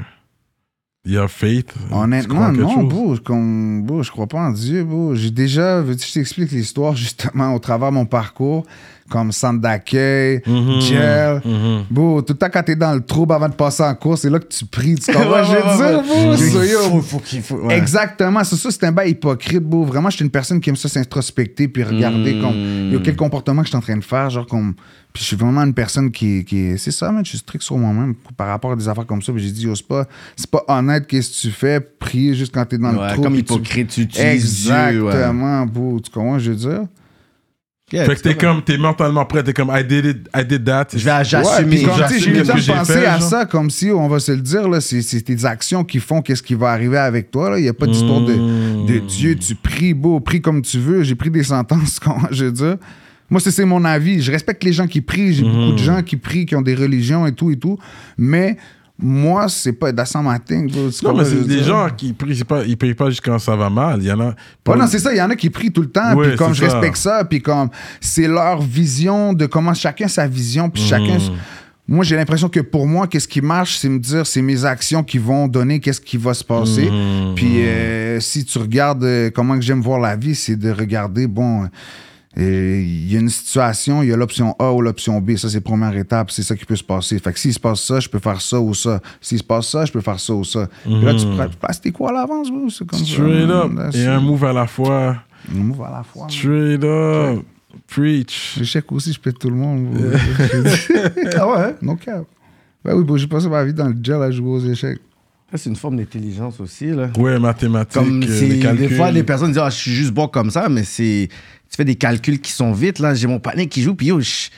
A: Il y a faith. Tu crois
C: Honnêtement,
A: en quelque
C: non,
A: chose?
C: bro, comme, bro, je crois pas en Dieu, bro. J'ai déjà, veux-tu que je t'explique l'histoire, justement, au travers de mon parcours, comme centre d'accueil,
A: Mhm,
C: gel.
A: mhm.
C: Bro, tout le temps quand t'es dans le trouble avant de passer en cours, c'est là que tu pries, tu comprends?
B: Ah Ouais,
C: je veux
B: ouais,
C: dire, bro,
B: ouais.
C: so, yo,
B: Faut- faut qu'il faut- ouais.
C: Exactement, c'est ça, c'est un bail hypocrite, bro. Vraiment, je suis une personne qui aime ça s'introspecter puis regarder
B: Hmm.
C: comme, yo, quel comportement que je suis en train de faire, genre comme, puis je suis vraiment une personne qui, qui c'est ça, man, je suis strict sur moi-même par rapport à des affaires comme ça. Puis j'ai dit, yo, c'est pas, c'est pas honnête qu'est-ce que tu fais, prier juste quand t'es dans le
B: Ouais,
C: trou.
B: comme
C: puis tu-
B: hypocrite, tu utilises Dieu, ouais.
C: Exactement, bro. Tu comprends, je veux dire?
B: Yeah,
A: Fait que t'es
B: c'est vrai.
A: comme, t'es mentalement prêt, t'es comme, I did it, I did that.
B: Je vais à
C: Ouais,
B: j'assume.
C: puis comme tu sais,
A: j'assume
C: j'ai eu le
A: qu'est-ce
C: temps
A: que
C: de
A: j'ai
C: penser
A: fait,
C: à
A: genre.
C: ça comme si, on va se le dire, là, c'est c'est tes actions qui font qu'est-ce qui va arriver avec toi. là. Il n'y a pas d'histoire de,
A: Hmm.
C: de Dieu. Tu pries, beau, prie comme tu veux. J'ai pris des sentences, comment je veux dire. Moi, c'est- c'est mon avis. Je respecte les gens qui prient. J'ai beaucoup
A: Hmm.
C: de gens qui prient, qui ont des religions et tout et tout. Mais moi, c'est pas that's not my thing, bro. Tu
A: Non,
C: comprends,
A: mais
C: je
A: c'est
C: veux
A: des
C: dire?
A: gens qui prient, c'est pas, ils prient pas jusqu'à quand ça va mal. Il y en a.
C: Ouais, non, c'est ça. Il y en a qui prient tout le temps.
A: Ouais,
C: puis comme
A: c'est
C: je
A: ça. Hmm.
C: respecte ça, puis comme c'est leur vision de comment chacun sa vision, puis chacun. Moi, j'ai l'impression que pour moi, qu'est-ce qui marche, c'est me dire, c'est mes actions qui vont donner qu'est-ce qui va se passer.
A: Hmm.
C: Puis euh, si tu regardes euh, comment que j'aime voir la vie, c'est de regarder, bon, euh, il y a une situation, il y a l'option A ou l'option B. Ça, c'est première étape, c'est ça qui peut se passer. Fait que s'il se passe ça, je peux faire ça ou ça. S'il se passe ça, je peux faire ça ou ça. Puis là, tu prends- tu places tes quoi à l'avance, bro? C'est comme ça.
A: Hmm. Straight up.
C: Là,
A: Et
C: c'est-
A: un move à la fois.
C: on move à la fois. man.
A: Straight up. Preach.
C: Je check aussi, je pète tout le monde. bro. ah ouais? No cap. Ben oui, bro, j'ai passé ma vie dans le gel à jouer aux échecs.
B: Ça, Ah, c'est une forme d'intelligence aussi, là.
A: Ouais, mathématiques,
B: Comme
A: euh,
B: c'est-
A: les calculs.
B: des fois, les personnes disent, ah, je suis juste bon comme ça, mais c'est. Tu fais des calculs qui sont vite, là. J'ai mon panier qui joue, puis yo, je-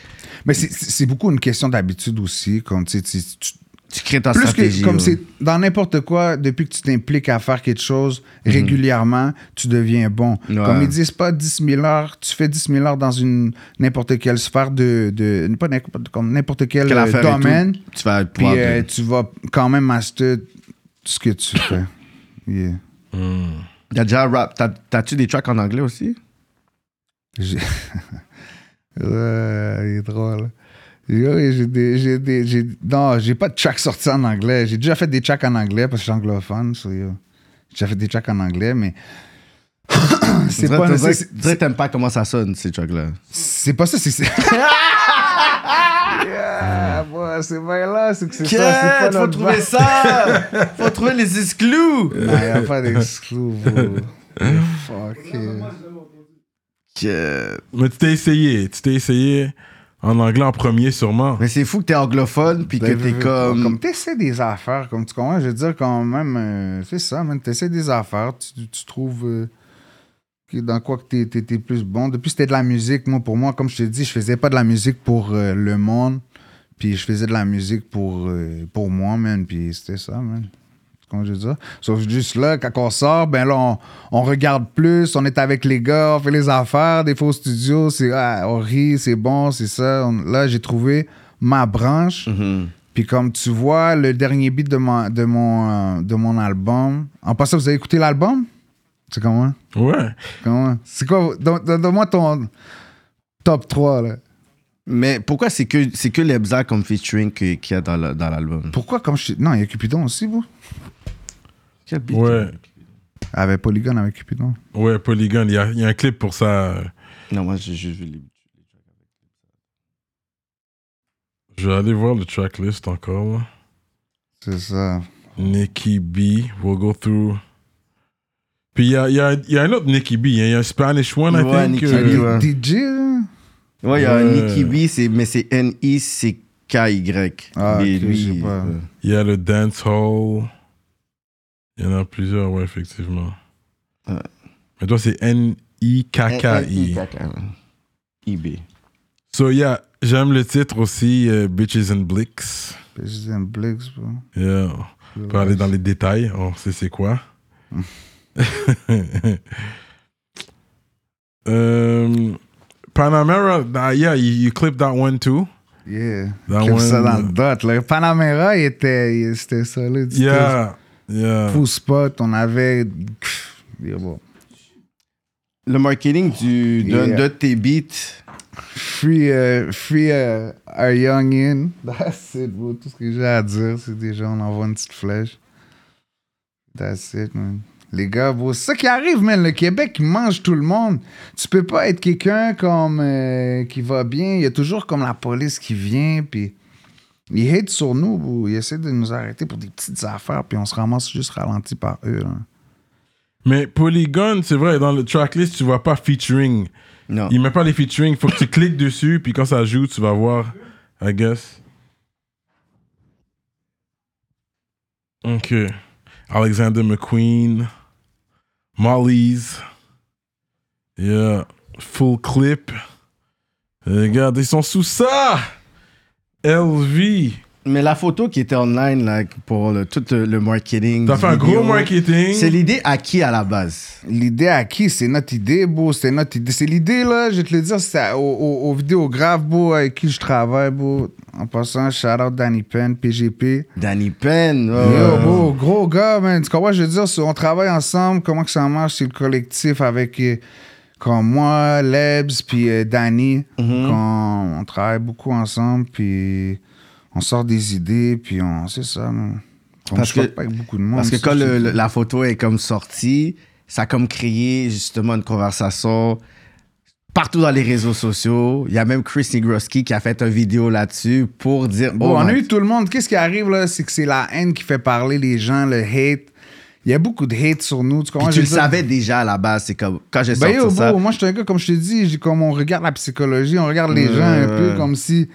C: Mais c'est- c'est c'est beaucoup une question d'habitude aussi. Comme, tu sais, tu- tu-
B: tu crées ta
C: plus
B: stratégie.
C: que comme
B: ouais.
C: c'est dans n'importe quoi, depuis que tu t'impliques à faire quelque chose régulièrement, tu deviens bon.
B: Ouais.
C: Comme ils disent pas 10 000 heures, tu fais 10 000 heures dans une n'importe quelle sphère de. de pas n'importe comme n'importe quel,
B: Quelle
C: euh,
B: affaire et tout,
C: domaine.
B: Tu vas
C: Puis
B: pouvoir.
C: euh, tu vas quand même master ce que tu fais. Yeah.
B: T'as déjà un rap. t'as- T'as-tu des tracks en anglais aussi?
C: J'ai- ouais, il est drôle. J'ai j'ai des, j'ai des, j'ai- non, j'ai pas de track sorti en anglais. J'ai déjà fait des tracks en anglais parce que je suis anglophone. so, yo. J'ai déjà fait des tracks en anglais, mais c'est
B: Dirais-
C: pas,
B: dirais-
C: c'est-
B: dirais que t'aimes pas comment ça sonne, ces tracks-là.
C: c'est pas ça. C'est c'est- Yeah, boy, c'est bien là, c'est que c'est ça. C'est pas notre vibe.
B: ça! Faut trouver les esclous!
C: Non, y a pas d'exclus, bro. Fuck. yeah.
A: Mais tu t'es essayé. Tu t'es essayé en anglais en premier, sûrement.
B: Mais c'est fou que t'es anglophone, puis que
C: Ben,
B: t'es
C: ben,
B: comme.
C: Comme t'essaies des affaires, comme tu comprends, je veux dire, quand même, euh, c'est ça, man, t'essaies des affaires, tu, tu trouves euh, que dans quoi que t'es, t'es- t'es plus bon. Depuis, c'était de la musique, moi, pour moi, comme je te dis, je faisais pas de la musique pour euh, le monde, puis je faisais de la musique pour, euh, pour moi, man, puis c'était ça, man. Comment je veux dire? Sauf que juste là, quand on sort, ben là, on, on regarde plus, on est avec les gars, on fait les affaires, des faux studios, c'est, ah, on rit, c'est bon, c'est ça. On- là, j'ai trouvé ma branche.
B: Mhm.
C: Puis comme tu vois, le dernier beat de mon, de mon, euh, de mon album. En passant, vous avez écouté l'album? C'est comment?
A: Ouais.
C: Comment? C'est quoi? don- don- Donne-moi ton top 3, là.
B: Mais pourquoi c'est que, c'est que Lebza comme featuring que- qu'il y a dans la- dans l'album?
C: Pourquoi comme je suis... Non, il y a Cupidon aussi, vous?
B: Quel beat?
A: Ouais.
C: Avec Polygon, avec Cupidon.
A: Ouais, Polygon. Il y, a- il y a un clip pour ça.
B: Non, moi, j'ai juste vu les.
A: Je vais aller voir le tracklist encore. là.
C: C'est ça.
A: Nicky B. We'll go through. Puis il y a, il y a- il y a un autre Nicky B. hein. Il y a un Spanish one, I
B: Ouais,
A: think.
B: Nicky
A: euh,
B: B, ouais.
C: D- DJ, là?
B: Ouais, il y a
A: Ouais.
B: Nicky B, c'est- mais c'est N-I-C-K-Y.
C: Ah,
B: Mais
C: ok, je sais pas.
B: euh,
A: Il y a le dance hall. Il y en a plusieurs, ouais, effectivement.
B: Ouais.
A: Mais toi, c'est N-I-K-K-I.
B: IB.
A: So, yeah, j'aime le titre aussi, euh, Bitches and Blicks.
C: Bitches and Blix, bro.
A: Yeah. On peut aller dans les détails, on sait c'est quoi. Euh, Panamera, nah, yeah, you, you clip that one too.
C: Yeah.
A: That
C: J'ai vu
A: one,
C: ça
A: uh,
C: dans le dot, là. Panamera, il était... il- C'était solide. C'était
A: Yeah, yeah.
C: Full spot, on avait... Yeah, bon.
B: Le marketing du, de,
C: Yeah.
B: de tes beats.
C: Free, euh, free euh, our youngin. That's it, bro. Tout ce que j'ai à dire, c'est déjà, on envoie une petite flèche. That's it, man. Les gars, bro, c'est ça qui arrive, man. Le Québec, il mange tout le monde. Tu peux pas être quelqu'un comme euh, qui va bien. Il y a toujours comme la police qui vient, puis ils hate sur nous, bro. Ils essaient de nous arrêter pour des petites affaires, puis on se ramasse juste ralenti par eux, là.
A: Mais Polygon, c'est vrai, dans le tracklist, tu vois pas featuring.
B: Non.
A: Ah. Il met pas les featuring, faut que tu cliques dessus, puis quand ça joue, tu vas voir, I guess. Ok. Alexander McQueen. Molly's. Yeah. Full clip. Regarde, ils sont sous ça! LV.
B: Mais la photo qui était online là, pour le- tout le, le marketing.
A: T'as
B: du
A: fait un
B: vidéo,
A: gros marketing.
B: C'est l'idée à qui à la base
C: L'idée à qui C'est notre idée, beau. C'est notre idée. C'est l'idée, là. Je vais te le dire, c'est à- au, au, au vidéographe, beau, avec qui je travaille, beau. En passant, shout out Danny Penn, PGP.
B: Danny Penn. oh, ouais,
C: Yo,
B: ouais.
C: beau, gros gars, man. Tu comprends, je veux dire, c'est- on travaille ensemble. Comment que ça marche C'est le collectif avec, euh, comme moi,
B: Mhm.
C: Lebs, puis euh, Danny. Qu'on- on travaille beaucoup ensemble, puis on sort des idées, puis on. C'est ça, man. On
B: Parce
C: choque
B: que-
C: pas avec beaucoup de monde.
B: Parce que
C: ça,
B: quand le-
C: c'est-
B: le- la photo est comme sortie, ça a comme créé justement une conversation partout dans les réseaux sociaux. Il y a même Chris Nigroski qui a fait une vidéo là-dessus pour dire
C: Bon,
B: Oh
C: on a
B: my-
C: eu tout le monde. Qu'est-ce qui arrive, là? C'est que c'est la haine qui fait parler les gens, le hate. Il y a beaucoup de hate sur nous. Tu, comprends?
B: Puis tu
C: Je
B: le
C: veux dire-
B: savais déjà à la base, c'est comme quand j'ai
C: Ben
B: sorti
C: yo,
B: ça.
C: bro, moi, je suis un gars, comme je te dis, j'ai- comme on regarde la psychologie, on regarde les gens un
B: ouais.
C: peu comme si...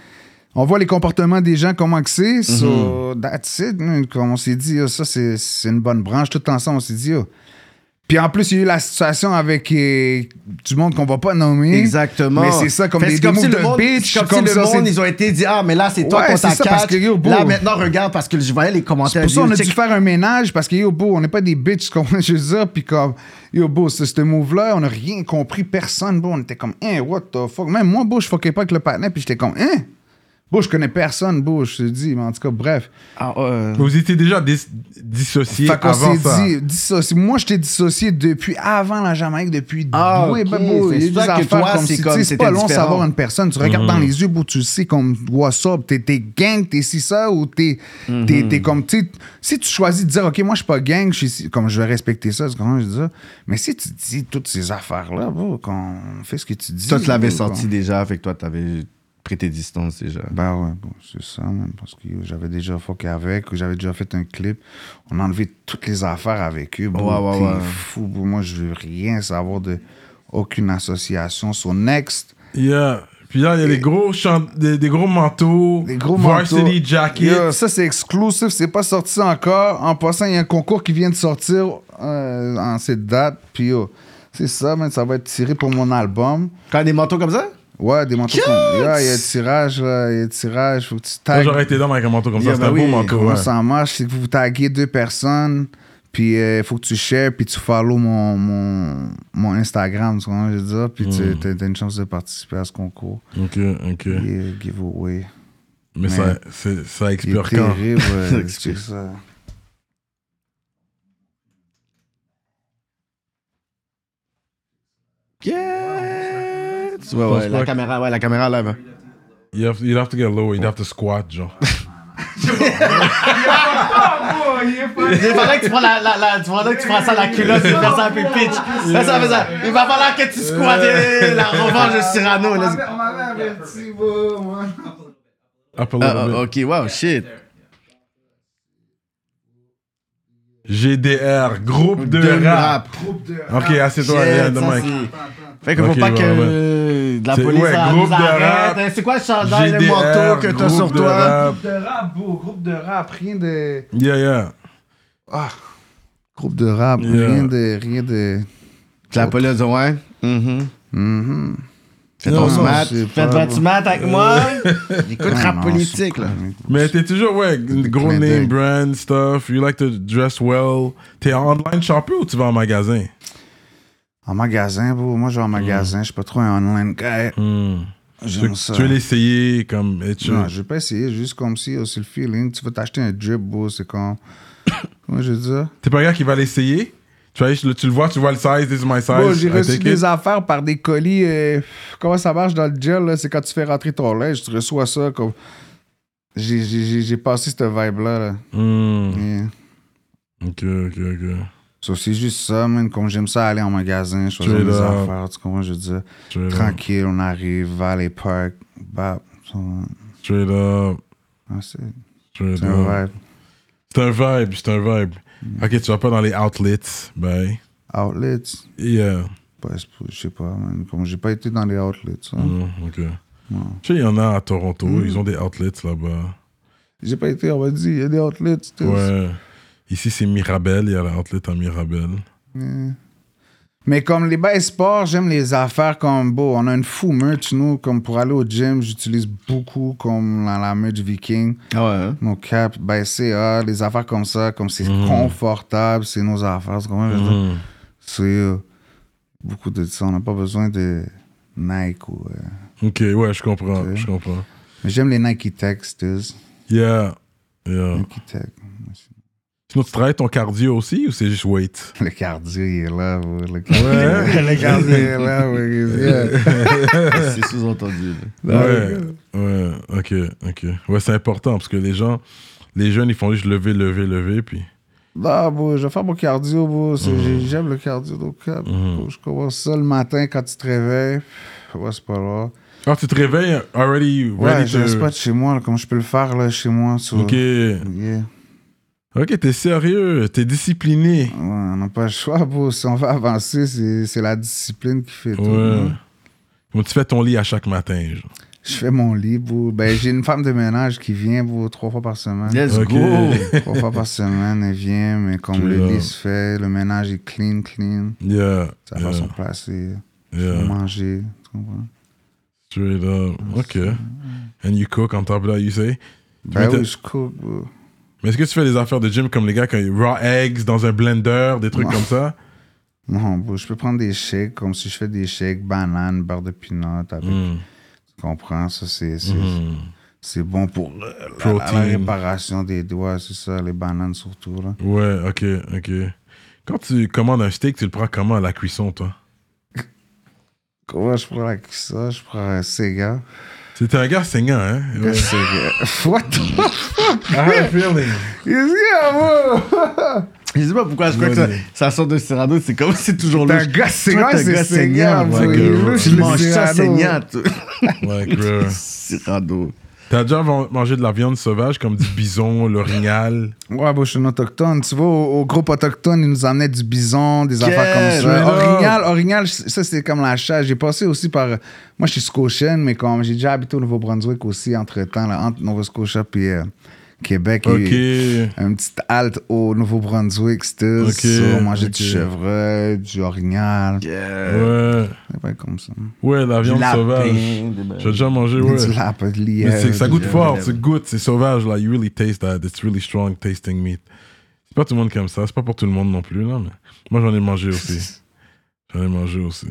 C: On voit les comportements des gens, comment que
B: Mhm.
C: c'est. So, that's it. man. Comme on s'est dit, yo, ça, c'est c'est une bonne branche. Tout ensemble, on s'est dit, yo. Puis en plus, il y a eu la situation avec euh, du monde qu'on va pas nommer.
B: Exactement.
C: Mais c'est ça, comme
B: Fait,
C: des,
B: c'est
C: des moves
B: si le
C: de
B: monde,
C: bitch.
B: c'est Comme, si le
C: ça, c'est-
B: monde, ils ont été dit Ah, mais là, c'est toi
C: Ouais,
B: qu'on
C: c'est ça, parce
B: t'accapte.
C: que, yo, bro.
B: Là, maintenant, regarde, parce que je voyais les commentaires.
C: C'est pour ça
B: yo,
C: qu'on a
B: check-
C: dû faire un ménage parce que yo, beau, on n'est pas des bitches, comme je veux dire. Puis comme, yo, beau, c'est ce move-là, on n'a rien compris, personne, beau. On était comme, hein, what the fuck. Même moi, beau, je fuckais pas avec le patinet, puis j'étais comme, hein. Beau, je connais personne, beau, je te dis, mais en tout cas, bref.
B: Ah, euh,
A: Vous étiez déjà dis- dissociés
C: Fait qu'on
A: avant
C: s'est
A: ça.
C: dit, dissocié. Moi, je t'ai dissocié depuis avant la Jamaïque, depuis.
B: Ah,
C: oui,
B: ok,
C: ben, beau,
B: c'est
C: il y a eu des
B: ça que
C: affaires
B: toi,
C: comme
B: c'est
C: si, tu
B: comme
C: sais, c'est
B: c'était
C: pas long
B: différent. Mhm.
C: savoir une personne. Tu regardes dans les yeux, beau, tu sais, comme, what's up, t'es t'es gang, t'es si ça, ou t'es
B: Mhm.
C: t'es- t'es comme, tu sais, si tu choisis de dire, OK, moi, je suis pas gang, je suis ci- comme, je vais respecter ça, c'est comment je dis ça. Mais si tu dis toutes ces affaires-là, beau, quand on fait ce que tu dis.
B: Toi, tu l'avais
C: beau,
B: sorti
C: quand-
B: déjà, fait que toi, t'avais pris tes distances déjà.
C: ben ouais, bon, c'est ça, man, parce que j'avais déjà fucké avec, j'avais déjà fait un clip. On a enlevé toutes les affaires avec eux. bro.
B: Ouais, ouais,
C: T'es
B: ouais.
C: fou, bro. moi, je veux rien savoir de aucune association. Sur Next,
A: Yeah. Puis là, il y a des gros, chan- des, des gros manteaux,
C: les gros manteaux.
A: varsity jackets.
C: Yo, ça, c'est exclusif, c'est pas sorti encore. En passant, il y a un concours qui vient de sortir euh, en cette date. Puis yo, c'est ça, man, ça va être tiré pour mon album.
B: Quand des manteaux comme ça
C: Ouais, des manteaux. comme- Yeah, Il y a tirage, là, il y a tirage, faut que tu
A: Moi,
C: tags.
A: j'aurais été dans avec un manteau
C: Eh
A: comme
B: Yeah,
A: ça. C'était
B: bah
C: ben
A: un beau
B: oui.
A: manteau. hein.
C: Comment
A: ouais.
C: ça marche, c'est que vous taguez deux personnes, puis il faut que tu shares, puis tu follow mon, mon, mon Instagram, tu comprends ce que je veux dire, puis
A: Hmm.
C: tu- t'as- t'as une chance de participer à ce concours.
A: Ok, ok.
C: Il est giveaway.
A: Mais ça, c'est- ça
C: Il est
A: expire quand
C: terrible, ouais, check ça.
B: Yeah Ouais,
A: Pense
B: ouais, la
A: pas.
B: caméra, ouais, la caméra live. hein.
A: You'd have, you'd have to get low, you'd have to squat, genre.
B: Il faudrait que tu prends la, la, la- tu faudrait que tu fasses ça la culotte et faire ça un peu pitch. Fais ça, fais ça. Il va falloir que tu squattes eh, la revanche de Cyrano. let's go.
A: Up a little
B: Ah,
A: bit.
B: ah, ok, wow, shit.
A: GDR, groupe de,
B: Deux
A: rap. Ok, assieds-toi,
B: Shit,
A: yeah,
B: ça,
A: the mic.
B: c'est- Fait que faut
A: Ok,
B: pas
A: ouais,
B: que
A: ouais.
B: euh, de la
A: C'est-
B: police
A: ouais,
B: elle
A: groupe
B: nous
A: de
B: arrête.
A: rap,
B: hein. C'est quoi le chandail, le
A: GDR,
B: manteau que t'as
A: groupe
B: sur
A: de
B: toi?
A: rap.
C: de rap, beau, groupe de rap, rien de.
A: Yeah, yeah.
C: Groupe de rap,
A: Yeah.
C: rien de. Rien de...
B: La police, ouais. Mhm.
C: Mhm.
B: Fais
A: Non,
B: ton
A: non,
B: smat.
C: c'est
B: Fais
C: pas
B: votre
C: bon.
B: smat avec moi. J'écoute
C: Ah,
B: rap
C: non,
B: politique,
C: c'est
B: là.
C: cool.
A: Mais t'es toujours, ouais, gros
C: clin
A: name,
C: d'œil.
A: brand, stuff. You like to dress well. T'es en online shopper ou tu vas en magasin?
C: En magasin, bro. Moi, je vais en magasin, je suis pas trop un online guy.
A: Hmm. Tu,
C: J'aime ça.
A: tu veux l'essayer, comme, et tu...
C: Non, je vais pas essayer, juste comme si, oh, c'est le feeling. Tu vas t'acheter un drip, bro, c'est comme. Moi, je veux dire.
A: T'es pas un gars qui va l'essayer? Tu, vas- tu le vois, tu vois le size, this is my size.
C: Bon, j'ai
A: I
C: reçu
A: take
C: des
A: it.
C: affaires par des colis. euh, comment ça marche dans le gel? là? C'est quand tu fais rentrer ton linge, tu reçois ça comme. J'ai- J'ai j'ai- j'ai passé cette vibe-là. là.
A: Hmm.
C: Yeah.
A: Ok, ok, ok.
C: So, c'est juste ça, man. Comme j'aime ça aller en magasin, choisir
A: Straight
C: des
A: up.
C: affaires, tu comprends, je veux dire.
A: Straight up.
C: Tranquille, on arrive, Valley Park, bap. so,
A: Straight up.
C: ah, C'est
A: Straight
C: c'est un
A: up.
C: vibe. Mm.
A: C'est un vibe, c'est un vibe. Ok, tu vas pas dans les outlets. Bye.
C: Outlets,
A: Yeah.
C: bah, c'est pas- je sais pas, man. Comme j'ai pas été dans les outlets, hein.
A: Non, Hmm, ok. Hmm. Tu sais, il y en a à Toronto, ils ont des outlets là-bas.
C: J'ai pas été, on m'a dit, il y a des outlets. tu sais.
A: Ouais. Ici, c'est Mirabel, il y a l'outlet à Mirabel.
C: Mais comme les bails sport, j'aime les affaires comme beau. On a une fou merch, nous, comme pour aller au gym, j'utilise beaucoup comme la, la merch viking.
B: Ah ouais. hein.
C: Nos caps, ben CA, les affaires comme ça, comme c'est confortable, c'est nos affaires. C'est comment je veux dire?
A: Mm.
C: C'est euh, beaucoup de ça. On n'a pas besoin de Nike ou. euh,
A: Ok, ouais, je comprends, je comprends.
C: Mais j'aime les Nike Tech, c'est
A: Yeah. Yeah.
C: Nike Tech.
A: Sinon, tu travailles ton cardio aussi ou c'est juste weight?
C: Le cardio, il est là. ouais, Le cardio, le cardio il est là. ouais, qu'est-ce qu'il y a?
B: C'est sous-entendu.
A: Ouais. Ouais, ok, ok. Ouais, c'est important parce que les gens, les jeunes, ils font juste lever, lever, lever, puis.
C: Non, Bah, bro, je vais faire mon cardio. bro. C'est- j'ai- J'aime le cardio. Donc, euh, bro, je commence ça le matin quand tu te réveilles. Ouais, c'est pas grave.
A: Ah, tu te réveilles already
C: Ouais,
A: ready
C: je
A: to-
C: reste pas de chez moi, là, comme je peux le faire là, chez moi. Sur...
A: Ok.
C: Yeah.
A: Ok, t'es sérieux, t'es discipliné.
C: Ouais, on n'a pas le choix, bro. Si on veut avancer, c'est c'est la discipline qui fait tout.
A: Ouais.
C: hein.
A: Bon, tu fais ton lit à chaque matin. genre.
C: Je fais mon lit, bro. Ben, j'ai une femme de ménage qui vient, bro, trois fois par semaine.
B: Let's
A: Ok.
B: go.
C: Trois fois par semaine, elle vient, mais comme le
A: Claire.
C: lit se fait, le ménage est clean, clean.
A: Yeah.
C: Ça
A: yeah,
C: va son placer,
A: yeah.
C: manger, tu comprends?
A: Straight up. Ok. And you cook on top of that, you say?
C: Ben
A: Mais
C: oui,
A: t'as-
C: je cook, bro.
A: Mais est-ce que tu fais des affaires de gym comme les gars quand ils raw eggs dans un blender, des trucs
C: Non.
A: comme ça?
C: Non, bro, je peux prendre des shakes, comme si je fais des shakes, bananes, beurre de peanut, avec-
A: Hmm.
C: tu comprends? Ça, c'est c'est-
A: Hmm.
C: c'est bon pour le- la- la,
A: Protein.
C: réparation des doigts, c'est ça, les bananes surtout, là.
A: Ouais, ok, ok. Quand tu commandes un steak, tu le prends comment à la cuisson, toi?
C: Comment je prends la- ça? Je prends un Sega.
A: C'était un gars saignant, hein?
C: Un
A: Ouais.
C: Sega. What the
A: I had a feeling.
C: Qu'est-ce qu'il y a, bro?
B: Je sais pas pourquoi je crois que ça, ça sort de Cyrano, c'est comme c'est toujours
C: T'as
B: louche.
C: un gars
B: Toi,
C: Sega,
B: t'as un
C: c'est
B: gars
C: Sega,
B: saignant,
C: bro.
A: ouais,
C: Il est
A: que-
C: louche,
B: Tu
C: le
B: manges ça
C: Cyrano.
B: saignant, toi.
A: Like, bro.
B: Cyrano.
A: T'as déjà man- mangé de la viande sauvage comme du bison, l'orignal?
C: Ouais, bon, je suis un autochtone. Tu vois, au, au groupe autochtone, ils nous amenaient du bison, des affaires comme
B: straight
C: ça.
B: up.
C: Orignal, Orignal, c- ça, c'est comme la chasse. J'ai passé aussi par. Moi, je suis Scotian, mais comme j'ai déjà habité au Nouveau-Brunswick aussi, entre-temps, là, entre Nova-Scotia puis euh, Québec.
A: Ok.
C: Et une petite halte au Nouveau-Brunswick, c'était
A: Ok,
C: ça. Manger du
A: ok.
C: chevreuil, du orignal.
B: Yeah.
A: Ouais.
C: C'est pas comme ça.
A: Ouais, la viande
B: lapin,
A: sauvage.
B: des-
A: J'ai déjà mangé, ouais.
C: Du lapin, de
A: Mais c'est-
C: lièvre.
A: ça goûte
B: du-
A: fort, c'est goûte, c'est sauvage, là. You really taste that. It's really strong tasting meat. C'est pas tout le monde comme ça, c'est pas pour tout le monde non plus, là. Mais moi, j'en ai mangé aussi. J'en ai mangé aussi.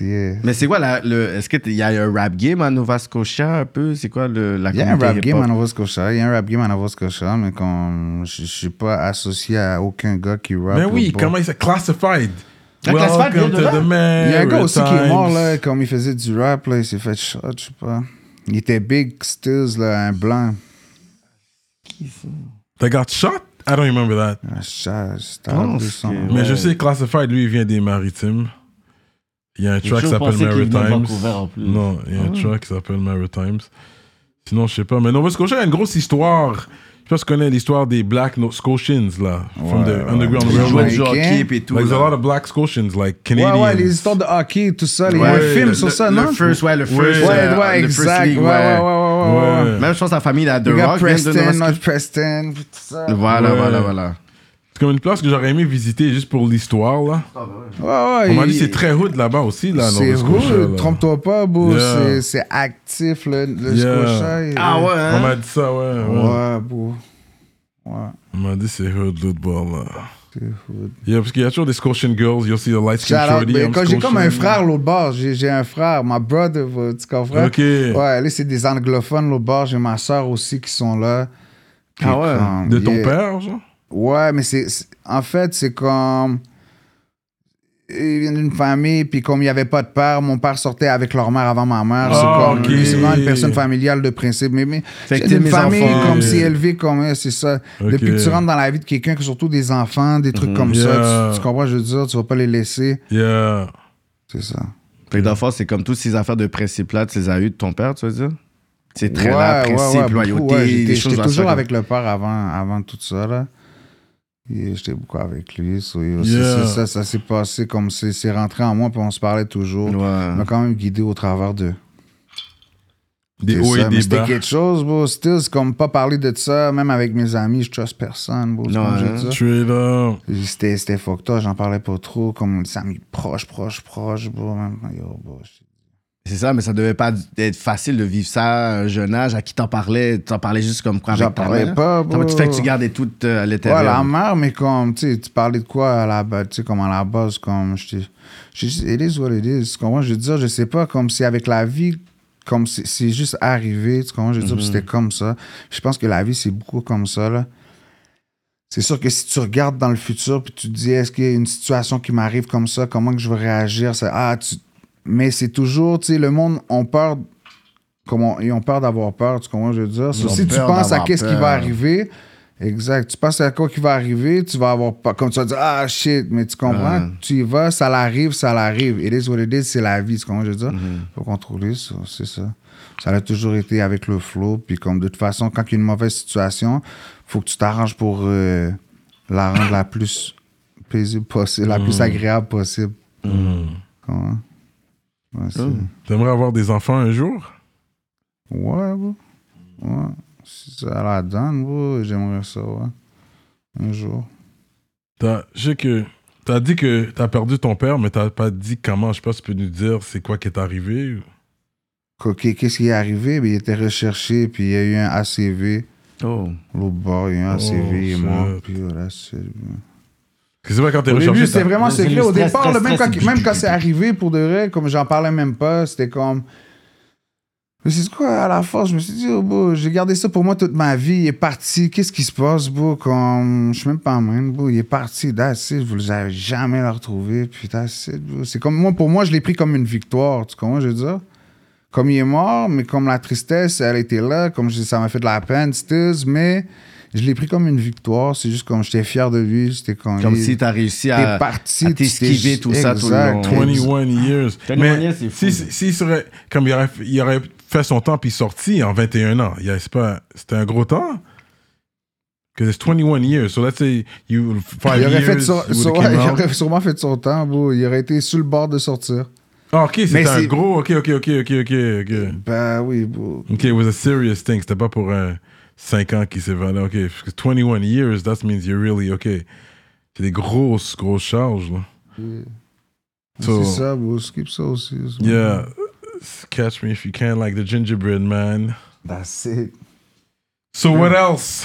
C: Yeah.
B: Mais c'est quoi la, le. Est-ce qu'il y a un rap game à Nova Scotia un peu C'est quoi le, la
C: Il y a un
B: communauté
C: rap game
B: hip-hop?
C: à Nova Scotia, il y a un rap game à Nova Scotia, mais comme je, je suis pas associé à aucun gars qui rappe.
A: Mais oui,
C: là-bas.
A: comment il s'appelle Classified.
B: Ah, Classified vient de là.
C: Il y a un gars aussi qui est mort, là,
A: là.
C: comme il faisait du rap, là, il s'est fait shot, je sais pas. Il était big, Stills, là, un blanc.
A: They got shot? I don't remember that.
C: Un chat, Ah,
A: Oh,
C: c'était
B: pense
C: de son-
B: que-
A: Mais
B: Ouais.
A: je sais que Classified, lui, il vient des maritimes. Il y a un track qui s'appelle Maritimes. Non, il y a un track qui s'appelle Maritimes. Sinon, je sais pas. Mais Nova Scotia a une grosse histoire. Je sais pas si tu connais l'histoire des Black No- Scotians, là. From the Underground
C: Ils
A: Railroad.
C: jouaient
B: Jouer
C: Ouais.
B: du hockey et tout.
C: Bah,
A: Like, there's a
B: là.
A: lot of Black Scotians, like
C: Ouais,
A: Canadians.
C: ouais, les histoires de hockey, tout ça, là, il y a un
B: Ouais,
C: film
B: le-
C: sur
B: le-
C: ça,
B: le
C: non?
B: first, ouais, le first.
C: Ouais,
B: euh,
C: ouais,
B: le first
C: exact.
B: league,
C: ouais, ouais, ouais, ouais, ouais, ouais.
A: Ouais.
B: Même je pense la famille la The
C: Le gars
B: Rock vient de
C: Preston, hein.
B: Nova
C: notre Preston, puis tout ça.
B: Scotia. Voilà,
A: Ouais.
B: voilà, voilà.
A: C'est comme une place que j'aurais aimé visiter juste pour l'histoire, là.
C: Ouais, ouais.
A: On m'a dit
C: il-
A: c'est très hood là-bas aussi, là.
C: C'est
A: Nova Scotia,
C: roule,
A: là.
C: trompe-toi pas, beau.
A: Yeah.
C: C'est- C'est actif, le, le
A: Yeah.
C: Scotia, il-
B: Ah ouais,
A: On
B: hein?
A: m'a dit ça, ouais. ouais.
C: Ouais, beau. Ouais,
A: On m'a dit c'est hood, l'autre bord, là.
C: c'est hood.
A: Yeah, parce qu'il y a toujours des Scotian girls, you'll see the light skin
C: Shout out,
A: shorty.
C: mais
A: I'm
C: quand j'ai comme un
A: Scotian.
C: frère l'autre bord, j'ai j'ai un frère, ma brother, bro, tu comprends?
A: Ok.
C: Ouais, là, c'est des anglophones l'autre bord, j'ai ma soeur aussi qui sont là. Puis
B: Ah ouais,
C: comme,
A: De ton
C: yeah.
A: père, genre?
C: Ouais, mais c'est. c'est- En fait, c'est comme. Ils viennent d'une famille, puis comme il n'y avait pas de père, mon père sortait avec leur mère avant ma mère. c'est
A: Ah,
C: comme
A: ok.
C: c'est vraiment une personne familiale de principe. Mais, mais
B: Fait que
C: c'est
B: t'es
C: une
B: mes
C: famille
B: enfants.
C: comme si élevée comme euh, c'est ça.
A: Ok. Mhm.
C: Depuis que tu rentres dans la vie de quelqu'un, que surtout des enfants, des trucs comme ça,
A: Yeah.
C: tu, tu comprends, je veux dire, tu vas pas les laisser.
A: Yeah.
C: C'est ça.
B: Fait que dans le fond, c'est comme toutes ces affaires de principe là, tu les as eues de ton père, tu veux dire? C'est très
C: Ouais,
B: là,
C: ouais,
B: principe,
C: ouais, beaucoup,
B: loyauté,
C: ouais, j'étais-
B: des choses
C: J'étais
B: comme ça,
C: toujours
B: comme-
C: avec le père avant, avant tout ça, là. Et J'étais beaucoup avec lui. so, yo, c'est-
A: Yeah.
C: c'est ça, ça s'est passé comme c'est c'est rentré en moi, puis on se parlait toujours.
B: Ouais.
C: On m'a quand même guidé au travers de.
A: Des
C: de
A: hauts
C: ça.
A: et
C: Mais
A: des
C: C'était
A: bas.
C: quelque chose, bro. Still, c'est comme pas parler de ça, même avec mes amis, je trust personne, bro. c'est
B: Non,
C: comme je
B: hein.
C: dis ça.
A: Straight up.
C: C'était c'était fucked up, j'en parlais pas trop, comme des amis proches, proches, proches, bro. Même, yo, bro, je-
B: C'est ça, mais ça devait pas être facile de vivre ça à un jeune âge. À qui t'en parlais T'en parlais juste comme quoi avec
C: J'en
B: ta
C: parlais
B: mère?
C: pas,
B: T'en-
C: bro.
B: Tu fais que tu gardais tout euh, à l'intérieur.
C: Ouais, la mère, mais comme, tu sais, tu parlais de quoi à la base, tu sais, comme à la base, comme, je t'ai- je dis, it is what it is. Comment je veux dire, je sais pas, comme si avec la vie, comme c'est- c'est juste arrivé, tu comprends, je veux dire, puis c'était comme ça. Je pense que la vie, c'est beaucoup comme ça, là. C'est sûr que si tu regardes dans le futur puis tu te dis est-ce qu'il y a une situation qui m'arrive comme ça, comment que je vais réagir, ça, ah, tu... mais c'est toujours, tu sais, le monde ont peur, comme on- ils ont peur d'avoir peur, tu comprends ce que je veux dire. So,
E: ont
C: si tu
E: peur
C: penses à
E: d'avoir
C: qu'est-ce qui
E: peur.
C: va arriver, exact, tu penses à quoi qui va arriver, tu vas avoir peur, comme tu vas dire ah shit, mais tu comprends, tu y vas, ça l'arrive, ça l'arrive, it is what it is, c'est la vie, tu comprends ce que je veux dire.
E: Mm-hmm.
C: Faut contrôler ça, c'est ça. Ça a toujours été avec le flow, puis comme de toute façon, quand il y a une mauvaise situation, faut que tu t'arranges pour euh, la rendre la plus paisible possible, la
E: Mm-hmm.
C: plus agréable possible. Comment? Ouais, c'est-
A: Hmm.
E: Oh,
A: T'aimerais avoir des enfants un jour?
C: ouais, bro. Ouais. Si ça la donne, bro, j'aimerais ça, ouais. Un jour.
A: T'as, je sais que t'as dit que t'as perdu ton père, mais t'as pas dit comment. Je sais pas si tu peux nous dire c'est quoi qui est arrivé. ou-
C: Qu- qu- Qu'est-ce qui est arrivé? Ben, il était recherché, puis il y a eu un ACV.
B: Oh.
C: L'autre bord, il y a eu un
A: Oh,
C: ACV, il est mort,
A: shit.
C: puis voilà, c'est.
A: Parce que c'est vrai quand t'es
C: Au
A: recherché.
C: début, c'était
A: t'as-
C: vraiment
E: Vas-y,
C: secret. Au
E: stress,
C: départ,
E: stress,
C: là, même,
E: stress.
C: quand, même quand c'est arrivé, pour de vrai, comme j'en parlais même pas, c'était comme. Mais c'est quoi, à la force, je me suis dit, oh, bro, j'ai gardé ça pour moi toute ma vie. Il est parti. Qu'est-ce qui se passe, bro? Comme, je suis même pas en main, bro. Il est parti. That's it. Vous les avez jamais le retrouvé. Puis that's it, bro. C'est comme, moi, pour moi, je l'ai pris comme une victoire. Tu comprends, je veux dire? Comme il est mort, mais comme la tristesse, elle était là. Comme je- ça m'a fait de la peine, c'était- mais je l'ai pris comme une victoire. C'est juste comme j'étais fier de lui. J'étais comme.
B: Comme
C: il-
B: si t'as réussi
C: t'es
B: à,
C: parti,
B: à
C: tu t'es-
B: t'esquiver tout ça tout le long.
C: Exact.
A: 21 years.
E: 21
A: Mais
E: years, c'est fou.
A: si, si- s'il serait, comme il aurait, il aurait fait son temps puis sorti en 21 ans, il y a- c'est pas, c'était un gros temps. Because it's 21 years, so let's say you five
C: Il aurait,
A: years.
C: fait son-
A: you
C: son-
A: would've came
C: il
A: out.
C: aurait sûrement fait son temps, bro. Il aurait été sur le bord de sortir.
A: Ah, ok, c'était
C: Mais
A: un
C: c'est-
A: gros. Ok, ok, ok, ok, ok, ok.
C: Ben oui, bro.
A: Ok, it was a serious thing. C'était pas pour un 5 ans qui s'est vendu. Ok, parce que 21 years, that means you're really. Ok. C'est des grosses, grosses charges, là. So-
C: C'est ça, bro. Skip ça aussi. c'est bon.
A: Yeah. Catch me if you can, like the gingerbread man.
C: That's it.
A: So what else?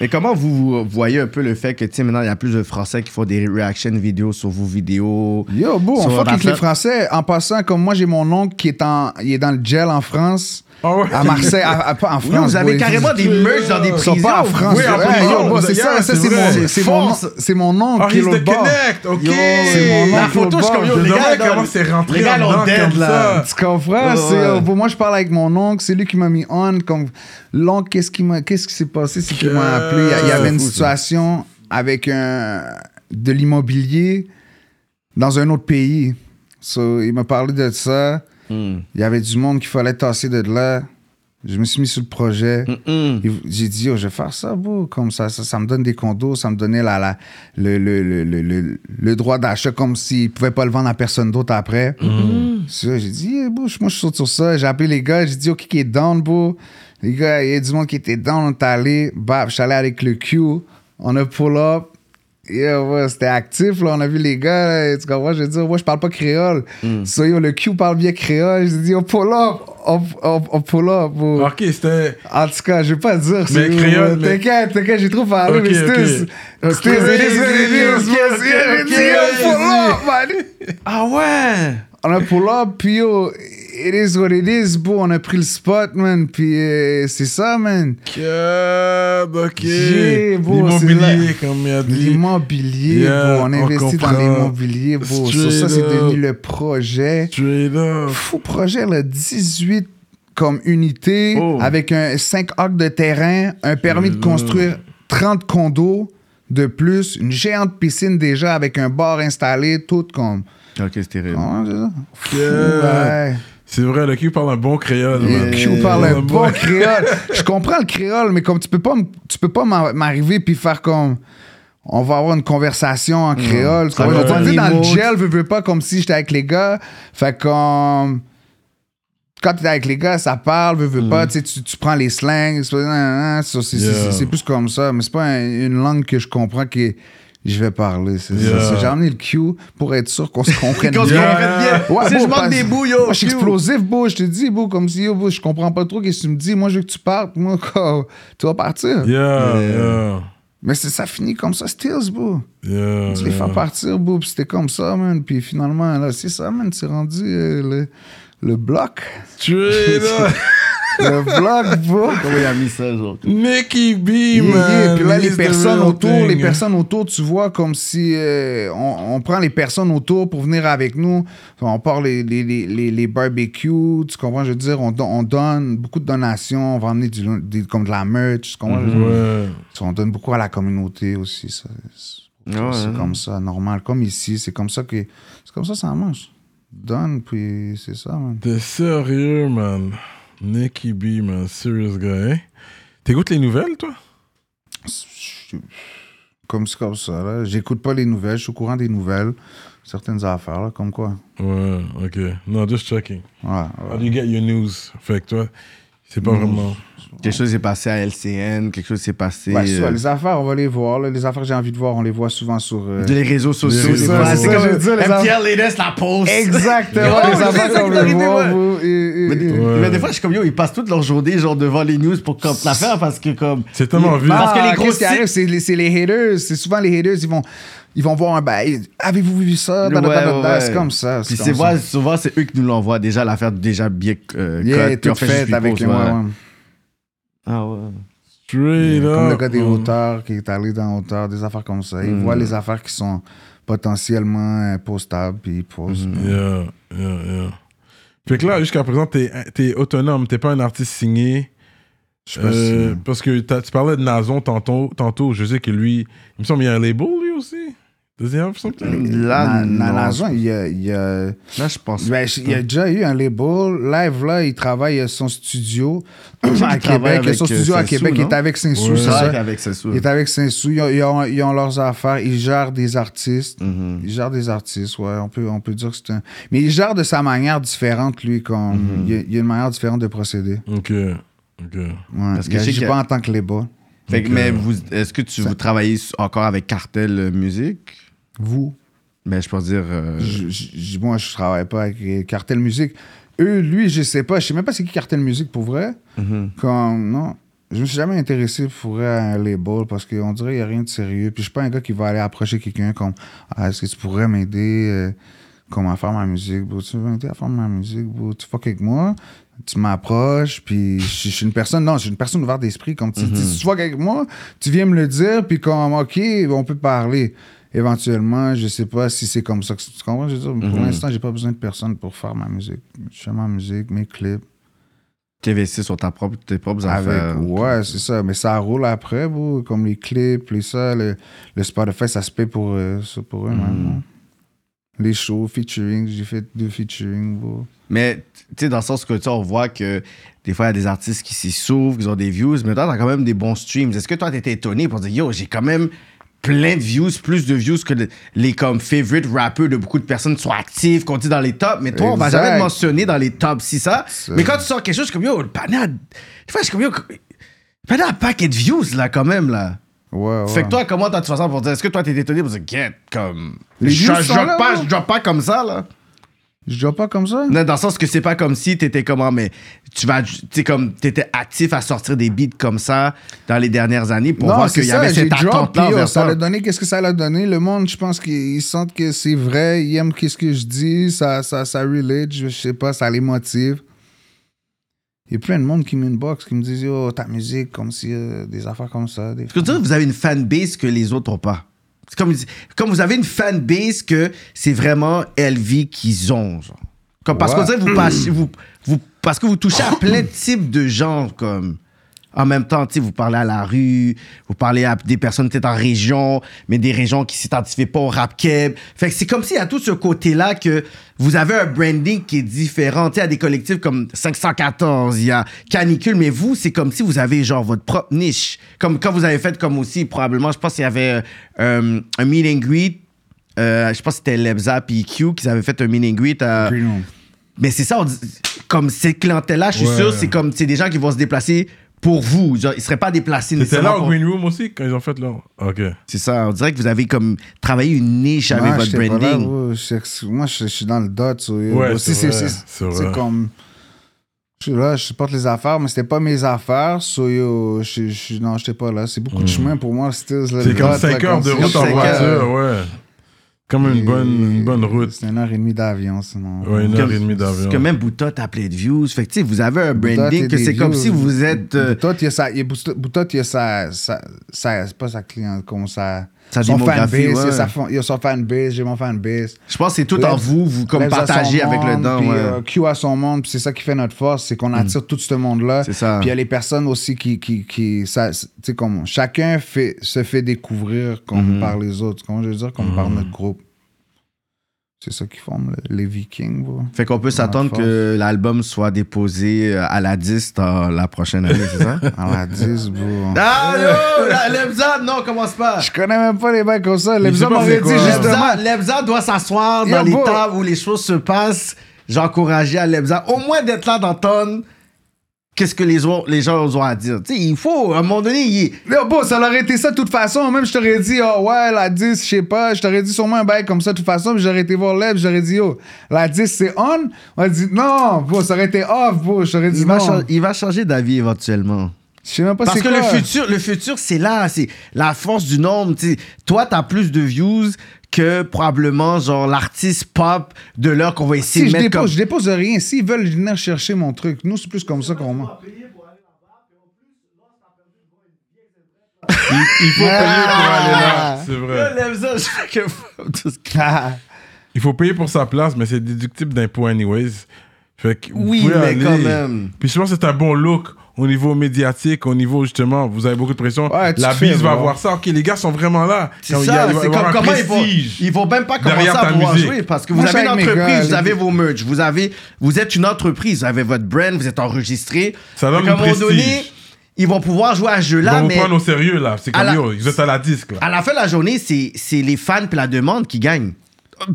B: Mais comment vous, vous voyez un peu le fait que, tu sais, maintenant, il y a plus de Français qui font des reaction vidéos sur vos vidéos?
C: Yo, bro, on
B: Sur
C: fuck
B: la
C: avec les
B: fête.
C: Français. En passant, comme moi, j'ai mon oncle qui est, en, il est dans le gel en France.
A: Ah ouais.
C: À Marseille, à- à- pas en France.
B: Oui, vous avez
C: bro.
B: carrément des merch dans des
C: Ils
B: prisons.
C: sont pas en France.
A: Oui,
C: bro.
A: en
C: Hey,
A: prison,
C: yo, bro,
A: vous
C: c'est
A: avez-
C: ça,
A: yeah,
C: ça,
A: c'est
C: c'est
A: vrai.
C: mon, c'est mon,
B: Force.
C: c'est mon oncle
A: Oh,
C: qui est
A: he's the
C: l'autre bord.
A: connect, ok.
C: Yo, c'est mon
B: La
C: oncle
B: photo,
C: l'autre
B: je suis comme,
C: bord.
B: yo,
A: Je
B: les
A: me
B: gars,
A: demande
B: là,
A: comment c'est rentré
B: les gars,
A: en
B: l'ont
A: dedans
B: dead,
A: comme
B: là.
A: ça.
C: Tu comprends?
B: Ouais,
C: C'est,
B: ouais.
C: euh, pour moi, je parle avec mon oncle. C'est lui qui m'a mis on. Comme, l'oncle, qu'est-ce qui, m'a- qu'est-ce qui s'est passé? C'est qu'il m'a appelé. Il y a- Il y avait une situation avec un, de l'immobilier dans un autre pays. So, il m'a parlé de ça. Il y avait du monde qu'il fallait tasser de là. Je me suis mis sur le projet. Il- J'ai dit, Yo, je vais faire ça, bro. Comme ça, ça, ça me donne des condos, ça me donnait la, la- le, le, le, le, le- le droit d'achat comme s'ils ne pouvaient pas le vendre à personne d'autre après. C'est ça, J'ai dit, Yeah, bro, je- moi, je suis saute sur ça. J'ai appelé les gars, j'ai dit, OK, qui est down, bro. Les gars, il y a du monde qui était down, on est allé. Bap, je suis allé avec le Q. On a pull up. Yeah, ouais, c'était actif, là. On a vu les gars, là, tu comprends? Je veux dire, moi, je parle pas créole. So, yo, le Q parle bien créole. J'ai dit, on pull up, on, on- on pull up. bro.
A: Ok, c'était.
C: En tout cas, je vais pas dire. c'est- euh,
A: créole, mais-
C: T'inquiète, t'inquiète, j'ai trop parlé,
A: Ok, ok.
C: mais c'était.
A: Ok,
C: C'était.
A: ok,
C: C'était.
A: ok, ok,
C: C'était.
A: ok,
C: C'était.
A: ok,
C: Pull up, man!
B: Ah ouais!
C: On a pull up, puis yo, it is what it is, bro. On a pris le spot, man. Puis euh, c'est ça, man.
A: Cab, ok.
C: J'ai, bro, c'est là.
A: L'immobilier, comme il a dit.
C: L'immobilier,
A: Yeah,
C: bro. On
A: on
C: investit
A: comprend.
C: dans l'immobilier, bro. Sur ça,
A: Straight
C: c'est devenu
A: up.
C: le projet.
A: Straight up.
C: Fou projet, là. 18 comme unité,
B: Oh.
C: avec un 5 acres de terrain, un permis de construire 30 condos de plus, une géante piscine déjà avec un bar installé, tout comme.
B: Ok, c'est terrible.
C: Comment c'est ça? Fou,
A: Yeah.
C: ouais.
A: C'est vrai, le Q parle un bon créole. man.
C: Et Q parle
A: Ouais,
C: un bon
A: ouais.
C: créole. Je comprends le créole, mais comme tu peux pas, m- tu peux pas m'a- m'arriver puis faire comme. On va avoir une conversation en créole. Tu
B: Hmm. Ça
C: comprends?
B: va pas
C: Tu sais,
B: les
C: dans le
B: mots.
C: gel, veux, veux pas comme si j'étais avec les gars. Fait comme. Quand t'es avec les gars, ça parle, veux, veux
B: Hmm.
C: pas. Tu, sais, tu, tu prends les slangs. c'est pas- nan, nan, ça, C'est c'est-
A: Yeah.
C: c'est- c'est plus comme ça. Mais c'est pas un- une langue que je comprends que je vais parler. c'est ça.
A: Yeah.
C: C'est- J'ai emmené le Q pour être sûr qu'on se comprenne
B: Qu'on se
C: bien.
B: comprenne bien.
C: Ouais,
B: Si
C: beau,
B: je manque
C: parce-
B: des bouts, yo,
C: Moi, je suis
B: Q.
C: explosif, beau. Je te dis, beau, comme si, yo, beau, je comprends pas trop qu'est-ce que tu me dis. Moi, je veux que tu partes. Moi, quoi, tu vas partir.
A: Yeah, yeah,
C: Mais c'est- ça finit comme ça, Stills, beau.
A: yeah.
C: Tu les fais partir, beau. Puis c'était comme ça, man. Puis finalement, là, c'est ça, man. C'est rendu euh, le, le bloc.
A: Straight up.
C: Le vlog va.
B: Comment il a mis ça, genre?
A: Nicky B,
C: Yeah,
A: man.
C: yeah. Puis là, Euh, les
A: He's the
C: personnes
A: real
C: autour,
B: euh,
A: thing.
C: les personnes autour, tu vois, comme si euh, on, on prend les personnes autour pour venir avec nous. On part les, les, les, les, les barbecues, tu comprends? Je veux dire, on, don- on donne beaucoup de donations, on va emmener du, des- comme de la merch, tu
B: Mhm.
C: comprends? Je veux dire,
A: Ouais.
C: tu- On donne beaucoup à la communauté aussi. ça. C'est
B: Ouais,
C: c'est
B: ouais.
C: comme ça, normal. Comme ici, c'est comme ça que c'est comme ça ça marche. Donne, puis c'est ça, man.
A: T'es sérieux, man. Nicky B, man. Serious guy. hein? T'écoutes les nouvelles, toi?
C: Je- Comme c'est comme ça, là. J'écoute pas les nouvelles, je suis au courant des nouvelles. Certaines affaires, là, comme quoi.
A: Ouais, ok. Non, just checking.
C: Ouais,
A: How
C: ouais.
A: do you get your news? Fait que toi, c'est pas vraiment.
B: Quelque chose s'est passé à LCN, quelque chose s'est passé.
C: Ouais, ça,
B: euh,
C: Bah, les affaires, on va les voir. là. Les affaires que j'ai envie de voir, on les voit souvent sur. euh,
B: de les réseaux sociaux.
A: réseaux
B: des fois,
A: sociaux.
B: C'est
A: Ça,
B: comme
C: je veux dire, les
B: MTL Latest, la poste.
C: Exactement,
B: Yo,
C: les
B: je
C: affaires
B: sais que
C: qu'on veut
B: t'as
C: voir.
B: idée,
C: vous, et- et-
B: Mais, des-
C: et-
B: mais des fois, je suis comme yo, ils passent toute leur journée genre devant les news pour comme l'affaire parce que comme.
A: C'est tellement vu.
B: Parce que
C: Ah,
B: les gros
C: qu'est-ce qui
B: sites-
C: arrive, c'est les, c'est les haters. C'est souvent les haters, ils vont, ils vont voir un bail. Avez-vous vu ça?
B: Ouais,
C: Blablabla.
B: ouais, ouais.
C: C'est comme ça.
B: Puis c'est
C: comme ça.
B: vrai, souvent, c'est eux qui nous l'envoient déjà, l'affaire déjà bien euh,
C: Yeah,
B: cut, puis
C: tout
B: on fait juste
C: fait
B: une
C: avec
B: pause,
C: les ouais,
B: ouais.
C: ouais.
B: Ah ouais.
A: Straight up.
C: Comme le cas des
A: man.
C: auteurs qui est allé dans hauteur, des affaires comme ça. Ils
B: Mm.
C: voient les affaires qui sont potentiellement euh, postables, puis ils
B: Mm-hmm.
C: postent.
A: Yeah, yeah, yeah. Fait que là, jusqu'à présent, t'es es autonome, t'es pas un artiste signé.
C: Je sais pas
A: Euh,
C: si-
A: Parce que t'as- tu parlais de Nazon tantôt, tantôt, je sais que lui, il me semble qu'il y a un label lui aussi. Does he have something?
B: Là,
C: Na-
B: non.
C: Nalazon, il y a- il y a.
B: Là, je pense.
C: Ben, je- il y a déjà eu un label. Live, là, il travaille euh, son studio à
B: travaille
C: Québec. Il y a
B: avec,
C: son
B: euh,
C: studio à
B: Saint-Sou,
C: Québec. Il
B: non?
C: est avec Saint-Sou,
A: Ouais.
C: c'est
B: C'est
C: ça.
B: vrai qu'avec ça, ça.
C: Il est avec Saint-Sou. Ils ont, ils ont- ils ont leurs affaires. Ils gèrent des artistes.
B: Mhm.
C: Ils gèrent des artistes, ouais. On peut, on peut dire que c'est un... Mais il gère de sa manière différente, lui. Quand...
B: Mhm.
C: il, y a, il y a une manière différente de procéder.
A: Ok, ok.
C: Ouais.
B: Parce que
C: il
B: je sais
C: agit
B: qu'il y a-
C: pas en tant que label.
B: Fait que,
A: Donc,
B: mais
A: euh,
B: vous, est-ce que tu vous travaillez s- encore avec Cartel euh, Musique?
C: Vous,
B: Ben, je peux dire. euh,
C: je, je- moi, je travaille pas avec Cartel Musique. Eux, lui, je sais pas. Je sais même pas c'est qui Cartel Musique pour vrai. Comme, non. Je me suis jamais intéressé pour vrai à un label parce qu'on dirait qu'il n'y a rien de sérieux. Puis je suis pas un gars qui va aller approcher quelqu'un comme Ah, Est-ce que tu pourrais m'aider euh, comme à faire ma musique bro? Tu veux m'aider à faire ma musique bro? Tu fuck avec moi Tu m'approches, puis je je suis une personne. Non, je suis une personne ouverte d'esprit. Comme tu dis, si tu fuck avec moi, tu viens me le dire, puis comme Ok, on peut parler. Éventuellement, je sais pas si c'est comme ça que tu comprends. Je veux dire, pour
B: Mhm.
C: l'instant, j'ai pas besoin de personne pour faire ma musique. Je fais ma musique, mes clips.
B: TVC sur ta propre, tes propres affaires.
C: Avec, ouais, c'est ça. Mais ça roule après, bro, comme les clips, les ça, le, le Spotify, ça se paie pour, euh, ça pour eux,
B: Mhm.
C: man, hein. Les shows, featuring, j'ai fait deux featuring, bro.
B: Mais, tu sais, dans le sens que, tu sais, on voit que des fois, il y a des artistes qui s'y sauvent, qui ont des views, mais toi, t'as quand même des bons streams. Est-ce que toi, t'étais étonné pour dire, yo, j'ai quand même plein de views, plus de views que le- les comme favorite rappers de beaucoup de personnes qui sont actifs, qu'on dit dans les tops, mais toi, on va
C: Exact.
B: jamais te mentionner dans les tops si ça.
C: C'est-
B: Mais quand tu sors quelque chose, je suis comme, yo, le panade, des fois, je suis comme, yo, le panade a un paquet de views, là, quand même, là.
C: Ouais, ouais.
B: Fait que toi, comment t'as tu façon pour dire, est-ce que toi, t'es étonné pour dire, get, comme.
C: Les
B: je,
C: views
B: je
C: sont
B: drop
C: là,
B: pas,
C: ouais.
B: je drop pas comme ça, là.
C: Je dois pas comme ça?
B: Non, dans le sens que c'est pas comme si t'étais comment, mais tu vas, tu sais, comme t'étais actif à sortir des beats comme ça dans les dernières années pour voir
C: c'est
B: qu'il y
C: ça,
B: avait
C: j'ai
B: cette
C: drop,
B: attente-là
C: puis, oh,
B: envers
C: Ça
B: toi.
C: l'a donné, qu'est-ce que ça l'a donné? Le monde, je pense qu'ils sentent que c'est vrai, ils aiment qu'est-ce que je dis, ça, ça, ça relate, je sais pas, ça les motive. Il y a plein de monde qui m'inbox, qui me disent, yo, ta musique, comme si, euh, des affaires comme ça. Des...
B: Parce que tu sais, vous avez une fanbase que les autres ont pas. C'est comme, comme vous avez une fanbase que c'est vraiment LV qu'ils ont. genre. Comme, parce
C: Ouais.
B: qu'on dirait que vous, passez- vous, vous- parce que vous touchez à plein de types de gens. Comme, en même temps, tu sais, vous parlez à la rue, vous parlez à des personnes peut-être en région, mais des régions qui s'identifient pas au rap keb. Fait que c'est comme s'il y a tout ce côté-là que vous avez un branding qui est différent. Tu sais, il y a des collectifs comme 514, il y a Canicule, mais vous, c'est comme si vous avez genre votre propre niche. Comme quand vous avez fait comme aussi, probablement, je pense qu'il y avait euh, euh, un meet and greet. euh, je pense que c'était Lebza puis Q qui avaient fait un meet and greet à,
C: Green Room.
B: mais c'est ça, on dit- comme ces clientèles-là, je suis
A: Ouais.
B: sûr, c'est comme c'est des gens qui vont se déplacer pour vous. Genre, ils seraient pas déplacés
A: C'était
B: nécessairement.
A: là au
B: pour-
A: Green Room aussi quand ils ont fait là. Ok.
B: C'est ça, on dirait que vous avez comme travaillé une niche avec
C: Ah,
B: votre
C: j'étais pas là,
B: branding.
C: bro. Je- moi, je, je suis dans le dot. so, yo.
A: Ouais,
C: Bro,
A: c'est
C: si,
A: vrai,
C: c'est-
A: c'est
C: C'est
A: vrai.
C: c'est comme. Je suis là, je supporte les affaires, mais c'était pas mes affaires. So, yo, je, je, suis-
A: Hmm.
C: non, j'étais pas là. C'est beaucoup de chemin pour moi, c'était
A: C'est comme 5 heures de route en
B: cinq heures.
A: voiture, ouais. Comme une bonne, une bonne route.
C: C'est une heure et demie d'avion, sinon.
A: Ouais, une heure
B: Comme-
A: et demie d'avion.
B: Parce que même Bouta a plein de views. Fait que, tu sais, vous avez un branding
C: Boutotte
B: que
C: et
B: c'est
C: des
B: comme
C: views.
B: si vous êtes. euh,
C: Boutotte, il y a sa. il y a Bousto- Boutotte, il y a sa. sa, sa- c'est pas sa cliente, comme sa.
B: Sa
C: son fanbase.
B: démographie,
C: il y a
B: ouais.
C: sa fan- Il y a son fanbase, j'ai mon fanbase.
B: je pense que c'est tout en
C: Lève-
B: vous, vous comme
C: Lève à son
B: partagez avec le
C: monde,
B: don.
C: Puis
B: ouais. Mm.
C: euh, Q à son monde, puis c'est ça qui fait notre force, c'est qu'on attire tout ce monde-là.
B: C'est ça.
C: Puis il y a les personnes aussi qui. qui, qui ça- tu sais, comme. Chacun fait, se fait découvrir
B: Mm-hmm.
C: comme par les autres. Comment je veux dire, comme par notre groupe. C'est ça qui forme le- les Vikings, bro.
B: Fait qu'on peut s'attendre
C: force.
B: que l'album soit déposé euh, à la 10 dans la prochaine année, c'est ça?
C: À la 10, bro.
B: Ah yo, la- Lebzad, non, commence pas.
C: Je connais même pas les bails comme ça.
A: sait
C: Lebza
A: pas
C: m'avait
A: c'est
C: dit
A: quoi.
C: justement.
B: Lebzad, Lebzad doit s'asseoir
C: Yo,
B: dans les
C: bro.
B: tables où les choses se passent. J'encourageais à Lebzad au moins d'être là d'entendre qu'est-ce que les, o- les gens ont à dire. Tu sais, il faut, à un moment donné, il-
C: Yo, bon, ça aurait été ça de toute façon. Même je t'aurais dit, oh ouais, la 10, je sais pas. Je t'aurais dit sûrement un bail comme ça de toute façon. Puis j'aurais été voir Leb, j'aurais dit, yo, la 10, c'est on. On a dit, non, bon, ça aurait été off, bon. Je t'aurais dit,
B: il va,
C: non.
B: cha- il va changer d'avis éventuellement.
C: Je sais même pas
B: Parce
C: c'est
B: que
C: quoi.
B: le futur, le futur, c'est là, c'est la force du nombre. tu sais. Toi, t'as plus de views que probablement genre l'artiste pop de l'heure qu'on va essayer de
C: Si je
B: mettre comme.
C: dépose, je dépose rien. S'ils veulent venir chercher mon truc, nous, c'est plus comme ça qu'on ment.
A: Il, il faut payer pour
B: Ah!
A: aller là. C'est vrai.
B: Lève ça, je fais que- tout ce qui-
A: Il faut payer pour sa place, mais c'est déductible d'impôts anyways. Fait que vous
B: Oui,
A: pouvez
B: mais
A: aller.
B: quand même.
A: Puis je pense que c'est un bon look au niveau médiatique, au niveau justement, vous avez beaucoup de pression.
C: Ouais, tu
A: La
C: te fais
A: bise va
C: voir.
A: voir ça. Ok, les gars sont vraiment là.
B: C'est
A: Comme il y a-
B: ça,
A: il va y
B: c'est
A: avoir
B: comme
A: un
B: comment ils vont,
A: prestige.
B: ils vont même pas commencer
A: derrière
B: à
A: ta
B: pouvoir
A: musique.
B: jouer parce que vous
C: Moi,
B: avez
C: je
B: une
C: suis avec mes gars,
B: entreprise, vous
C: les-
B: avez vos merch, vous avez, vous êtes une entreprise, vous avez votre brand, vous êtes enregistré.
A: Ça donne
B: Donc, à un
A: du
B: moment
A: prestige.
B: donné, ils vont pouvoir jouer à ce jeu
A: Ils
B: là,
A: vont vous
B: mais
A: prendre au sérieux là. C'est
B: À
A: comme
B: la-
A: yo, vous êtes à la disque là.
B: à la fin de la journée, c'est c'est les fans puis la demande qui gagnent.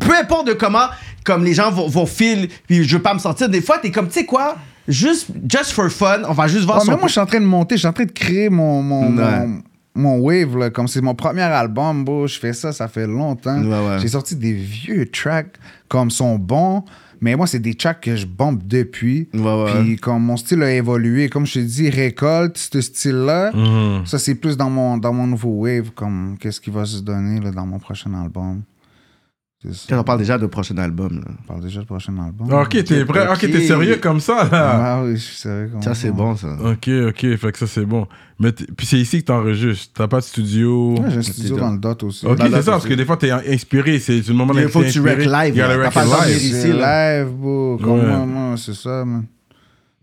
B: Peu importe de comment, comme les gens vont, vont filer, puis je veux pas me sentir. Des fois, t'es comme, tu sais quoi, juste just for fun, on va juste voir
C: Ouais, mais
B: son-
C: moi, je suis en train de monter, je suis en train de créer mon, mon,
B: Ouais.
C: mon, mon wave, là, comme c'est mon premier album, bro, je fais ça, ça fait longtemps.
B: Ouais, ouais.
C: J'ai sorti des vieux tracks comme sont bons, mais moi, c'est des tracks que je bombe depuis.
B: Ouais, ouais.
C: Puis comme mon style a évolué, comme je te dis, récolte, ce style-là, ça, c'est plus dans mon, dans mon nouveau wave, comme qu'est-ce qui va se donner là, dans mon prochain album. C'est ça,
B: Tiens, on parle déjà de prochain album. Là.
C: on parle déjà du prochain album.
A: Ah, Ok, t'es vrai. Ok,
B: Ok.
A: t'es sérieux comme ça là.
C: Ah oui, je suis sérieux. comme
B: Ça,
C: ça.
B: c'est bon, ça.
A: Ok, ok, fait que ça c'est bon. Mais t- puis c'est ici que t'enregistres. T'as pas de studio.
C: Ouais, j'ai un studio
B: dedans.
C: dans le dot aussi.
A: Ok,
B: Dans la
A: c'est ça,
B: date
A: parce que des fois, t'es inspiré, c'est le moment
B: Il
A: d'être
B: faut que tu
A: inspiré.
B: rec live,
A: Il y a
B: là.
A: le
B: T'as
A: rec
B: pas le temps de
A: live.
B: mériter.
C: C'est
B: ici,
C: live, bro. Comme
A: Ouais.
C: moi, moi, c'est ça, man.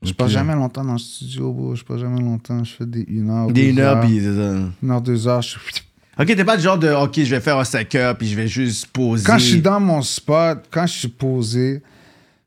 C: Je passe
A: Ok.
C: jamais longtemps dans le studio, bro. Je passe jamais longtemps. Je fais des 1 heure.
B: Des
C: deux
B: une heure,
C: heures.
B: puis c'est ça.
C: Une heure, deux heures. je suis-
B: Ok, t'es pas du genre de, ok, je vais faire un 5 heures, puis je vais juste poser.
C: Quand je suis dans mon spot, quand je suis posé,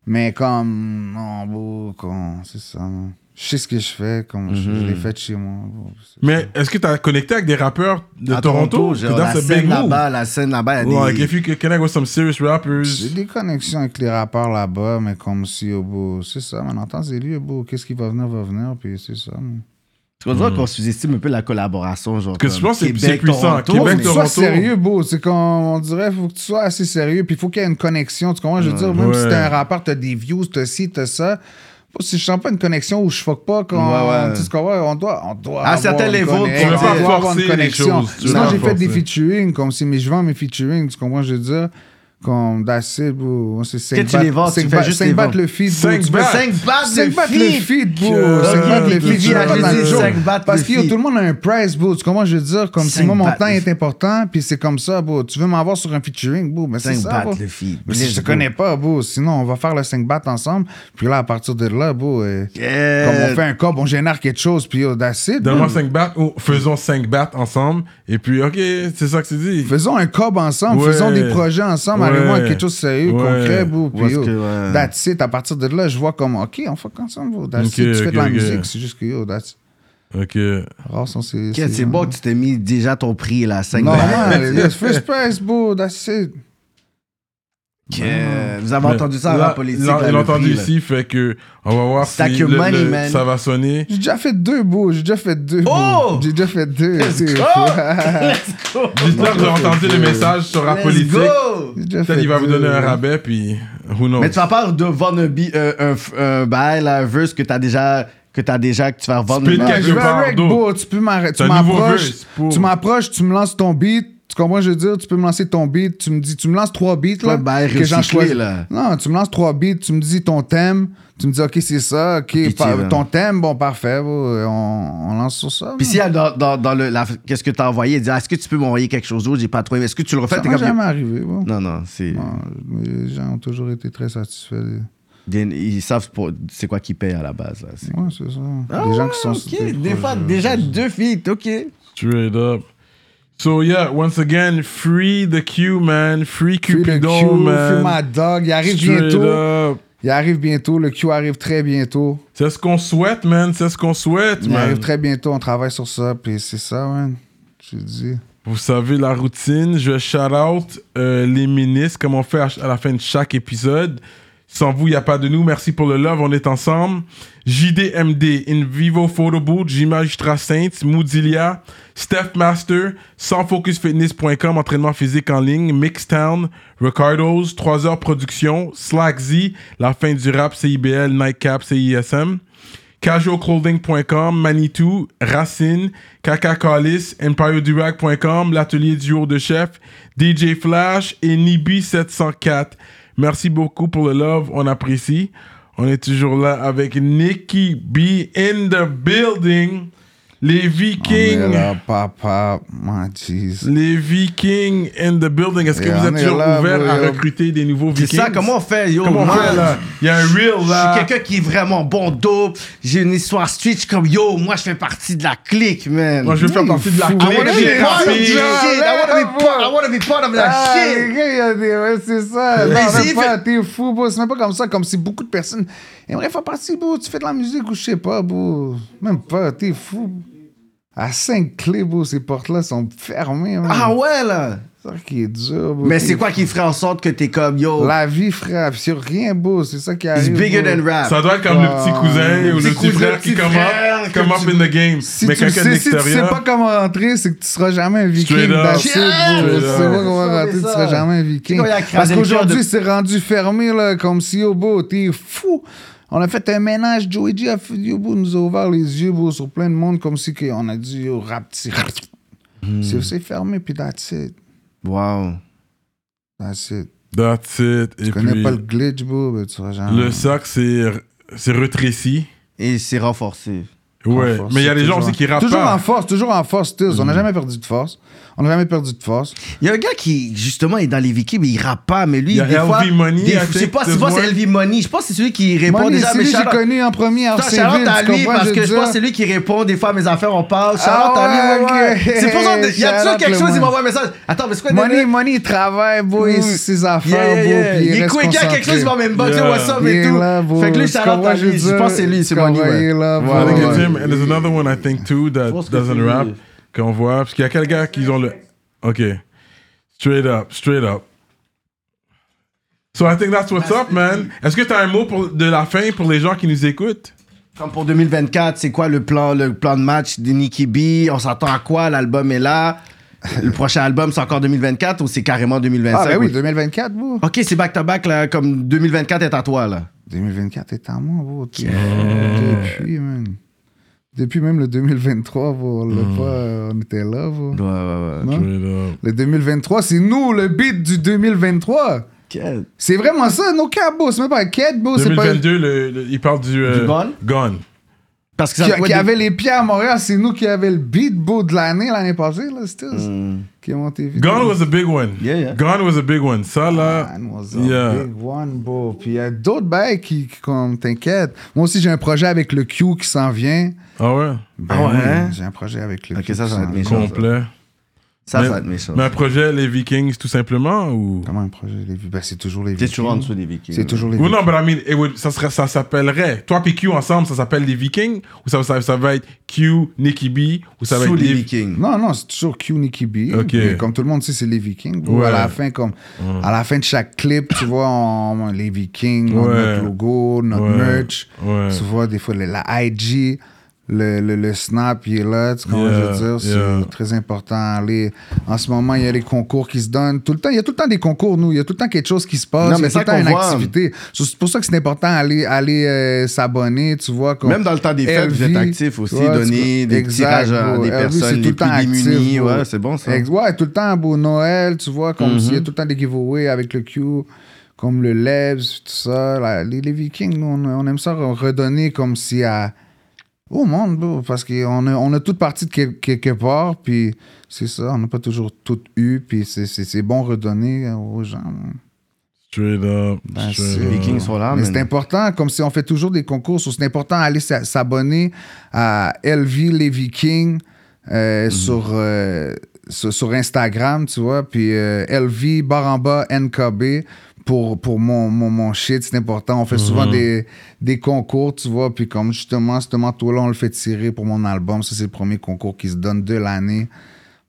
C: mais comme. Non, bro, quand- c'est ça, man. Je sais ce que je fais, comme je- je l'ai fait chez moi. bro.
A: Mais est-ce que t'as connecté avec des rappeurs de
B: À
A: Toronto?
B: genre,
A: That's
B: la
A: a
B: scène
A: big move.
B: là-bas, la scène là-bas, il y a
A: Like,
B: des.
A: if you can connect with some serious
C: J'ai
A: rappers.
C: des connexions avec les rappeurs là-bas, mais comme si, oh, bro, c'est ça, man. En temps et lieu, bro, qu'est-ce qui va venir, va venir, puis c'est ça, man.
B: On dirait qu'on sous-estime un peu la collaboration, genre.
A: Parce Mm. que je
B: comme
A: pense que c'est-
B: Québec,
A: c'est puissant.
B: Toronto,
C: faut
A: Québec,
C: que
B: mais-
C: tu sois
A: Toronto.
C: sérieux, beau. C'est qu'on on dirait, faut que tu sois assez sérieux. Puis il faut qu'il y ait une connexion. Tu comprends? Je veux dire, même
A: Ouais.
C: si t'es un rappeur, t'as des views, t'as ci, t'as ça. Bon, Si je sens pas une connexion où je fuck pas, quand
B: Ouais, ouais.
C: tu sais, qu'on va, on doit, on doit.
B: À
C: avoir
B: certains
C: une
B: levels,
C: connexion,
B: tu veux
C: on
B: pas
C: doit avoir
A: forcer
C: une
A: les
C: connexion.
A: choses, tu veux
C: Sinon,
A: pas
C: j'ai fait des
A: forcer.
C: featuring, comme si, mais je vends mes featuring. Tu comprends? Je veux dire, comme d'acide, bro. C'est
B: Que
C: 5
B: tu les vends, tu fais juste les vendre.
C: le feed, bro.
A: Cinq
C: Tu peux
A: battes.
B: 5 battes de
C: 5 battes le
B: filles.
C: feed, bro.
A: Que-
C: 5 battes
A: que-
C: le feed.
A: que-
C: c'est pas dans le
A: que-
C: jour.
A: cinq
B: battes
C: Parce
B: le
C: que yo,
B: feed.
C: tout le monde a un price, bro. Tu comprends, je veux dire, comme si
B: Cinq
C: moi, mon
B: battes
C: temps
B: le
C: est
B: feed.
C: important, puis c'est comme ça, bro. Tu veux m'avoir sur un featuring, bro. Mais c'est
B: 5
C: ça, bro.
B: battes le feed.
C: Mais si je te connais pas, bro, sinon, on va faire le 5 battes ensemble. Puis là, à partir de là, bro, euh,
B: Yeah.
C: comme on fait un cob, on génère quelque chose, puis yo, that's it, bro.
A: Donne-moi 5 battes ou faisons 5 battes ensemble. Et puis, ok, c'est ça que c'est dit.
C: Faisons un cob ensemble,
A: Ouais.
C: faisons des projets ensemble,
A: Ouais.
C: arrivons à quelque chose de sérieux,
A: Ouais.
C: concret, bro.
B: Où
C: Puis
B: est-ce
C: yo,
B: que, ouais.
C: that's it. À partir de là, je vois comme, OK, on fuck ensemble, bro. That's
A: Ok,
C: it. Tu fais de la
A: ok, ok.
C: musique, c'est juste que, yo, that's
A: Ok.
C: Rare sont ces-
B: Ok,
C: ces
B: C'est bon
C: gens-là.
B: que tu t'es mis déjà ton prix, là, 5 battes.
C: Normal, yes, first price, bro, that's it.
B: Ok, Vous avez entendu ça en
A: Là,
B: rap politique? là,
A: là, Il
B: le
A: l'a entendu
B: prix, là.
A: ici, fait que on va voir
B: Stack
A: si
B: your
A: le-
B: money,
A: le-
B: man.
A: ça va sonner.
C: J'ai déjà fait deux, bro. J'ai déjà fait deux. bro.
B: Oh! Ah!
C: J'ai déjà fait deux. deux fois.
B: Let's go!
A: Dites-leur que j'ai entendu le message sur la
B: Let's
A: politique.
B: go!
C: J'ai déjà
A: Peut-être
C: fait
A: il va vous
C: deux.
A: donner un rabais, puis who knows.
B: Mais tu vas pas de vendre un, bi- euh, un, f- un bail, là, un verse que t'as déjà, que t'as déjà, que tu vas revendre.
A: Split
C: Non,
A: quelque
C: je vais
A: part
C: avec,
A: d'autre.
C: bro. Tu peux m'arrêter.
A: C'est
C: Tu
A: un nouveau
C: m'approches.
A: verse pour-
C: Tu m'approches, tu me lances ton beat. Tu comprends, je veux dire, tu peux me lancer ton beat, tu me dis, tu me lances trois beats,
B: Pas
C: là.
B: bail
C: que j'en
B: recyclé,
C: choisis.
B: là.
C: Non, tu me lances trois beats, tu me dis ton thème, tu me dis, ok, c'est ça, ok,
B: Pitié,
C: par-
B: là.
C: ton thème, bon, parfait, bon, on, on lance sur ça.
B: euh, Puis
C: là.
B: si elle, dans, dans, dans le, la- qu'est-ce que t'as envoyé, elle dit, Ah, est-ce que tu peux m'envoyer quelque chose d'autre, j'ai pas trouvé. Est-ce que tu le refais?
C: ça
B: T'es
C: m'est
B: comme,
C: jamais arrivé, bon.
B: Non, non, c'est.
C: Non, Les gens ont toujours été très satisfaits. Ouais,
B: Bien, Ils savent pour- c'est quoi qu'ils payent à la base. Là. c'est-
C: c'est ça.
B: Ah,
C: les gens qui sont sur tes projets, c'est ça.
B: deux filles, ok.
A: Straight up. So yeah, once again, free the Q, man. Free
C: Free le Q,
A: Cupidon,
C: free
A: man.
C: my dog, il arrive
A: Straight
C: bientôt.
A: up.
C: Il arrive bientôt, le Q arrive très bientôt.
A: C'est ce qu'on souhaite, man. C'est ce qu'on souhaite,
C: Il
A: man.
C: arrive très bientôt, on travaille sur ça, puis c'est ça, man. Je te dis.
A: Vous savez la routine. Je shout out euh, les ministres, comme on fait à, ch- à la fin de chaque épisode. Sans vous, il n'y a pas de nous. Merci pour le love. On est ensemble. JDMD, In Vivo Photo Boot, J Magistrat Saints, Moodilia, Steph Master, sansfocusfitness.com, entraînement physique en ligne, Mixtown, Ricardo's, 3 heures production, Slack Z, la fin du rap, CIBL, Nightcap, CISM casualclothing.com, Manitou, Racine, Cacacalis, EmpireDurag.com, l'atelier du haut de chef, DJ Flash et Nibi704. Merci beaucoup pour le love, on apprécie. On est toujours là avec Nicky B in the building. Les
C: On
A: Vikings,
C: est là, papa, my jeez.
A: les Vikings in the building. Est-ce que
C: Yeah,
A: vous
C: on
A: êtes
C: est
A: toujours
C: là,
A: ouvert
C: bro,
A: à
C: yo.
A: recruter des nouveaux
B: C'est
A: Vikings?
B: ça, comment on fait, yo?
A: Comment on
B: moi,
A: fait, là? Il y a un reel là.
B: Je suis quelqu'un qui est vraiment bon dope. J'ai une histoire street. Je suis comme, yo, moi, je fais partie de la clique, man.
A: Moi, je veux faire partie de la
B: I wanna
A: clique.
C: Ah,
A: Ah,
C: J'ai
B: be part of
C: parti.
B: this shit. I wanna be part- I wanna be part of that
C: Ah,
B: shit.
C: les gars, il y a des- ouais, c'est ça. Non,
B: Mais
C: même
B: si,
C: pas,
B: fait-
C: t'es fou, bro. C'est même pas comme ça, comme si beaucoup de personnes aimeraient faire partie, bro. Tu fais de la musique ou je sais pas, bro. Même pas, t'es fou. À cinq clés, bro, ces portes-là sont fermées, man.
B: Ah ouais, là.
C: C'est ça qui est dur, bro.
B: Mais
C: T'es
B: c'est quoi qui ferait en sorte que t'es comme, yo,
C: La vie, frère, sur rien, beau, c'est ça qui
B: it's
C: arrive.
B: bigger
C: bro.
B: than rap.
A: Ça doit être comme le
C: bah,
A: petit cousin
B: le
A: ou le
B: petit
A: petit
B: cousin,
A: frère qui
B: petit
A: come
B: frère,
A: up, come
B: que
A: up
B: tu-
A: in the game.
C: Si,
A: mais
C: tu, le
A: quelqu'un
C: sais, si tu sais pas
A: d'extérieur.
C: comment rentrer, c'est que tu seras jamais un viking.
A: Straight up.
C: that's it, bro.
B: Yeah,
C: Tu sais
A: straight
C: pas
A: up.
C: comment
B: C'est ça,
C: rentrer,
B: c'est
C: tu
B: ça.
C: seras jamais un
B: Tu sais,
C: viking.
B: quand il a crasé
C: Parce
B: le cœur
C: qu'aujourd'hui,
B: de-
C: c'est rendu fermé, là, comme si, oh, beau, t'es fou. On a fait un ménage, Joey G a fait, yo, beau, nous a ouvert les yeux, beau, sur plein de monde, comme si que- on a dit, yo, rap, petit,
A: Hmm.
C: C'est c'est fermé, puis that's it.
B: Wow.
C: That's it.
A: That's it. Et
C: Tu connais
A: puis,
C: pas le glitch, beau, mais tu seras jamais.
A: le sac, c'est c'est rétréci.
B: Et c'est renforcé.
A: Ouais.
C: En force,
A: Mais il y a des gens
C: toujours
A: aussi
C: en-
A: qui rappent
C: Toujours en
A: pas. Hmm.
C: force, toujours en force, Tiz. On n'a jamais perdu de force. On n'a jamais perdu de force.
B: Il y a un gars qui, justement, est dans les Vikings, mais il rappe pas. Mais lui,
A: Il y a
B: des
A: LV
B: fois.
A: Money,
B: des-
A: I
B: je sais
A: think,
B: pas,
A: there's
B: c'est pas
A: one.
B: c'est LV Money. Je pense que c'est celui qui répond
C: Moi,
B: déjà
C: c'est
B: mais
C: lui que j'ai
B: shout-out-
C: connu en premier à
B: Putain, Charlotte à
C: RCV. Tu
B: lui,
C: comprends,
B: parce
C: je
B: que je
C: veux
B: pense que c'est
C: dire?
B: lui qui répond. Des fois, mes affaires, on parle. Charlotte à
C: Ah
B: lui, ouais,
C: ouais,
B: ouais.
C: ok.
B: C'est pour ça. Il y a toujours
C: Shout-out
B: quelque
C: le
B: chose, il
C: Money.
B: m'envoie un message. Attends, mais c'est quoi
C: Money,
B: Daniel?
C: money, il travaille, beau,
B: Mm.
C: il sait ses
B: Yeah,
C: affaires,
B: yeah,
C: beau,
B: yeah.
C: puis il
B: Il est
C: reste
B: quick, il y a quelque chose, il
C: concentré.
B: va même pas
A: Yeah.
B: what's up
C: Il
B: et
C: est là,
B: tout.
C: beau,
B: Fait que lui,
C: tu
B: Charlotte à
C: comprends, je veux
B: lui. Je
C: dire?
B: pense que c'est lui, c'est Money.
C: Tu comprends, il
B: ouais.
C: est là,
B: Ouais,
C: beau.
A: I think
B: ouais,
A: it's
B: ouais.
A: him, and there's another one I think too that
B: pense que
A: doesn't
B: c'est-
A: rap qu'on voit. Parce qu'il y a quel gars qu'ils ont le. Ok. Straight up, straight up. So I think that's what's up, man. Est-ce que t'as un mot pour, de la fin pour les gens qui nous écoutent?
B: Comme pour 2024, c'est quoi le plan, le plan de match de Nicky B? On s'attend à quoi? L'album est là. Le prochain album, c'est encore 2024 ou c'est carrément 2025?
C: Ah, ben oui,
B: ou-
C: 2024, beau.
B: Ok, c'est back-to-back, là, comme 2024 est à toi, là.
C: 2024 est à moi, beau. T'es- Depuis, man. Depuis même le 2023, beau, on l'a
B: Mm.
C: pas- on était là, beau.
B: Ouais, ouais,
C: Non?
A: Straight up.
C: Le 2023, c'est nous, le beat du 2023.
B: ouais.
C: C'est vraiment ça, nos cabos. C'est même pas un quête, beau. C'est pas.
A: 2022, le- le- il parle du. euh,
B: Du Gone?
A: Gone.
B: Parce que ça
C: Qui,
B: doit
C: qui
B: être-
C: avait les pieds à Montréal, c'est nous qui avait le beat beau de l'année, l'année passée, là, c'était
B: Mm.
C: Qui est monté vite.
A: Gone was a big one.
B: Yeah, yeah. Ah,
A: Gone was a big one. Ça, là.
C: Man was a
A: Ah. Yeah.
C: big one, beau. Puis il y a d'autres bails qui, qui comme, t'inquiètent. Moi aussi, j'ai un projet avec le Q qui s'en vient.
A: Ah ouais?
C: Ben
B: Ah ouais,
C: oui,
B: hein?
C: J'ai un projet avec le
B: Ok,
C: Q.
B: ça,
C: qui
B: ça
C: s'en
B: va être
C: vient.
B: méchant.
A: Complet.
B: Ça, ça
A: Mais-
B: va être méchant.
A: Mais un projet, les Vikings, tout simplement, ou...
C: Comment un projet, les vues? Ben, c'est toujours les vues.
B: T'es toujours en dessous des Vikings.
C: C'est toujours les
A: Ou
C: vues.
A: non, but I mean, it would- ça, serait, ça s'appellerait... Toi et Q ensemble, ça s'appelle les Vikings? Ou ça, ça, ça va être Q, Nicky B? Ou ça va
B: sous
A: être
B: les
A: les...
B: Vikings.
C: Non, non, c'est toujours Q, Nicky B.
A: Ok.
C: Mais Comme tout le monde sait, c'est les Vikings. bro.
A: Ouais. Mm.
C: À la fin, comme, à la fin de chaque clip, tu vois, on- les Vikings, on a
A: Ouais.
C: notre logo, notre
A: Ouais.
C: merch.
A: Ouais.
C: Tu vois, des fois, la- la IG. le, le, le snap, il est là, tu comprends ce que je veux dire?
A: Yeah, yeah.
C: C'est très important. Les, en ce moment, il y a les concours qui se donnent. Tout le temps, il y a tout le temps des concours, nous. Il y a tout le temps quelque chose qui se passe.
B: Non,
C: il y
B: mais
C: a tout le
B: ça
C: temps une
B: qu'on voit.
C: activité. So, C'est pour ça que c'est important d'aller aller, euh, s'abonner, tu vois. comme
B: Même dans le temps des fêtes, vous
C: LV,
B: êtes actif aussi,
C: tu vois,
B: donner
C: tu-
B: des
C: Exact,
B: tirages à
C: bro.
B: des
C: LV, c'est
B: personnes
C: tout
B: les
C: le temps
B: plus
C: actif,
B: démunies.
C: bro.
B: Ouais, c'est bon ça. Mhm.
C: Ex- Ouais, tout le temps, beau Noël, tu vois, comme s'il y a tout le temps des giveaways avec le Q, comme le Lebs, tout ça. La- les, les Vikings, nous, on, on aime ça redonner comme si à. Au monde, bro, parce qu'on a, on a toute partie de quel- quelque part, puis c'est ça, on n'a pas toujours tout eu, puis c'est- c'est c'est bon redonner aux gens.
A: Straight up.
C: Ben,
A: straight
C: c'est-
A: up.
B: Les Vikings sont là,
C: Mais
B: man.
C: c'est important, comme si on fait toujours des concours. so C'est important d'aller s'a- s'abonner à LV Les Vikings
B: Mhm.
C: euh, sur, euh, sur, sur Instagram, tu vois. Puis euh, LV barre en bas NKB pour, pour mon, mon, mon shit, c'est important. On fait
B: Mhm.
C: souvent des, des concours, tu vois. Puis comme justement, justement, tout là, on le fait tirer pour mon album. Ça, c'est le premier concours qui se donne de l'année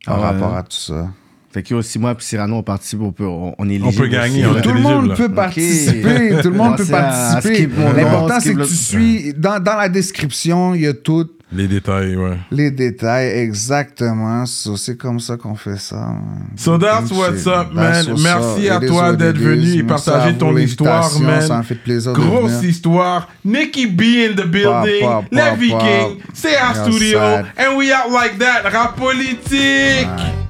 C: par
B: Ah ouais.
C: rapport à tout ça.
B: Fait que aussi moi puis Cyrano on participe, on peut, on, on est
A: On peut
B: éligible
A: gagner,
B: aussi,
A: on
B: là.
A: est
C: Tout le
A: éligible,
C: monde
A: là.
C: peut participer. Tout le monde peut
B: Pensez à- à
C: participer.
B: skip mon nom,
C: L'important, c'est
B: skip
C: que
B: le-
C: tu suis. Dans, dans la description, il y a tous
A: Les détails, ouais.
C: les détails exactement. So, c'est comme ça qu'on fait ça. Ben
A: So that's what's up, man. Merci à toi d'être venu et partager ton histoire, man.
C: Ça m'a fait plaisir. de
A: Grosse
C: venir.
A: histoire. Nikki B in the building.
C: Pa, pa, pa,
A: Les
C: pa.
A: Vikings. C'est our
C: Yes,
A: studio.
C: sir.
A: And we out like that. Rap politique.